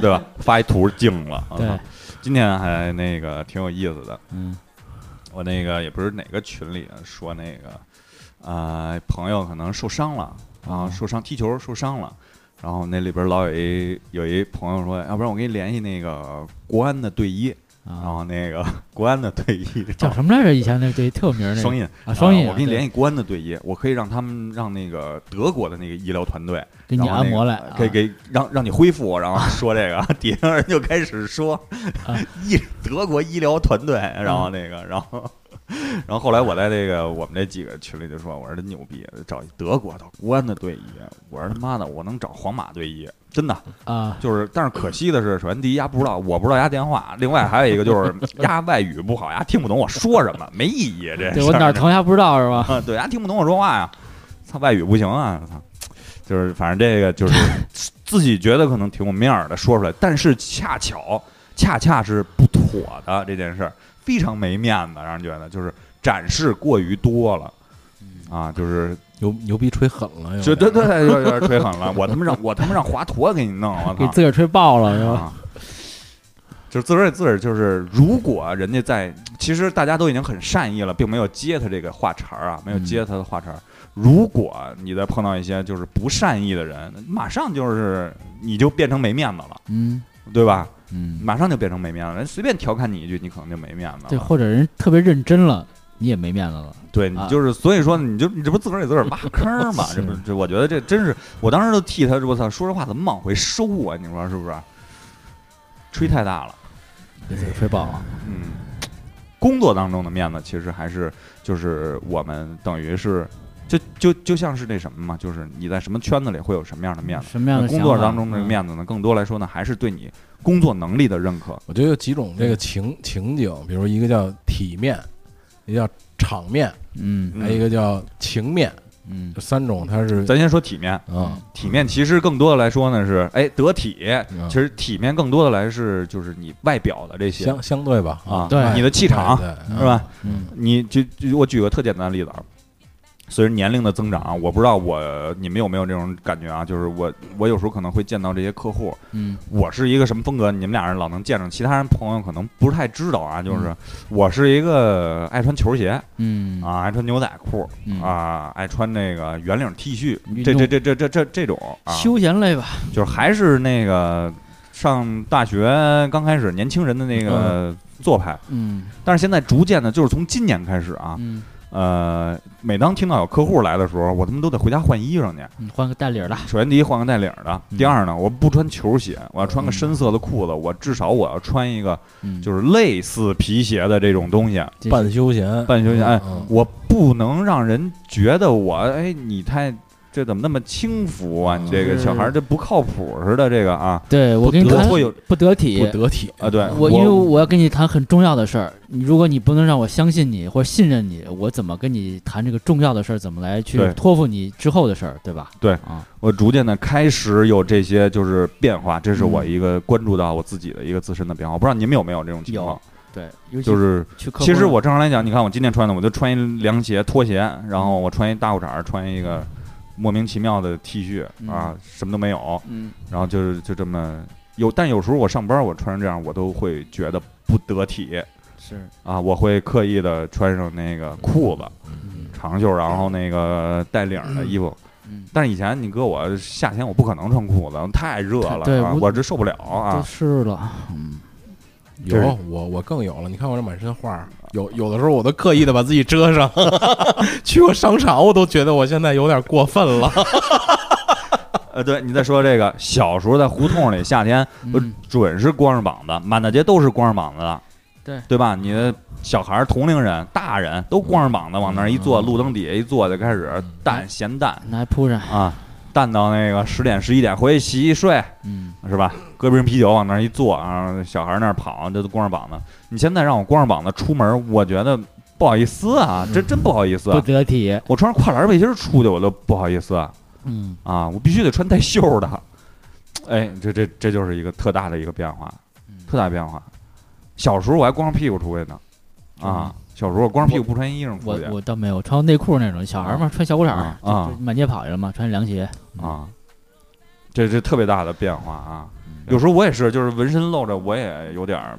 [SPEAKER 4] 对吧？发一图静了。啊
[SPEAKER 3] 对，
[SPEAKER 4] 今天还那个挺有意思的，
[SPEAKER 3] 嗯
[SPEAKER 4] 我那个也不是哪个群里说那个，呃，朋友可能受伤了，然后
[SPEAKER 3] 哦
[SPEAKER 4] 受伤踢球受伤了，然后那里边老有一有一朋友说，要不然我给你联系那个国安的队医，然
[SPEAKER 3] 啊，
[SPEAKER 4] 后那个国安的队医
[SPEAKER 3] 叫什么来着？以前那对特有名儿那个
[SPEAKER 4] 双印呃
[SPEAKER 3] 啊，双印啊，
[SPEAKER 4] 我给你
[SPEAKER 3] 对
[SPEAKER 4] 联系国安的队医，我可以让他们让那个德国的那个医疗团队
[SPEAKER 3] 给你
[SPEAKER 4] 然后那
[SPEAKER 3] 按
[SPEAKER 4] 个
[SPEAKER 3] 摩来啊
[SPEAKER 4] 呃，给给让让你恢复， 然后说这个，底下人就开始说
[SPEAKER 3] 啊 嗯
[SPEAKER 4] 医德国医疗团队， 然后那个，然后 然后后来我在这个我们这几个群里就说，我说真牛逼，找一德国的国安的队医，我说他妈的，我能找皇马队医，真的
[SPEAKER 3] 啊，
[SPEAKER 4] 就是，但是可惜的是，首先第一，丫不知道，我不知道丫电话，另外还有一个就是 丫外语不好，丫听不懂我说什么，没意义这
[SPEAKER 3] 对
[SPEAKER 4] 事
[SPEAKER 3] 我哪
[SPEAKER 4] 儿
[SPEAKER 3] 儿疼还不知道是吧？
[SPEAKER 4] 啊，对，啊，听不懂我说话呀，操，外语不行啊，操，就是反正这个就是自 己觉得可能挺有面儿的说出来，但是恰巧恰恰是不妥的这件事儿，非常没面子，让人觉得就是展示过于多了。啊，就是
[SPEAKER 2] 牛牛逼吹狠嗯了，有
[SPEAKER 4] 就对
[SPEAKER 2] 点
[SPEAKER 4] 对对，有点吹狠了。我他妈让我他妈让华佗给你弄， 我
[SPEAKER 3] 给
[SPEAKER 4] 操！
[SPEAKER 3] 自个儿吹爆了是吧？
[SPEAKER 4] 啊，就是自个儿自个儿就是，如果啊人家在，其实大家都已经很善意了，并没有接他这个话茬儿啊，没有接
[SPEAKER 3] 嗯
[SPEAKER 4] 他的话茬儿。如果你再碰到一些就是不善意的人，马上就是你就变成没面子了，
[SPEAKER 3] 嗯
[SPEAKER 4] 对吧？
[SPEAKER 3] 嗯，
[SPEAKER 4] 马上就变成没面子了，人随便调侃你一句，你可能就没面子
[SPEAKER 3] 对，
[SPEAKER 4] 了。
[SPEAKER 3] 或者人特别认真了，你也没面子了。
[SPEAKER 4] 对你
[SPEAKER 3] 啊
[SPEAKER 4] 就是，所以说你就你这不自个儿给自个儿挖坑儿嘛？
[SPEAKER 3] 是
[SPEAKER 4] 这不这，我觉得这真是，我当时都替他，我操，说实话怎么往回收啊？你说是不是？吹太大了。
[SPEAKER 3] 给自个儿吹爆了，
[SPEAKER 4] 嗯，工作当中的面子其实还是就是我们等于是就就就像是那什么嘛，就是你在什么圈子里会有什么样的面子。
[SPEAKER 3] 什么样的
[SPEAKER 4] 那工
[SPEAKER 3] 想
[SPEAKER 4] 作
[SPEAKER 3] 法
[SPEAKER 4] 当中的
[SPEAKER 3] 嗯
[SPEAKER 4] 面子呢，更多来说呢，还是对你工作能力的认可。
[SPEAKER 2] 我觉得有几种这个情情景，比如一个叫体面，一个叫场面，
[SPEAKER 3] 嗯
[SPEAKER 2] 还有一个叫情面，
[SPEAKER 3] 嗯
[SPEAKER 2] 这三种它是
[SPEAKER 4] 咱先说体面，
[SPEAKER 2] 啊，
[SPEAKER 4] 体面其实更多的来说呢是，哎，得体。
[SPEAKER 2] 嗯
[SPEAKER 4] 其实体面更多的来是就是你外表的这些
[SPEAKER 2] 相相对吧哎
[SPEAKER 4] 啊，
[SPEAKER 3] 对
[SPEAKER 4] 你的气场
[SPEAKER 2] 对
[SPEAKER 4] 是吧？
[SPEAKER 3] 嗯
[SPEAKER 4] 你就就我举个特简单的例子啊，随着年龄的增长啊，我不知道我你们有没有这种感觉啊，就是我我有时候可能会见到这些客户，
[SPEAKER 3] 嗯
[SPEAKER 4] 我是一个什么风格，你们俩人老能见着，其他人朋友可能不是太知道啊，就是我是一个爱穿球鞋
[SPEAKER 3] 嗯
[SPEAKER 4] 啊，爱穿牛仔裤
[SPEAKER 3] 嗯，
[SPEAKER 4] 啊，爱穿那个圆领 T 恤
[SPEAKER 3] 运，
[SPEAKER 4] 这
[SPEAKER 3] 动
[SPEAKER 4] 这这这这这这种啊，
[SPEAKER 3] 休闲类吧，
[SPEAKER 4] 就是还是那个上大学刚开始年轻人的那个做派，
[SPEAKER 3] 嗯
[SPEAKER 4] 但是现在逐渐的，就是从今年开始啊。
[SPEAKER 3] 嗯，
[SPEAKER 4] 呃，每当听到有客户来的时候，我他妈都得回家换衣裳去。
[SPEAKER 3] 你嗯换个带领儿的，
[SPEAKER 4] 首先，第一换个带领儿的；
[SPEAKER 3] 嗯
[SPEAKER 4] 第二呢，我不穿球鞋，我要穿个深色的裤子，我至少我要穿一个
[SPEAKER 3] 嗯，
[SPEAKER 4] 就是类似皮鞋的这种东西，
[SPEAKER 3] 这
[SPEAKER 2] 半休闲，
[SPEAKER 4] 半球鞋。哎，
[SPEAKER 2] 嗯
[SPEAKER 4] 我不能让人觉得我哎，你太这怎么那么轻浮啊？你这个
[SPEAKER 3] 是
[SPEAKER 4] 小孩儿这不靠谱似的，这个啊
[SPEAKER 3] 对我跟你
[SPEAKER 4] 不得
[SPEAKER 3] 谈
[SPEAKER 4] 会有
[SPEAKER 3] 不得体
[SPEAKER 2] 不。得体
[SPEAKER 4] 啊，对
[SPEAKER 3] 我因为我要跟你谈很重要的事儿，你如果你不能让我相信你或者信任你，我怎么跟你谈这个重要的事儿？怎么来去
[SPEAKER 4] 对
[SPEAKER 3] 托付你之后的事儿，对吧？
[SPEAKER 4] 对
[SPEAKER 3] 啊，
[SPEAKER 4] 我逐渐的开始有这些就是变化，这是我
[SPEAKER 3] 嗯
[SPEAKER 4] 一个关注到我自己的一个自身的变化。我不知道你们有没有这种情况
[SPEAKER 3] 有，对，尤其
[SPEAKER 4] 就是
[SPEAKER 3] 去客户
[SPEAKER 4] 其实
[SPEAKER 3] 那
[SPEAKER 4] 我正常来讲，你看我今天穿的，我就穿一凉鞋、拖鞋，然后我穿一大裤衩儿，穿一个莫名其妙的 T 恤啊，什么都没有，
[SPEAKER 3] 嗯
[SPEAKER 4] 然后就是就这么有。但有时候我上班，我穿成这样，我都会觉得不得体
[SPEAKER 3] 是
[SPEAKER 4] 啊，我会刻意的穿上那个裤子、
[SPEAKER 3] 嗯
[SPEAKER 4] 长袖，然后那个带领儿的衣服。
[SPEAKER 3] 嗯，
[SPEAKER 4] 但是以前你搁我夏天我不可能穿裤子，太热了，
[SPEAKER 3] 对
[SPEAKER 4] 啊
[SPEAKER 3] 我
[SPEAKER 4] 我这受不了
[SPEAKER 3] 都
[SPEAKER 4] 啊。
[SPEAKER 3] 是了，嗯，
[SPEAKER 2] 有
[SPEAKER 4] 这是
[SPEAKER 2] 我我更有了，你看我这满身画儿，有有的时候我都刻意的把自己遮上。 去过商场，我都觉得我现在有点过分了。
[SPEAKER 4] 呃，对你再说这个，小时候在胡同里夏天，呃
[SPEAKER 3] 嗯
[SPEAKER 4] 准是光着膀子，满大街都是光着膀子的，
[SPEAKER 3] 对
[SPEAKER 4] 对吧？你的小孩儿、同龄人、大人都光着膀子往那儿一
[SPEAKER 3] 嗯
[SPEAKER 4] 坐，路灯底下一坐就开始蛋咸蛋
[SPEAKER 3] 拿铺上，
[SPEAKER 4] 啊，蛋到那个十点十一点回去洗一睡，
[SPEAKER 3] 嗯，
[SPEAKER 4] 是吧？搁瓶啤酒往那儿一坐，啊，小孩儿那儿跑，这都光着膀子。你现在让我光着膀子出门，我觉得不好意思啊，这真不好意思
[SPEAKER 3] 嗯不
[SPEAKER 4] 啊。
[SPEAKER 3] 得体，
[SPEAKER 4] 我穿着跨栏背心儿出去，我都不好意思啊，
[SPEAKER 3] 嗯，
[SPEAKER 4] 啊我必须得穿带袖儿的。哎，这这这就是一个特大的一个变化，
[SPEAKER 3] 嗯
[SPEAKER 4] 特大变化。小时候我还光着屁股出去呢，啊，小时候我光着屁股不穿衣裳
[SPEAKER 3] 我
[SPEAKER 4] 出去
[SPEAKER 3] 我倒没有穿内裤那种，小孩儿嘛穿小裤衩儿
[SPEAKER 4] 啊啊
[SPEAKER 3] 就就满街跑去了嘛，穿凉鞋，
[SPEAKER 4] 啊，这这特别大的变化啊。
[SPEAKER 3] 嗯
[SPEAKER 4] 有时候我也是，就是纹身露着，我也有点儿，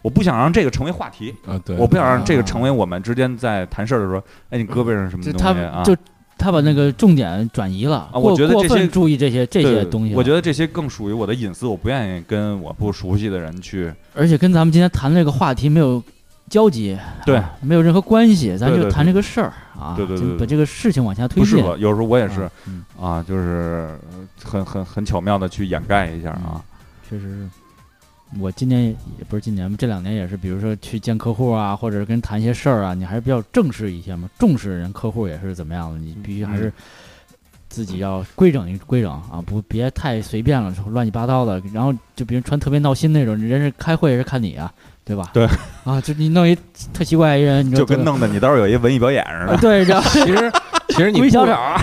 [SPEAKER 4] 我不想让这个成为话题。
[SPEAKER 2] 啊，对，
[SPEAKER 4] 我不想让这个成为我们之间在谈事儿的时候，哎，你胳膊上什么
[SPEAKER 3] 就
[SPEAKER 4] 东
[SPEAKER 3] 他
[SPEAKER 4] 西啊？
[SPEAKER 3] 就他把那个重点转移了，
[SPEAKER 4] 啊
[SPEAKER 3] 过
[SPEAKER 4] 我觉得
[SPEAKER 3] 过
[SPEAKER 4] 这些
[SPEAKER 3] 分注意这些这
[SPEAKER 4] 对
[SPEAKER 3] 些东西了，
[SPEAKER 4] 我觉得这些更属于我的隐私，我不愿意跟我不熟悉的人去。
[SPEAKER 3] 而且跟咱们今天谈这个话题没有交集，啊
[SPEAKER 4] 对，
[SPEAKER 3] 没有任何关系，咱
[SPEAKER 4] 对
[SPEAKER 3] 就
[SPEAKER 4] 对
[SPEAKER 3] 谈这个事儿啊，
[SPEAKER 4] 对对对
[SPEAKER 3] 就
[SPEAKER 4] 对
[SPEAKER 3] 把这个事情往下推
[SPEAKER 4] 不适
[SPEAKER 3] 进。
[SPEAKER 4] 合。有时候我也是
[SPEAKER 3] 啊嗯
[SPEAKER 4] 啊，就是呃很很很巧妙的去掩盖一下啊。
[SPEAKER 3] 确实是。我今年也不是今年，这两年也是，比如说去见客户啊，或者是跟人谈一些事儿啊，你还是比较正式一些嘛。重视人客户也是怎么样的，你
[SPEAKER 4] 嗯
[SPEAKER 3] 必须还是自己要规整一规整啊，不别太随便了，乱七八糟的。然后就别人穿特别闹心那种，人是开会是看你啊，对吧？
[SPEAKER 4] 对
[SPEAKER 3] 啊，就你弄一特奇怪一人，你
[SPEAKER 4] 就
[SPEAKER 3] 说
[SPEAKER 4] 跟
[SPEAKER 3] 这个
[SPEAKER 4] 弄得你到时候有一文艺表演似
[SPEAKER 3] 啊
[SPEAKER 4] 的。
[SPEAKER 3] 对，然后
[SPEAKER 2] 其实其实你
[SPEAKER 3] 鬼小
[SPEAKER 2] 不
[SPEAKER 3] 丑儿，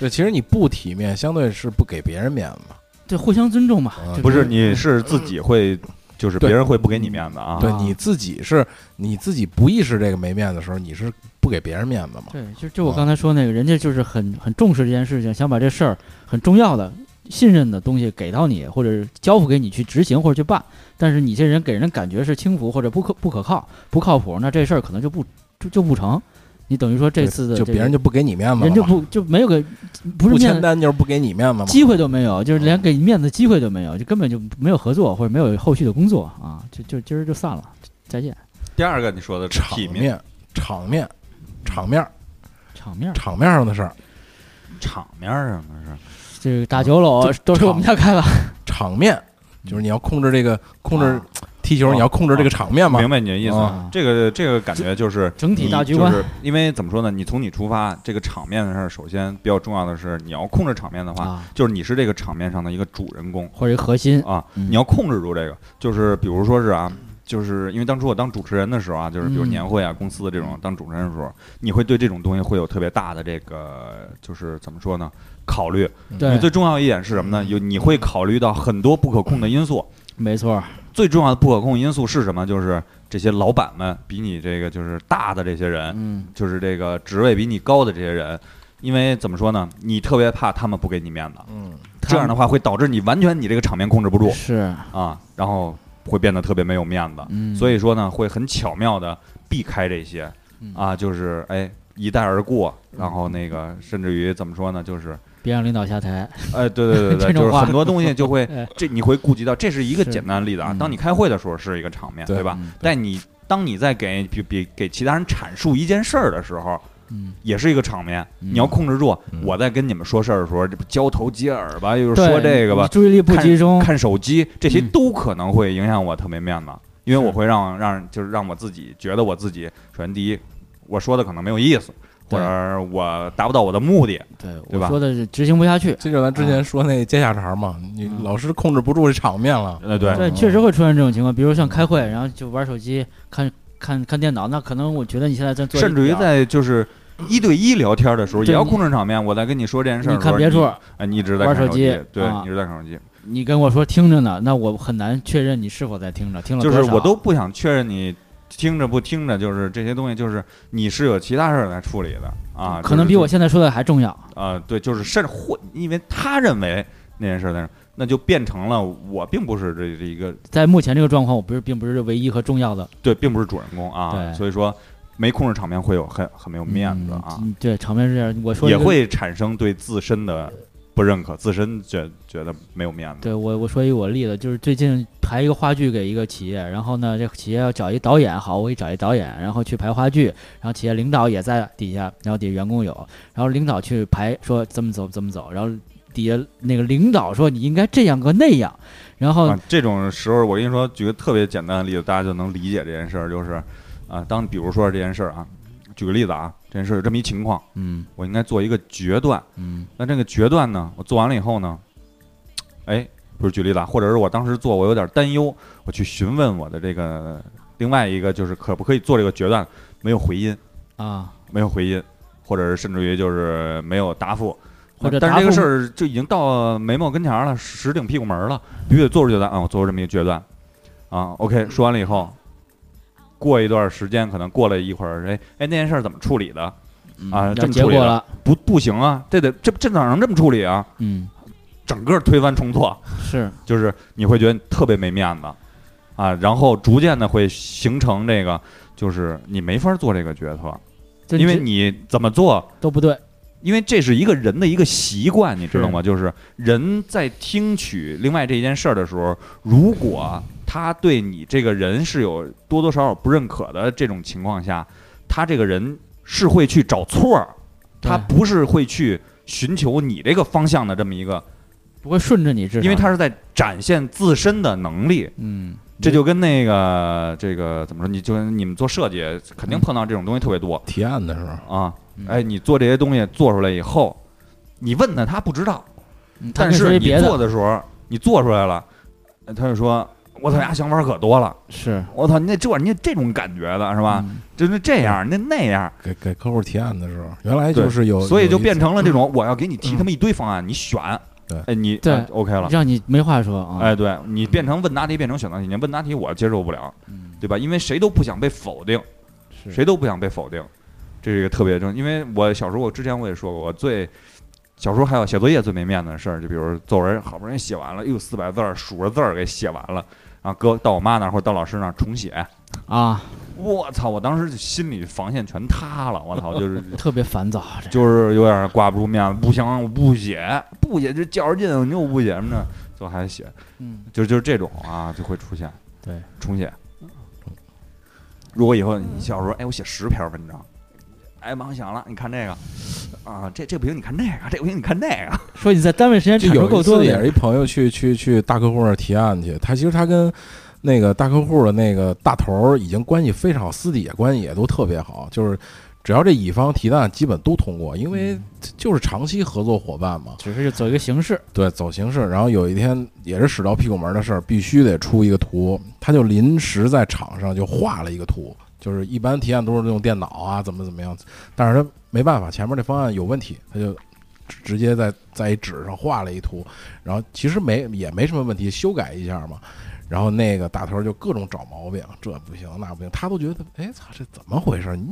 [SPEAKER 2] 对，其实你不体面，相对是不给别人面子嘛。
[SPEAKER 3] 对，互相尊重嘛
[SPEAKER 2] 啊。
[SPEAKER 3] 这
[SPEAKER 4] 不是，
[SPEAKER 3] 个
[SPEAKER 4] 你是自己会，就是
[SPEAKER 2] 对
[SPEAKER 4] 别人会不给你面子啊。
[SPEAKER 2] 对
[SPEAKER 3] 啊，
[SPEAKER 2] 你自己是你自己不意识这个没面子的时候，你是不给别人面子嘛？
[SPEAKER 3] 对，就就我
[SPEAKER 2] 啊
[SPEAKER 3] 刚才说那个，人家就是很很重视这件事情，想把这事儿很重要的、信任的东西给到你，或者是交付给你去执行或者去办。但是你这人给人的感觉是轻浮或者不可不可靠、不靠谱，那这事儿可能就不就就不成。你等于说这
[SPEAKER 2] 对
[SPEAKER 3] 次的
[SPEAKER 2] 就
[SPEAKER 3] 这
[SPEAKER 2] 别人就
[SPEAKER 3] 个
[SPEAKER 2] 不给你面子了
[SPEAKER 3] 人就
[SPEAKER 2] 嘛，
[SPEAKER 3] 不就没有个不是
[SPEAKER 2] 不
[SPEAKER 3] 面
[SPEAKER 2] 签
[SPEAKER 3] 子
[SPEAKER 2] 单就是不给你面子嘛。啊
[SPEAKER 3] 机会都没有，就是连给你面子机会都没有，就根本就没有合作或者没有后续的工作啊，就就今儿就散了，再见，
[SPEAKER 4] 第二个你说的
[SPEAKER 2] 场
[SPEAKER 4] 体面
[SPEAKER 2] 面，场面，场面，
[SPEAKER 3] 场面儿。
[SPEAKER 2] 场面上的事儿，
[SPEAKER 4] 场面儿啊，那是
[SPEAKER 3] 这个打九楼
[SPEAKER 2] 这
[SPEAKER 3] 哦都是我们家开的，
[SPEAKER 2] 场面就是你要控制这个控制
[SPEAKER 3] 啊
[SPEAKER 2] 踢球，
[SPEAKER 4] 啊
[SPEAKER 2] 你要控制这个场面嘛。
[SPEAKER 4] 明白你的意思
[SPEAKER 3] 啊。
[SPEAKER 4] 这个这个感觉就是
[SPEAKER 3] 整体
[SPEAKER 4] 你
[SPEAKER 3] 大局
[SPEAKER 4] 就
[SPEAKER 3] 观
[SPEAKER 4] 是因为怎么说呢？你从你出发，这个场面的事儿，首先比较重要的是你要控制场面的话，
[SPEAKER 3] 啊
[SPEAKER 4] 就是你是这个场面上的一个主人公
[SPEAKER 3] 或者一个核心
[SPEAKER 4] 啊，
[SPEAKER 3] 嗯
[SPEAKER 4] 你要控制住这个。就是比如说是啊，就是因为当初我当主持人的时候啊，就是比如
[SPEAKER 3] 嗯
[SPEAKER 4] 年会啊、公司的这种当主持人的时候，你会对这种东西会有特别大的这个就是怎么说呢？考虑。
[SPEAKER 3] 对
[SPEAKER 4] 你最重要一点是什么呢？有你会考虑到很多不可控的因素。
[SPEAKER 3] 没错儿，
[SPEAKER 4] 最重要的不可控因素是什么？就是这些老板们比你这个就是大的这些人，
[SPEAKER 3] 嗯，
[SPEAKER 4] 就是这个职位比你高的这些人，因为怎么说呢，你特别怕他们不给你面子，
[SPEAKER 2] 嗯，
[SPEAKER 4] 这样的话会导致你完全你这个场面控制不住
[SPEAKER 3] 嗯是，
[SPEAKER 4] 啊，然后会变得特别没有面子。
[SPEAKER 3] 嗯，
[SPEAKER 4] 所以说呢，会很巧妙的避开这些
[SPEAKER 3] 嗯
[SPEAKER 4] 啊，就是哎一带而过，然后那个甚至于怎么说呢，就是
[SPEAKER 3] 别让领导下台，
[SPEAKER 4] 哎，对 对对
[SPEAKER 3] 这
[SPEAKER 4] 对，
[SPEAKER 3] 种
[SPEAKER 4] 就是
[SPEAKER 3] 话
[SPEAKER 4] 很多东西就会
[SPEAKER 3] 哎
[SPEAKER 4] 这你会顾及到，这是一个
[SPEAKER 3] 是
[SPEAKER 4] 简单的例子啊
[SPEAKER 3] 嗯。
[SPEAKER 4] 当你开会的时候是一个场面，
[SPEAKER 2] 对
[SPEAKER 4] 对吧
[SPEAKER 3] 嗯？
[SPEAKER 2] 对
[SPEAKER 4] 但你当你在给比比给其他人阐述一件事儿的时候，
[SPEAKER 3] 嗯，
[SPEAKER 4] 也是一个场面，
[SPEAKER 3] 嗯
[SPEAKER 4] 你要控制住
[SPEAKER 2] 嗯。
[SPEAKER 4] 我在跟你们说事儿的时候，这不交头接耳吧，又
[SPEAKER 3] 对
[SPEAKER 4] 说这个
[SPEAKER 3] 你
[SPEAKER 4] 吧，
[SPEAKER 3] 注意力不
[SPEAKER 4] 看
[SPEAKER 3] 集中，
[SPEAKER 4] 看手机，这些
[SPEAKER 3] 嗯
[SPEAKER 4] 都可能会影响我特没面子，因为
[SPEAKER 3] 是
[SPEAKER 4] 我会让让就是让我自己觉得我自己，首先第一，我说的可能没有意思，或
[SPEAKER 3] 对
[SPEAKER 4] 者我达不到我的目的，
[SPEAKER 3] 对，
[SPEAKER 4] 对
[SPEAKER 3] 我
[SPEAKER 4] 吧
[SPEAKER 3] 说的是执行不下去，
[SPEAKER 2] 这就咱之前说那接下茬嘛，你
[SPEAKER 3] 啊嗯
[SPEAKER 2] 老是控制不住这场面了。
[SPEAKER 4] 呃，对，
[SPEAKER 3] 对，确实会出现这种情况，比如像开会，然后就玩手机，看看看电脑，那可能我觉得你现在在做一
[SPEAKER 4] 甚至于
[SPEAKER 3] 点儿。
[SPEAKER 4] 在就是一对一聊天的时候，
[SPEAKER 3] 对
[SPEAKER 4] 也要控制场面。我在跟你说这件事儿
[SPEAKER 3] 你
[SPEAKER 4] 的时候，
[SPEAKER 3] 看别处，
[SPEAKER 4] 哎，你一直在
[SPEAKER 3] 玩
[SPEAKER 4] 看
[SPEAKER 3] 手
[SPEAKER 4] 机
[SPEAKER 3] 机，
[SPEAKER 4] 对
[SPEAKER 3] 啊，
[SPEAKER 4] 你一直在看手机，
[SPEAKER 3] 你跟我说听着呢，那我很难确认你是否在听着，听了
[SPEAKER 4] 就是
[SPEAKER 3] 多少
[SPEAKER 4] 我都不想确认你听着不听着，就是这些东西，就是你是有其他事儿来处理的啊，
[SPEAKER 3] 嗯可能比我
[SPEAKER 4] 啊
[SPEAKER 3] 现在说的还重要。，
[SPEAKER 4] 呃对，就是甚至或因为他认为那件事儿，但是那就变成了我并不是这这一个
[SPEAKER 3] 在目前这个状况，我不是并不是唯一和重要的，
[SPEAKER 4] 对，并不是主人公啊，
[SPEAKER 3] 对
[SPEAKER 4] 所以说没控制场面会有很很没有面子啊。
[SPEAKER 3] 嗯对，场面是这样。我说一
[SPEAKER 4] 也
[SPEAKER 3] 个，
[SPEAKER 4] 会产生对自身的不认可，自身觉觉得没有面子。
[SPEAKER 3] 对我我说一个我例子，就是最近排一个话剧给一个企业，然后呢，这个企业要找一导演，好，我给你找一导演，然后去排话剧，然后企业领导也在底下，然后底下员工有，然后领导去排说怎么走怎么走，然后底下那个领导说你应该这样和那样，然后
[SPEAKER 4] 啊，这种时候我跟你说，举个特别简单的例子，大家就能理解这件事儿，就是啊，当比如说这件事儿啊，举个例子啊，这件事儿有这么一情况，
[SPEAKER 3] 嗯
[SPEAKER 4] 我应该做一个决断。
[SPEAKER 3] 嗯
[SPEAKER 4] 那这个决断呢，我做完了以后呢，哎，不是举例子啊，或者是我当时做，我有点担忧，我去询问我的这个另外一个就是可不可以做这个决断，没有回音，
[SPEAKER 3] 啊，
[SPEAKER 4] 没有回音，或者是甚至于就是没有答复，
[SPEAKER 3] 或者
[SPEAKER 4] 但
[SPEAKER 3] 答
[SPEAKER 4] 是这个
[SPEAKER 3] 复
[SPEAKER 4] 事儿就已经到眉毛跟前儿了，实顶屁股门儿了，必须得做出决断啊！我做出这么一个决断啊，OK，说完了以后，过一段时间，可能过了一会儿，哎哎，那件事儿怎么处理的啊？
[SPEAKER 3] 要
[SPEAKER 4] 这么
[SPEAKER 3] 结
[SPEAKER 4] 处理
[SPEAKER 3] 果
[SPEAKER 4] 的
[SPEAKER 3] 了，
[SPEAKER 4] 不不行啊，这得这这哪能这么处理啊？
[SPEAKER 3] 嗯
[SPEAKER 4] 整个推翻重做，
[SPEAKER 3] 是
[SPEAKER 4] 就是你会觉得特别没面子啊，然后逐渐的会形成这个，就是你没法做这个决策，
[SPEAKER 3] 就
[SPEAKER 4] 因为
[SPEAKER 3] 这
[SPEAKER 4] 你怎么做
[SPEAKER 3] 都不对，
[SPEAKER 4] 因为这是一个人的一个习惯，你知道吗？就是人在听取另外这一件事儿的时候，如果他对你这个人是有多多少少不认可的这种情况下，他这个人是会去找错儿，他
[SPEAKER 3] 对
[SPEAKER 4] 不是会去寻求你这个方向的这么一个，
[SPEAKER 3] 不会顺着你至少，
[SPEAKER 4] 因为他是在展现自身的能力。
[SPEAKER 3] 嗯，
[SPEAKER 4] 这就跟那个这个怎么说？你就跟你们做设计，肯定碰到这种东西特别多。
[SPEAKER 2] 提案的时候，
[SPEAKER 4] 啊
[SPEAKER 3] 嗯，
[SPEAKER 4] 哎，你做这些东西做出来以后，你问他，他不知道，
[SPEAKER 3] 嗯他
[SPEAKER 4] 但
[SPEAKER 3] 可以说
[SPEAKER 4] 是
[SPEAKER 3] 一
[SPEAKER 4] 你
[SPEAKER 3] 别的
[SPEAKER 4] 做的时候，你做出来了，呃他就说。我操，呀，想法可多了！
[SPEAKER 3] 是
[SPEAKER 4] 我操，你得这你得这种感觉的是吧？
[SPEAKER 3] 嗯
[SPEAKER 4] 就是这样，那那样，
[SPEAKER 2] 给给客户提案的时候，原来就是有，
[SPEAKER 4] 所以就
[SPEAKER 2] 有一
[SPEAKER 4] 变
[SPEAKER 2] 次
[SPEAKER 4] 成了这种，我要给你提他们一堆方案，你选。
[SPEAKER 2] 对
[SPEAKER 4] 哎，你
[SPEAKER 3] 嗯对
[SPEAKER 4] 哎 OK 了。
[SPEAKER 3] 让你没话说啊。
[SPEAKER 4] 哎，对你变成问答题，变成选择题，你问答题我接受不了，
[SPEAKER 3] 嗯
[SPEAKER 4] 对吧？因为谁都不想被否定，
[SPEAKER 3] 是
[SPEAKER 4] 谁都不想被否定，这是一个特别正。因为我小时候，我之前我也说过，我最小时候还有写作业最没面子的事儿，就比如作文好不容易写完了，又四百字儿数着字儿给写完了，然后搁到我妈那儿或者到老师那儿重写，
[SPEAKER 3] 啊，
[SPEAKER 4] 我操！我当时就心里防线全塌了，我操，就是
[SPEAKER 3] 特别烦躁，啊这
[SPEAKER 4] 就是有点挂不住面子，不行，我不写，不写就较着劲，你又不写什么的，就还写，
[SPEAKER 3] 嗯，
[SPEAKER 4] 就就是这种啊，就会出现
[SPEAKER 3] 对嗯
[SPEAKER 4] 重写。如果以后你小时候，哎，我写十篇文章，哎，马上想了，你看这个，啊，这这不行，你看这个，这不行，你看那个，
[SPEAKER 3] 说你在单位时间
[SPEAKER 2] 就
[SPEAKER 3] 产出
[SPEAKER 2] 有
[SPEAKER 3] 够
[SPEAKER 2] 一
[SPEAKER 3] 多
[SPEAKER 2] 次
[SPEAKER 3] 的
[SPEAKER 2] 也
[SPEAKER 3] 人
[SPEAKER 2] 是一朋友去去去大客户那儿提案去，他其实他跟那个大客户的那个大头儿已经关系非常好，私底下关系也都特别好，就是只要这乙方提的案基本都通过，因为
[SPEAKER 3] 嗯
[SPEAKER 2] 就是长期合作伙伴嘛，
[SPEAKER 3] 只是走一个形式，
[SPEAKER 2] 对，走形式。然后有一天也是使到屁股门儿的事儿，必须得出一个图，他就临时在场上就画了一个图，就是一般提案都是用电脑啊，怎么怎么样，但是他没办法，前面那方案有问题，他就直直接在在一纸上画了一图，然后其实没也没什么问题，修改一下嘛。然后那个大头就各种找毛病，这不行那不行，他都觉得，哎操，这怎么回事？你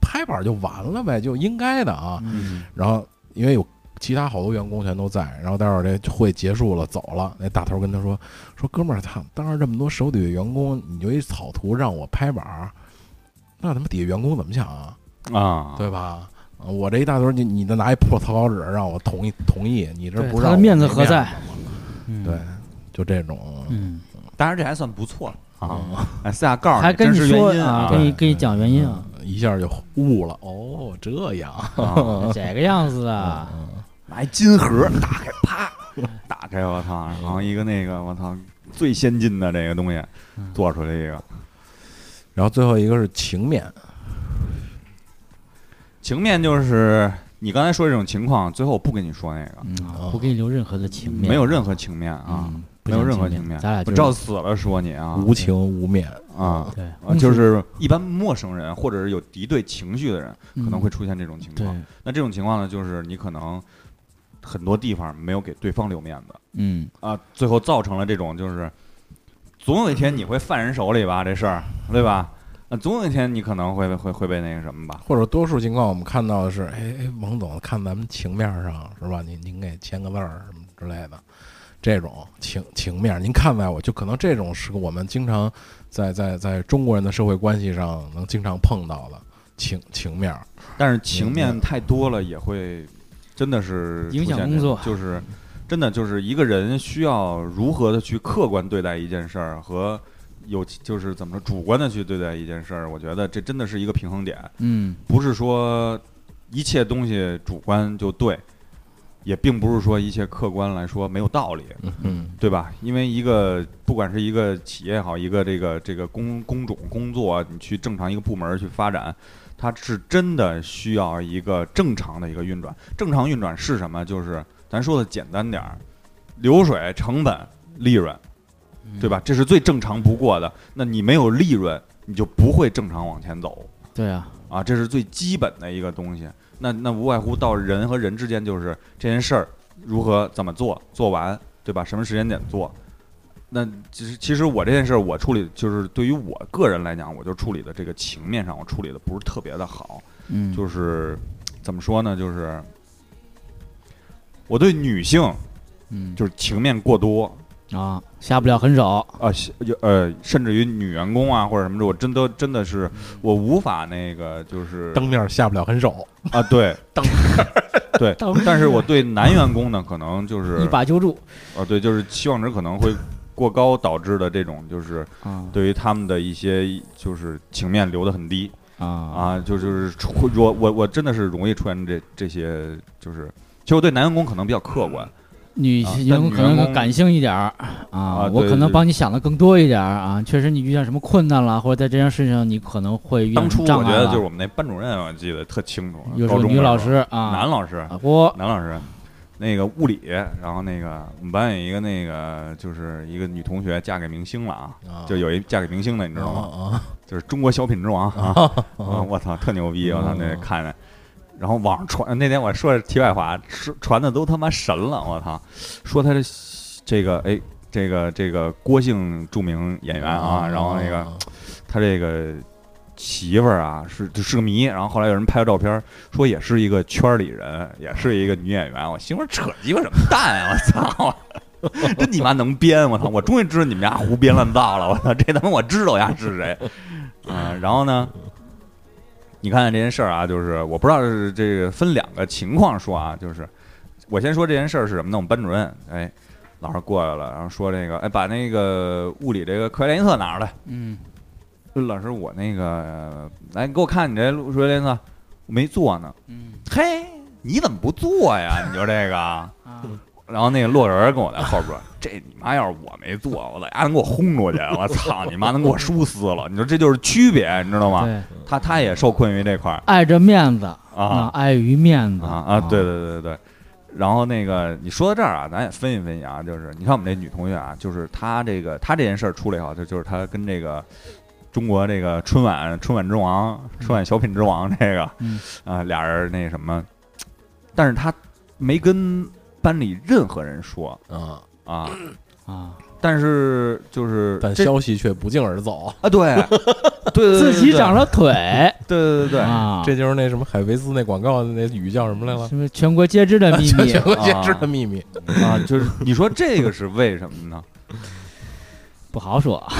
[SPEAKER 2] 拍板就完了呗，就应该的啊。
[SPEAKER 4] 嗯，
[SPEAKER 2] 然后因为有 其他好多员工全都在，然后待会儿这会结束了走了，那大头跟他说说哥们儿，他当着这么多手底下员工，你就一草图让我拍板儿，那他妈底下员工怎么想啊？
[SPEAKER 4] 啊，
[SPEAKER 2] 对吧？啊我这一大头，你你再拿一破草稿纸让我同意同意，你这
[SPEAKER 3] 对
[SPEAKER 2] 不是
[SPEAKER 3] 他
[SPEAKER 2] 让
[SPEAKER 3] 的
[SPEAKER 2] 我
[SPEAKER 3] 面子
[SPEAKER 2] 没
[SPEAKER 3] 何在
[SPEAKER 2] 子吗？
[SPEAKER 3] 嗯
[SPEAKER 2] 对，，就这种，
[SPEAKER 3] 嗯，
[SPEAKER 4] 当然这还算不错啊
[SPEAKER 2] 嗯，
[SPEAKER 4] 哎，私下告诉
[SPEAKER 3] 还
[SPEAKER 4] 你，
[SPEAKER 3] 跟
[SPEAKER 4] 真
[SPEAKER 3] 你
[SPEAKER 4] 实
[SPEAKER 3] 说
[SPEAKER 4] 原因
[SPEAKER 3] 啊，
[SPEAKER 4] 啊
[SPEAKER 3] 跟你
[SPEAKER 2] 对
[SPEAKER 3] 跟你讲原因啊，
[SPEAKER 2] 一下就悟了。哦，这样，
[SPEAKER 4] 啊，
[SPEAKER 3] 这个样子啊，
[SPEAKER 4] 拿一金盒打开，啪，打开，我操，然后一个那个，我操，最先进的这个东西
[SPEAKER 3] 嗯
[SPEAKER 4] 做出来一个
[SPEAKER 2] 然后最后一个是情面，
[SPEAKER 4] 情面，就是你刚才说这种情况，最后我不跟你说那个，
[SPEAKER 3] 嗯，不给你留任何的情面，
[SPEAKER 4] 没有任何情面啊。
[SPEAKER 3] 嗯，不
[SPEAKER 4] 没有
[SPEAKER 3] 讲
[SPEAKER 4] 任何
[SPEAKER 3] 情
[SPEAKER 4] 情面，
[SPEAKER 3] 咱俩
[SPEAKER 4] 我
[SPEAKER 3] 就是
[SPEAKER 4] 照死了说你啊
[SPEAKER 2] 无情无面。
[SPEAKER 4] 啊
[SPEAKER 3] 对
[SPEAKER 4] 啊，就是一般陌生人或者是有敌对情绪的人可能会嗯出现这种情
[SPEAKER 3] 嗯对
[SPEAKER 4] 况。，那这种情况呢，就是你可能很多地方没有给对方留面子
[SPEAKER 3] 嗯，
[SPEAKER 4] 啊，最后造成了这种就是，总有一天你会犯人手里吧，这事儿对吧？那总有一天你可能会会会被那个什么吧？
[SPEAKER 2] 或者多数情况我们看到的是，哎哎，王总，看咱们情面上是吧？您您给签个字儿什么之类的，这种情情面，您看在我就可能这种是我们经常在在在中国人的社会关系上能经常碰到的，情情面儿，
[SPEAKER 4] 但是情
[SPEAKER 2] 明
[SPEAKER 4] 面太多了也会真的是
[SPEAKER 3] 影响
[SPEAKER 4] 出现
[SPEAKER 3] 工作
[SPEAKER 4] 这种就是真的就是一个人需要如何的去客观对待一件事儿和有就是怎么说主观的去对待一件事儿，我觉得这真的是一个平衡点，
[SPEAKER 3] 嗯
[SPEAKER 4] 不是说一切东西主观就对，也并不是说一切客观来说没有道理，
[SPEAKER 2] 嗯，
[SPEAKER 4] 对吧？因为一个不管是一个企业也好，一个这个这个工工种工作，你去正常一个部门儿去发展，它是真的需要一个正常的一个运转。正常运转是什么？就是咱说的简单点儿，流水、成本、利润，对吧？这是最正常不过的。那你没有利润，你就不会正常往前走
[SPEAKER 3] 对啊，
[SPEAKER 4] 啊，这是最基本的一个东西。那那无外乎到人和人之间，就是这件事儿如何怎么做，做完对吧？什么时间点做？那其实其实我这件事儿我处理就是对于我个人来讲，我就处理的这个情面上我处理的不是特别的好，
[SPEAKER 3] 嗯，
[SPEAKER 4] 就是怎么说呢？就是我对女性
[SPEAKER 3] 嗯
[SPEAKER 4] 就是情面过多，
[SPEAKER 3] 啊，下不了狠手，
[SPEAKER 4] 啊，是有呃，甚至于女员工啊或者什么的，我真的真的是我无法那个就是
[SPEAKER 2] 当面下不了狠手，
[SPEAKER 4] 啊，对， 对
[SPEAKER 3] 当，
[SPEAKER 4] 但是我对男员工呢，可能就是
[SPEAKER 3] 一把揪住
[SPEAKER 4] 啊，对，就是期望值可能会过高导致的这种，就是
[SPEAKER 3] 啊
[SPEAKER 4] 对于他们的一些就是情面留得很低
[SPEAKER 3] 啊
[SPEAKER 4] 啊，就就是出我我我真的是容易出现这这些，就是其实我对男员工可能比较客观，
[SPEAKER 3] 女
[SPEAKER 4] 啊
[SPEAKER 3] 员工可
[SPEAKER 4] 但女员
[SPEAKER 3] 能
[SPEAKER 4] 工
[SPEAKER 3] 感性一点儿啊，
[SPEAKER 4] 啊
[SPEAKER 3] 我
[SPEAKER 4] 对
[SPEAKER 3] 可能
[SPEAKER 4] 对
[SPEAKER 3] 帮你想的更多一点儿啊。确实，你遇见什么困难了，或者在这件事情上你可能会遇
[SPEAKER 4] 当
[SPEAKER 3] 见
[SPEAKER 4] 初
[SPEAKER 3] 什么
[SPEAKER 4] 我
[SPEAKER 3] 嗯障
[SPEAKER 4] 觉
[SPEAKER 3] 碍
[SPEAKER 4] 得就是
[SPEAKER 3] 了。
[SPEAKER 4] 我们那班主任我记得特清楚，
[SPEAKER 3] 又是
[SPEAKER 4] 高
[SPEAKER 3] 个
[SPEAKER 4] 中
[SPEAKER 3] 女
[SPEAKER 4] 的
[SPEAKER 3] 老
[SPEAKER 4] 时候
[SPEAKER 3] 师啊，
[SPEAKER 4] 男老师
[SPEAKER 3] 啊我
[SPEAKER 4] 男老师，那个物理，然后那个我们班有一个那个就是一个女同学嫁给明星了啊，
[SPEAKER 2] 啊
[SPEAKER 4] 就有一嫁给明星的，你知道吗？
[SPEAKER 2] 啊
[SPEAKER 4] 就是中国小品之王啊！啊我操，特牛逼！我操，那
[SPEAKER 2] 嗯
[SPEAKER 4] 看着。然后网上传那天我说是题外话，传传的都他妈神了，我操！说他这这个哎，这个这个郭姓著名演员啊，然后那个他这个媳妇儿啊是就是个迷，然后后来有人拍了照片儿，说也是一个圈儿里人，也是一个女演员。我心说扯鸡巴什么蛋啊！我操！真你妈能编！我操！我终于知道你们家胡编乱造了！我操！这他妈我知道我家是谁啊、然后呢，你看这件事儿啊，就是我不知道是这个分两个情况说啊，就是我先说这件事儿是什么呢？我们班主任哎，老师过来了，然后说这个哎，把那个物理这个课外练习册拿出来。
[SPEAKER 3] 嗯
[SPEAKER 4] 老师，我那个呃来，你给我看你这录数学练习册，我没做呢。
[SPEAKER 3] 嗯
[SPEAKER 4] 嘿，你怎么不做呀？你就这个。
[SPEAKER 3] 啊
[SPEAKER 4] 然后那个洛人跟我在后边说：“这你妈要是我没做，我在家能给我轰出去！我操，你妈能给我输撕了！你说这就是区别，你知道吗？
[SPEAKER 3] 对，
[SPEAKER 4] 他他也受困于这块儿
[SPEAKER 3] 碍着面子啊，
[SPEAKER 4] 啊啊
[SPEAKER 3] 碍于面子
[SPEAKER 4] 啊啊！对对对对对。然后那个你说到这儿啊，咱也分析分析啊，就是你看我们这女同学啊，就是她这个她这件事儿出来以后，就就是她跟这个中国这个春晚春晚之王、春晚小品之王这个，
[SPEAKER 3] 嗯
[SPEAKER 4] 啊俩人那什么，但是她没跟班里任何人说
[SPEAKER 2] 啊，
[SPEAKER 4] 啊，
[SPEAKER 3] 啊，
[SPEAKER 4] 但是就是
[SPEAKER 2] 但
[SPEAKER 4] 这
[SPEAKER 2] 消息却不胫而走，
[SPEAKER 4] 啊，对， 对
[SPEAKER 3] 自
[SPEAKER 4] 对
[SPEAKER 3] 己长
[SPEAKER 4] 了，
[SPEAKER 3] 了 腿
[SPEAKER 4] 对对对对
[SPEAKER 3] 啊，
[SPEAKER 2] 这就是那什么海飞丝那广告那语叫什么来了？
[SPEAKER 3] 什么全国皆知的 秘密
[SPEAKER 2] 全国皆知的秘密，
[SPEAKER 4] 对啊，就是你说这个是为什么呢？
[SPEAKER 3] 不好说
[SPEAKER 2] 啊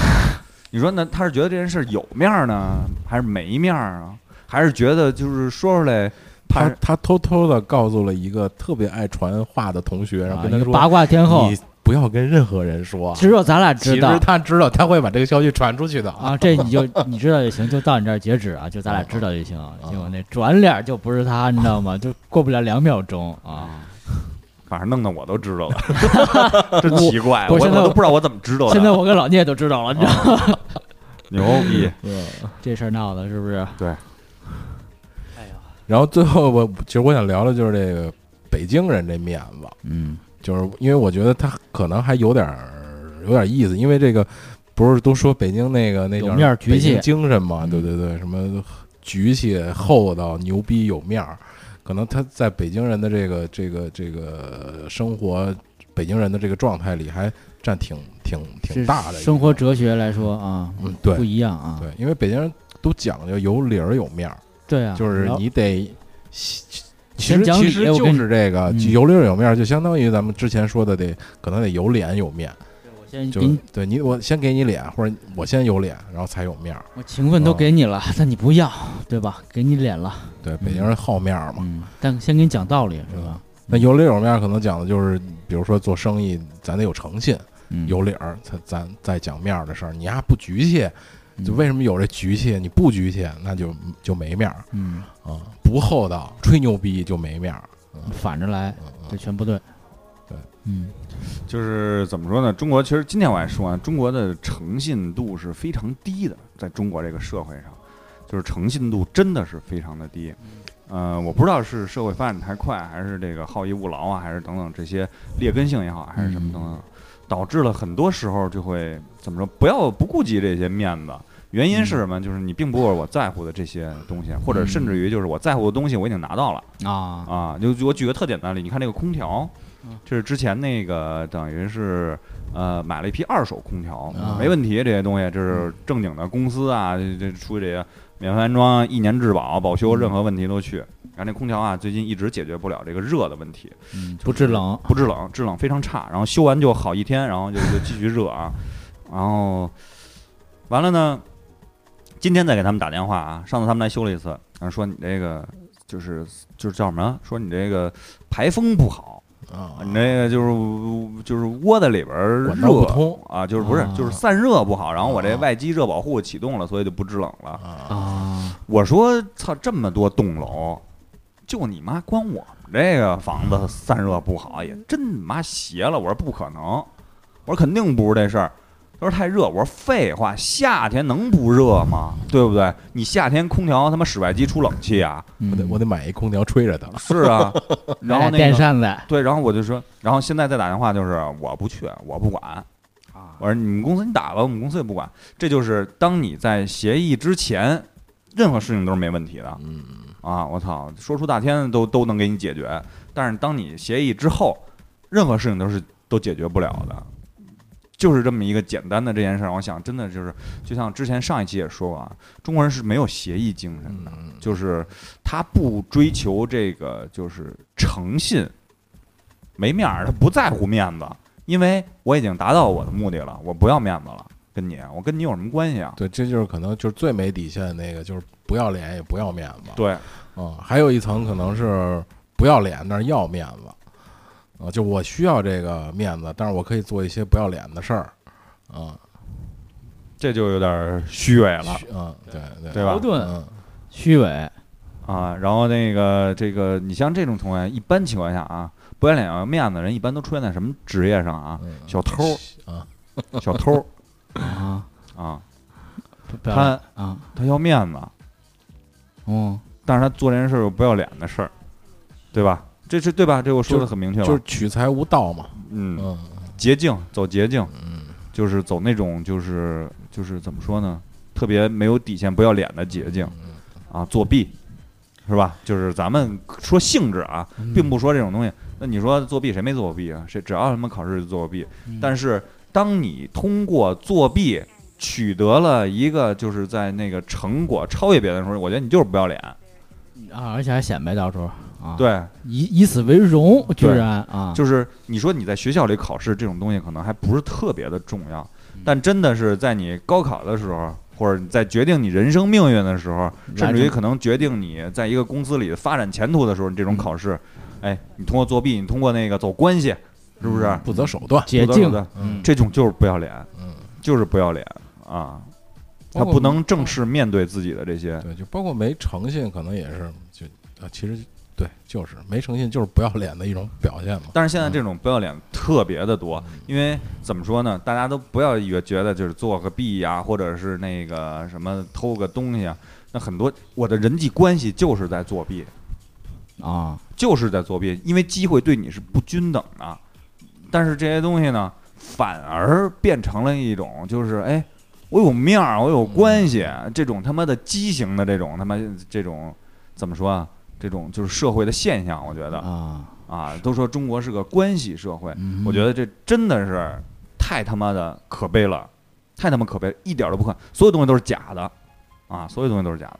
[SPEAKER 4] 你说那他是觉得这件事有面儿呢，还是没面儿啊？还是觉得就是说出来怕
[SPEAKER 2] 他
[SPEAKER 4] 是
[SPEAKER 2] 他偷偷的告诉了一个特别爱传话的同学，然后
[SPEAKER 3] 啊，
[SPEAKER 2] 跟
[SPEAKER 3] 一
[SPEAKER 2] 他
[SPEAKER 3] 个
[SPEAKER 2] 说
[SPEAKER 3] 八卦天后
[SPEAKER 2] 你，不要跟任何人说。
[SPEAKER 3] 只有咱俩
[SPEAKER 2] 其
[SPEAKER 3] 知道
[SPEAKER 2] 实他知道他会把这个消息传出去的
[SPEAKER 3] 啊，这你就你知道就行，就到你这儿截止 啊，就咱俩知道就行。结果那转脸就不是他，你知道吗？就过不了两秒钟啊。
[SPEAKER 4] 啊，反正弄得我都知道了， 真奇怪，
[SPEAKER 3] 我
[SPEAKER 4] 我
[SPEAKER 3] 现在
[SPEAKER 4] 我都不知道我怎么知道
[SPEAKER 2] 啊
[SPEAKER 4] 的。
[SPEAKER 3] 现在我跟老聂都知道了，你知道吗
[SPEAKER 4] 牛逼，
[SPEAKER 2] 啊
[SPEAKER 3] 这事儿闹的是不是？
[SPEAKER 2] 然后最后我其实我想聊的就是这个北京人这面子，
[SPEAKER 3] 嗯
[SPEAKER 2] 就是因为我觉得他可能还有点儿有点意思，因为这个不是都说北京那个那叫
[SPEAKER 3] 有面儿局
[SPEAKER 2] 北京
[SPEAKER 3] 气
[SPEAKER 2] 精神嘛，
[SPEAKER 3] 嗯
[SPEAKER 2] 对对对，什么局气厚道牛逼有面儿，可能他在北京人的这个这个这个生活，北京人的这个状态里还占挺挺挺
[SPEAKER 3] 这
[SPEAKER 2] 大的一个
[SPEAKER 3] 生活哲学来说啊，
[SPEAKER 2] 嗯对
[SPEAKER 3] 不一样啊。
[SPEAKER 2] 对，因为北京人都讲究有理儿有面儿，
[SPEAKER 3] 对啊，
[SPEAKER 2] 就是
[SPEAKER 3] 然后
[SPEAKER 2] 你得。其
[SPEAKER 3] 先
[SPEAKER 2] 实
[SPEAKER 3] 讲
[SPEAKER 2] 其
[SPEAKER 3] 理哎
[SPEAKER 2] 实
[SPEAKER 3] 我
[SPEAKER 2] 就
[SPEAKER 3] 跟你
[SPEAKER 2] 是这个
[SPEAKER 3] 嗯
[SPEAKER 2] 有理儿有面儿，就相当于咱们之前说的得可能得有脸有面，
[SPEAKER 3] 先
[SPEAKER 2] 就
[SPEAKER 3] 给你，
[SPEAKER 2] 对你，我先给你脸，或者我先有脸，然后才有面儿。
[SPEAKER 3] 我情分
[SPEAKER 4] 啊
[SPEAKER 3] 都给你了， 但你不要，对吧？给你脸了，
[SPEAKER 2] 对，北京人好面儿嘛。
[SPEAKER 3] 嗯， 但先给你讲道理，是吧？
[SPEAKER 2] 那有理有面儿，可能讲的就是，比如说做生意，咱得有诚信，
[SPEAKER 3] 嗯，
[SPEAKER 2] 有理儿，才咱再讲面儿的事儿。你丫不局气，
[SPEAKER 3] 嗯
[SPEAKER 2] 就为什么有这局气？你不局气，那就就没面儿
[SPEAKER 3] 嗯，
[SPEAKER 2] 啊、不厚道，吹牛逼就没面儿。嗯
[SPEAKER 3] 反着来，这全不对。
[SPEAKER 2] 对，
[SPEAKER 3] 嗯，
[SPEAKER 4] 就是怎么说呢？中国其实今天我还说啊，中国的诚信度是非常低的，在中国这个社会上，就是诚信度真的是非常的低。呃，我不知道是社会发展太快，还是这个好逸恶劳啊，还是等等这些劣根性也好，还是什么等等，导致了很多时候就会怎么说？不要不顾及这些面子。原因是什么？就是你并不是我在乎的这些东西，或者甚至于就是我在乎的东西我已经拿到了。
[SPEAKER 3] 啊，
[SPEAKER 4] 啊，就就我举个特简单的例子，你看那个空调，这是之前那个等于是呃买了一批二手空调，
[SPEAKER 3] 啊
[SPEAKER 4] 没问题，这些东西这是正经的公司啊，这这出这些免费安装，一年质保，保修任何问题都去。然后那空调啊，最近一直解决不了这个热的问题，
[SPEAKER 3] 嗯不制冷，
[SPEAKER 4] 不制冷，制冷非常差。然后修完就好一天，然后就就继续热啊，然后完了呢，今天再给他们打电话啊，上次他们来修了一次，然后说你这个就是就是叫什么，说你这个排风不好，
[SPEAKER 2] 啊，
[SPEAKER 4] 你这个就是就是窝在里边儿
[SPEAKER 2] 管道不
[SPEAKER 4] 热。
[SPEAKER 2] 通
[SPEAKER 4] 啊，就是不是
[SPEAKER 3] 啊
[SPEAKER 4] 就是散热不好，然后我这
[SPEAKER 2] 啊
[SPEAKER 4] 外机热保护启动了，所以就不制冷了。
[SPEAKER 2] 啊，
[SPEAKER 3] 啊，
[SPEAKER 4] 我说操，这么多栋楼，就你妈光我们这个房子散热不好，也真你妈邪了。我说不可能，我说肯定不是这事儿。他说太热，我说废话，夏天能不热吗？对不对？你夏天空调他妈室外机出冷气啊？
[SPEAKER 2] 我得我
[SPEAKER 3] 得
[SPEAKER 2] 得买一空调吹着它。
[SPEAKER 4] 是啊， 然后那
[SPEAKER 3] 电
[SPEAKER 4] 个
[SPEAKER 3] 扇在
[SPEAKER 4] 对，然后我就说，然后现在再打电话就是我不去，我不管，
[SPEAKER 3] 啊
[SPEAKER 4] 我说你们公司你打吧，我们公司也不管。这就是当你在协议之前，任何事情都是没问题的。嗯啊，我操，说出大天都都能给你解决，但是当你协议之后，任何事情都是都解决不了的。就是这么一个简单的这件事儿，我想真的就是，就像之前上一期也说过啊，中国人是没有协议精神的。
[SPEAKER 2] 嗯，
[SPEAKER 4] 就是他不追求这个就是诚信，没面儿，他不在乎面子，因为我已经达到我的目的了，我不要面子了，跟你，我跟你有什么关系啊？
[SPEAKER 2] 对，这就是可能就是最没底线的那个，就是不要脸也不要面子。
[SPEAKER 4] 对，
[SPEAKER 2] 啊，还有一层可能是不要脸，但是要面子。啊，就我需要这个面子，但是我可以做一些不要脸的事儿。啊，
[SPEAKER 4] 这就有点儿虚伪了，
[SPEAKER 2] 需嗯，对对
[SPEAKER 4] 对
[SPEAKER 3] 矛
[SPEAKER 4] 吧？
[SPEAKER 3] 盾、
[SPEAKER 2] 嗯，
[SPEAKER 3] 虚伪，
[SPEAKER 4] 啊，然后那个这个，你像这种情况下，一般情况下啊，不要脸要面子的人，一般都出现在什么职业上啊？
[SPEAKER 2] 嗯
[SPEAKER 4] 小偷，
[SPEAKER 2] 啊，
[SPEAKER 4] 小 偷
[SPEAKER 3] 啊，
[SPEAKER 4] 啊，
[SPEAKER 3] 不不要
[SPEAKER 4] 他
[SPEAKER 3] 啊，
[SPEAKER 4] 他要面子，
[SPEAKER 3] 嗯，
[SPEAKER 4] 但是他做这件事儿有不要脸的事儿，对吧？这是对吧？这我说的很明确了，
[SPEAKER 2] 就是取财无道嘛。
[SPEAKER 4] 嗯，
[SPEAKER 2] 嗯，
[SPEAKER 4] 捷径，走捷径，
[SPEAKER 2] 嗯，
[SPEAKER 4] 就是走那种就是就是怎么说呢，特别没有底线、不要脸的捷径
[SPEAKER 2] 嗯
[SPEAKER 4] 啊，作弊，是吧？就是咱们说性质啊，
[SPEAKER 2] 嗯
[SPEAKER 4] 并不说这种东西。那你说作弊，谁没做过弊啊？谁只要什么考试就做过弊。
[SPEAKER 2] 嗯
[SPEAKER 4] 但是当你通过作弊取得了一个就是在那个成果超越别人的时候，我觉得你就是不要脸。
[SPEAKER 3] 啊，而且还显摆到时候啊，，
[SPEAKER 4] 对，
[SPEAKER 3] 以以此为荣，居
[SPEAKER 4] 对
[SPEAKER 3] 然啊，
[SPEAKER 4] 就是你说你在学校里考试这种东西，可能还不是特别的重要，
[SPEAKER 2] 嗯
[SPEAKER 4] 但真的是在你高考的时候，或者你在决定你人生命运的时候，
[SPEAKER 2] 嗯
[SPEAKER 4] 甚至于可能决定你在一个公司里的发展前途的时候，你这种考试，
[SPEAKER 2] 嗯
[SPEAKER 4] 哎，你通过作弊，你通过那个走关系，是不是？
[SPEAKER 2] 不择手段。
[SPEAKER 3] 捷
[SPEAKER 4] 不得
[SPEAKER 3] 径
[SPEAKER 4] 不，得
[SPEAKER 3] 嗯
[SPEAKER 4] 这种就是不要脸，
[SPEAKER 2] 嗯，
[SPEAKER 4] 就是不要脸啊！他
[SPEAKER 2] 包括
[SPEAKER 4] 不能正式面对自己的这些，
[SPEAKER 2] 对，就包括没诚信，可能也是就啊，其实对，就是没诚信，就是不要脸的一种表现嘛。
[SPEAKER 4] 但是现在这种不要脸特别的多，因为怎么说呢，大家都不要以为觉得就是做个弊呀、或者是那个什么偷个东西啊，那很多我的人际关系就是在作弊，
[SPEAKER 3] 啊，
[SPEAKER 4] 就是在作弊，因为机会对你是不均等的。但是这些东西呢，反而变成了一种就是哎，我有面儿，我有关系，这种他妈的畸形的这种他妈这种怎么说啊？这种就是社会的现象，我觉得
[SPEAKER 3] 啊，
[SPEAKER 4] 啊，都说中国是个关系社会，
[SPEAKER 3] 嗯
[SPEAKER 4] 我觉得这真的是太他妈的可悲了，太他妈可悲，一点都不可，所有东西都是假的，啊，所有东西都是假的，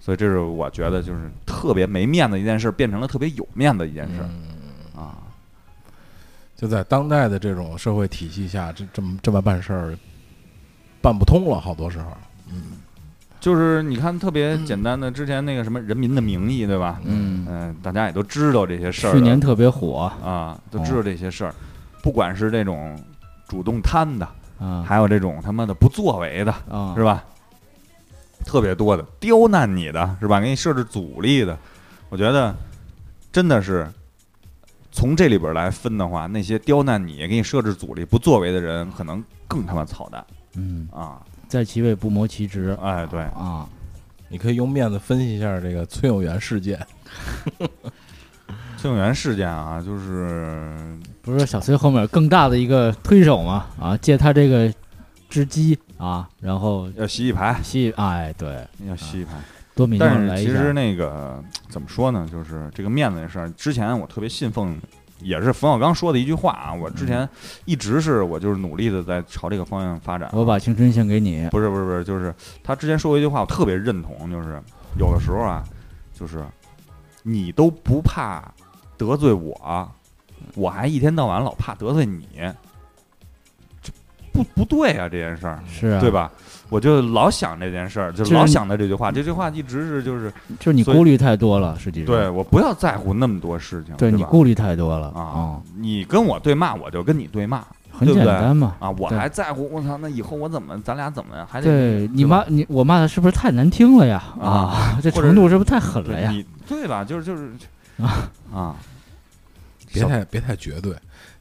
[SPEAKER 4] 所以这是我觉得就是特别没面子的一件事，变成了特别有面子的一件事
[SPEAKER 2] 嗯，
[SPEAKER 4] 啊。
[SPEAKER 2] 就在当代的这种社会体系下，这这么这么办事儿办不通了，好多时候。
[SPEAKER 4] 就是你看特别简单的，之前那个什么《人民的名义》，对吧？
[SPEAKER 3] 嗯，
[SPEAKER 4] 嗯，大家也都知道这些事儿了。
[SPEAKER 3] 去年特哦别火
[SPEAKER 4] 啊，都知道这些事儿，不管是这种主动贪的，
[SPEAKER 3] 啊
[SPEAKER 4] 还有这种他妈的不作为的，
[SPEAKER 3] 啊
[SPEAKER 4] 是吧？特别多的刁难你的是吧？给你设置阻力的，我觉得真的是从这里边来分的话，那些刁难你、给你设置阻力、不作为的人，可能更他妈操蛋
[SPEAKER 3] 嗯，
[SPEAKER 4] 啊！
[SPEAKER 3] 在其位不谋其职
[SPEAKER 4] 哎，对，
[SPEAKER 3] 啊，
[SPEAKER 2] 你可以用面子分析一下这个崔永元事件，
[SPEAKER 4] 崔永元事件啊，就是
[SPEAKER 3] 不是说小崔后面有更大的一个推手嘛啊，借他这个之机啊，然后
[SPEAKER 4] 要洗洗牌，
[SPEAKER 3] 吸哎对，
[SPEAKER 4] 要洗洗牌。
[SPEAKER 3] 多米
[SPEAKER 4] 但
[SPEAKER 3] 诺
[SPEAKER 4] 是
[SPEAKER 3] 来一
[SPEAKER 4] 其
[SPEAKER 3] 下
[SPEAKER 4] 实那个怎么说呢，就是这个面子这事儿，之前我特别信奉，也是冯小刚说的一句话啊，我之
[SPEAKER 3] 嗯
[SPEAKER 4] 前一直是我就是努力的在朝这个方向发展。
[SPEAKER 3] 我把青春献给你，
[SPEAKER 4] 不是不是不是，就是他之前说过一句话，我特别认同，就是有的时候啊，就是你都不怕得罪我，我还一天到晚老怕得罪你，这不不对啊，这件事儿。
[SPEAKER 3] 是啊，
[SPEAKER 4] 对？吧？我就老想这件事儿，就
[SPEAKER 3] 就是
[SPEAKER 4] 老
[SPEAKER 3] 你嗯
[SPEAKER 4] 想到这句话。这句话一直是就是
[SPEAKER 3] 就是你
[SPEAKER 4] 所以
[SPEAKER 3] 顾虑太多了，实际上
[SPEAKER 4] 对我不要在乎那么多事情，
[SPEAKER 3] 对你
[SPEAKER 4] 吧
[SPEAKER 3] 顾虑太多了
[SPEAKER 4] 啊，你跟我对骂，我就跟你对骂
[SPEAKER 3] 很
[SPEAKER 4] 对不
[SPEAKER 3] 简
[SPEAKER 4] 对
[SPEAKER 3] 单嘛。
[SPEAKER 4] 啊，我
[SPEAKER 3] 对
[SPEAKER 4] 还在乎我操，那以后我怎么咱俩怎么还得
[SPEAKER 3] 对你
[SPEAKER 4] 吧
[SPEAKER 3] 骂你我骂他是不是太难听了呀？啊，这
[SPEAKER 4] 或者
[SPEAKER 3] 程度是不是太狠了
[SPEAKER 4] 对
[SPEAKER 3] 呀？
[SPEAKER 4] 你对吧？就是就是啊，
[SPEAKER 2] 别太别太绝对。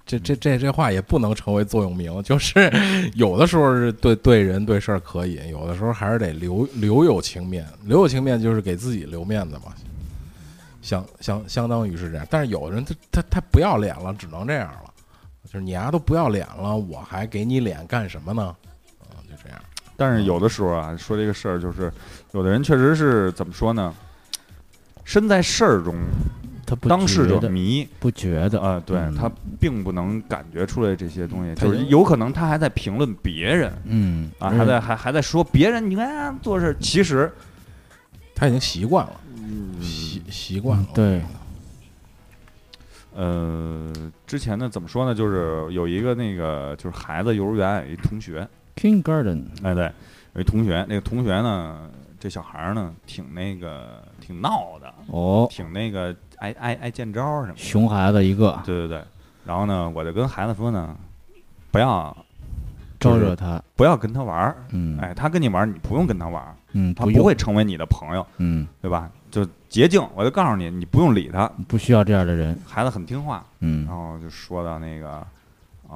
[SPEAKER 2] 这这这这话也不能成为座右铭，就是 有的时候是对对人对事儿可以，有的时候还是得留留有情面，留有情面就是给自己留面子嘛，相相相当于是这样。但是有的人他他他不要脸了，只能这样了，就是你丫都不要脸了，我还给你脸干什么呢？嗯，就这样。
[SPEAKER 4] 但是有的时候啊，说这个事儿就是，有的人确实是怎么说呢？身在事儿中，
[SPEAKER 3] 他不
[SPEAKER 4] 当事
[SPEAKER 3] 觉
[SPEAKER 4] 者
[SPEAKER 3] 得
[SPEAKER 4] 迷，
[SPEAKER 3] 不觉得，
[SPEAKER 4] 呃，对
[SPEAKER 3] 嗯
[SPEAKER 4] 他并不能感觉出来这些东西，
[SPEAKER 2] 他
[SPEAKER 4] 就是
[SPEAKER 2] 也
[SPEAKER 4] 有可能他还在评论别人
[SPEAKER 3] 嗯
[SPEAKER 4] 啊，
[SPEAKER 3] 而且
[SPEAKER 4] 还在还还在说别人，你看啊做事，其实
[SPEAKER 2] 他已经习惯了，
[SPEAKER 4] 嗯
[SPEAKER 2] 习习惯了。
[SPEAKER 3] 对，
[SPEAKER 4] 呃，之前呢怎么说呢？就是有一个那个就是孩子幼儿园有一同学，
[SPEAKER 3] kindergarten
[SPEAKER 4] 哎，对，有一同学，那个同学呢，这小孩儿呢，挺那个，挺闹的，
[SPEAKER 3] 哦，
[SPEAKER 4] 挺那个爱爱爱见招儿什么的。
[SPEAKER 3] 熊孩子一个，
[SPEAKER 4] 对对对。然后呢，我就跟孩子说呢，不要就
[SPEAKER 3] 招
[SPEAKER 4] 是
[SPEAKER 3] 惹他，
[SPEAKER 4] 不要跟他玩儿，
[SPEAKER 3] 嗯
[SPEAKER 4] 哎，他跟你玩儿，你不用跟他玩儿，
[SPEAKER 3] 嗯，
[SPEAKER 4] 他
[SPEAKER 3] 不
[SPEAKER 4] 不
[SPEAKER 3] 用
[SPEAKER 4] 会成为你的朋友，
[SPEAKER 3] 嗯，
[SPEAKER 4] 对吧？就捷径，我就告诉你，你不用理他。
[SPEAKER 3] 不需要这样的人，
[SPEAKER 4] 孩子很听话，
[SPEAKER 3] 嗯
[SPEAKER 4] 然，后就说到那个，啊，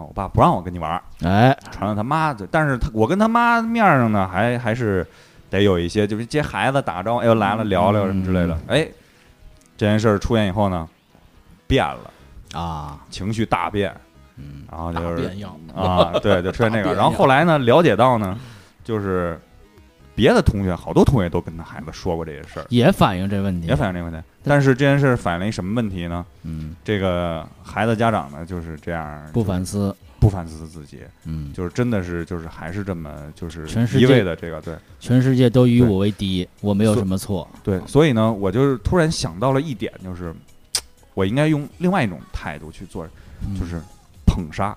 [SPEAKER 4] 我爸不让我跟你玩儿，
[SPEAKER 3] 哎，
[SPEAKER 4] 传到他妈嘴，但是他我跟他妈面上呢，还还是得有一些，就是接孩子打个招呼，哎呦来了聊聊什么之类的。
[SPEAKER 2] 嗯
[SPEAKER 4] 哎，这件事儿出现以后呢，变了，
[SPEAKER 3] 啊，
[SPEAKER 4] 情绪大变，
[SPEAKER 3] 嗯，
[SPEAKER 4] 然后
[SPEAKER 2] 大
[SPEAKER 4] 就
[SPEAKER 2] 变
[SPEAKER 4] 是
[SPEAKER 2] 样，
[SPEAKER 4] 啊，对，就出现这
[SPEAKER 2] 大
[SPEAKER 4] 个。
[SPEAKER 2] 变嗯
[SPEAKER 4] 然后后来呢，了解到呢，就是别的同学，好多同学都跟他孩子说过这些事儿，
[SPEAKER 3] 也反映这问题
[SPEAKER 2] 嗯
[SPEAKER 4] 也，反映这个问题。但是这件事儿反映了一什么问题呢？
[SPEAKER 3] 嗯，
[SPEAKER 4] 这个孩子家长呢，就是这样
[SPEAKER 3] 不反思，
[SPEAKER 4] 不反思自己，
[SPEAKER 3] 嗯，
[SPEAKER 4] 就是真的是就是还是这么就是
[SPEAKER 3] 全世
[SPEAKER 4] 一
[SPEAKER 3] 界
[SPEAKER 4] 味的这个对。
[SPEAKER 3] 全世界都以
[SPEAKER 4] 对
[SPEAKER 3] 我为敌，我没有
[SPEAKER 4] 所
[SPEAKER 3] 什么错，
[SPEAKER 4] 对，所以呢，我就是突然想到了一点，就是我应该用另外一种态度去做，
[SPEAKER 3] 嗯
[SPEAKER 4] 就是捧杀，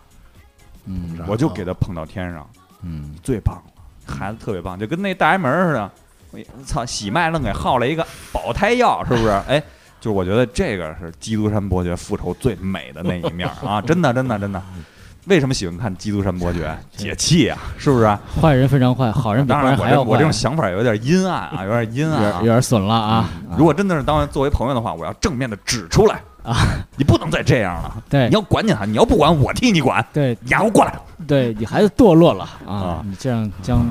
[SPEAKER 3] 嗯
[SPEAKER 2] 然后
[SPEAKER 4] 我就给他捧到天上，
[SPEAKER 3] 嗯，
[SPEAKER 4] 最棒了，孩子特别棒，就跟那大宅门似的，我一操，喜脉愣给耗了一个保胎药，是不是？哎，就是我觉得这个是基督山伯爵复仇最美的那一面儿啊，真的，真的，真的。为什么喜欢看《基督山伯爵》解气啊？是不是啊？
[SPEAKER 3] 坏人非常坏，好人比
[SPEAKER 4] 当
[SPEAKER 3] 坏
[SPEAKER 4] 然
[SPEAKER 3] 人
[SPEAKER 4] 我
[SPEAKER 3] 还
[SPEAKER 4] 这，
[SPEAKER 3] 要
[SPEAKER 4] 我
[SPEAKER 3] 坏
[SPEAKER 4] 这，种想法有点阴暗啊，有点阴
[SPEAKER 3] 有
[SPEAKER 4] 暗、
[SPEAKER 3] 点
[SPEAKER 4] 啊，
[SPEAKER 3] 有
[SPEAKER 4] 嗯
[SPEAKER 3] 点损了啊，啊
[SPEAKER 4] 如果真的是当作为朋友的话，我要正面的指出来
[SPEAKER 3] 啊，哎
[SPEAKER 4] 你不能再这样了。
[SPEAKER 3] 对
[SPEAKER 4] 你要管你他，你要不管我替你管，
[SPEAKER 3] 对
[SPEAKER 4] 你丫给我过来。
[SPEAKER 3] 对，你孩子堕落了啊
[SPEAKER 4] 啊，
[SPEAKER 3] 你这样将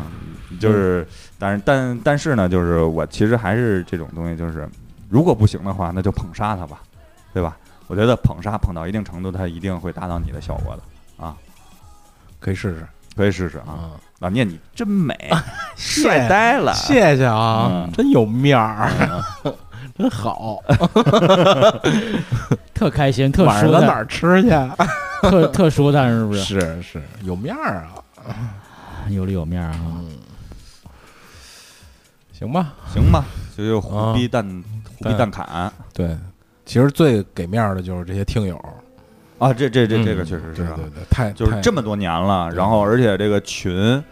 [SPEAKER 4] 就是，但是但但是呢，就是我其实还是这种东西，就是如果不行的话，那就捧杀他吧，对吧？我觉得捧杀捧到一定程度，它一定会达到你的效果的，
[SPEAKER 2] 可以试试
[SPEAKER 4] 可以试试啊。
[SPEAKER 2] 啊。
[SPEAKER 4] 老聂，你真美，帅
[SPEAKER 2] 谢
[SPEAKER 4] 呆了。
[SPEAKER 2] 谢谢啊
[SPEAKER 4] 嗯，
[SPEAKER 2] 真有面 儿，真好。
[SPEAKER 3] 特开心，特
[SPEAKER 2] 晚
[SPEAKER 3] 舒
[SPEAKER 2] 上咱哪
[SPEAKER 3] 坦，
[SPEAKER 2] 儿吃去？
[SPEAKER 3] 特特舒坦，是 不是？
[SPEAKER 2] 是是有面儿啊，
[SPEAKER 3] 有里有面儿啊，
[SPEAKER 2] 行吧？
[SPEAKER 4] 行吧，就就虎逼
[SPEAKER 2] 啊
[SPEAKER 4] 蛋虎逼蛋砍
[SPEAKER 2] 对，其实最给面儿的就是这些听友，
[SPEAKER 4] 啊，这这这这个
[SPEAKER 2] 嗯
[SPEAKER 4] 确实是
[SPEAKER 2] 对
[SPEAKER 4] 啊，
[SPEAKER 2] 对对，太
[SPEAKER 4] 就是
[SPEAKER 2] 太
[SPEAKER 4] 这么多年了，
[SPEAKER 2] 对
[SPEAKER 4] 然后而且这个群，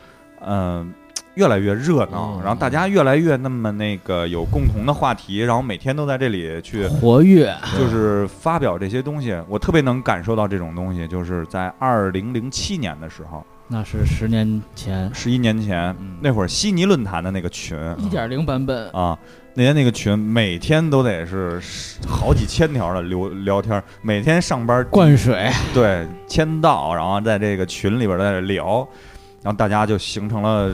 [SPEAKER 4] 嗯、越来越热闹，
[SPEAKER 2] 嗯
[SPEAKER 4] 然后大家越来越那么那个有共同的话题，然后每天都在这里去
[SPEAKER 2] 哦
[SPEAKER 3] 活跃，
[SPEAKER 4] 就是发表这些东西，我特别能感受到这种东西，就是在二零零七年的时候，
[SPEAKER 3] 那是十年前，
[SPEAKER 4] 十一年前
[SPEAKER 3] 嗯
[SPEAKER 4] 那会儿悉尼论坛的那个群
[SPEAKER 6] 一
[SPEAKER 2] 嗯
[SPEAKER 6] 点零版本，
[SPEAKER 4] 啊。那天那个群每天都得是十好几千条的聊聊天儿，每天上班
[SPEAKER 3] 灌水，
[SPEAKER 4] 对，签到，然后在这个群里边在这聊，然后大家就形成了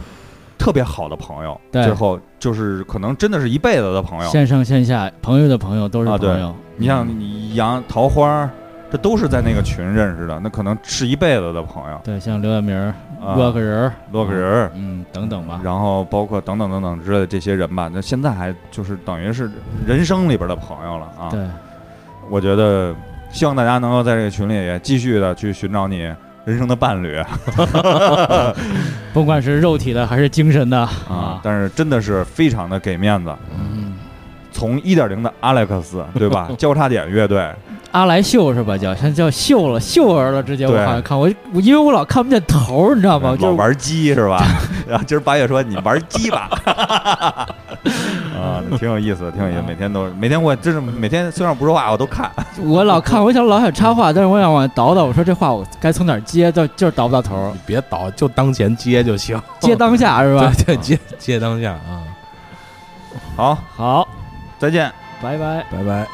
[SPEAKER 4] 特别好的朋友，
[SPEAKER 3] 对
[SPEAKER 4] 最后就是可能真的是一辈子的朋友。
[SPEAKER 3] 线上线下朋友的朋友都是
[SPEAKER 4] 啊对
[SPEAKER 3] 朋友，
[SPEAKER 4] 你像杨桃花，这都是在那个群认识的，那可能是一辈子的朋友
[SPEAKER 3] 对，像刘亚明儿、骆
[SPEAKER 4] 啊，
[SPEAKER 3] 个人儿，
[SPEAKER 4] 洛克人儿。
[SPEAKER 3] 嗯，等等吧，
[SPEAKER 4] 然后包括等等等等之类的这些人吧，那现在还就是等于是人生里边的朋友了啊。
[SPEAKER 3] 对，
[SPEAKER 4] 我觉得希望大家能够在这个群里也继续的去寻找你人生的伴侣。
[SPEAKER 3] 甭管是肉体的还是精神的
[SPEAKER 4] 啊
[SPEAKER 3] 啊，，
[SPEAKER 4] 但是真的是非常的给面子。
[SPEAKER 3] 嗯，
[SPEAKER 4] 从一点零的 Alex 对吧，交叉点乐队，
[SPEAKER 3] 阿来秀是吧？叫像叫秀了，秀儿了，直接我
[SPEAKER 4] 对
[SPEAKER 3] 好像看我我因为我老看不见头儿，你知道吗？
[SPEAKER 4] 老
[SPEAKER 3] 哦就是
[SPEAKER 4] 玩鸡 是吧？然后今儿八月说你玩鸡吧，啊，挺有意思，挺有意思。每天都每天我真是每天虽然我不说话，我都看。
[SPEAKER 3] 我老看，我想老想插话，但是我想往倒倒，我说这话我该从哪儿接，到就是倒不到头儿，
[SPEAKER 2] 你别倒，就当前接就行，
[SPEAKER 3] 接当下是吧？
[SPEAKER 2] 嗯 对对，接接当下啊，
[SPEAKER 4] 好，
[SPEAKER 3] 好，
[SPEAKER 4] 再见。
[SPEAKER 3] 拜拜。
[SPEAKER 2] 拜拜。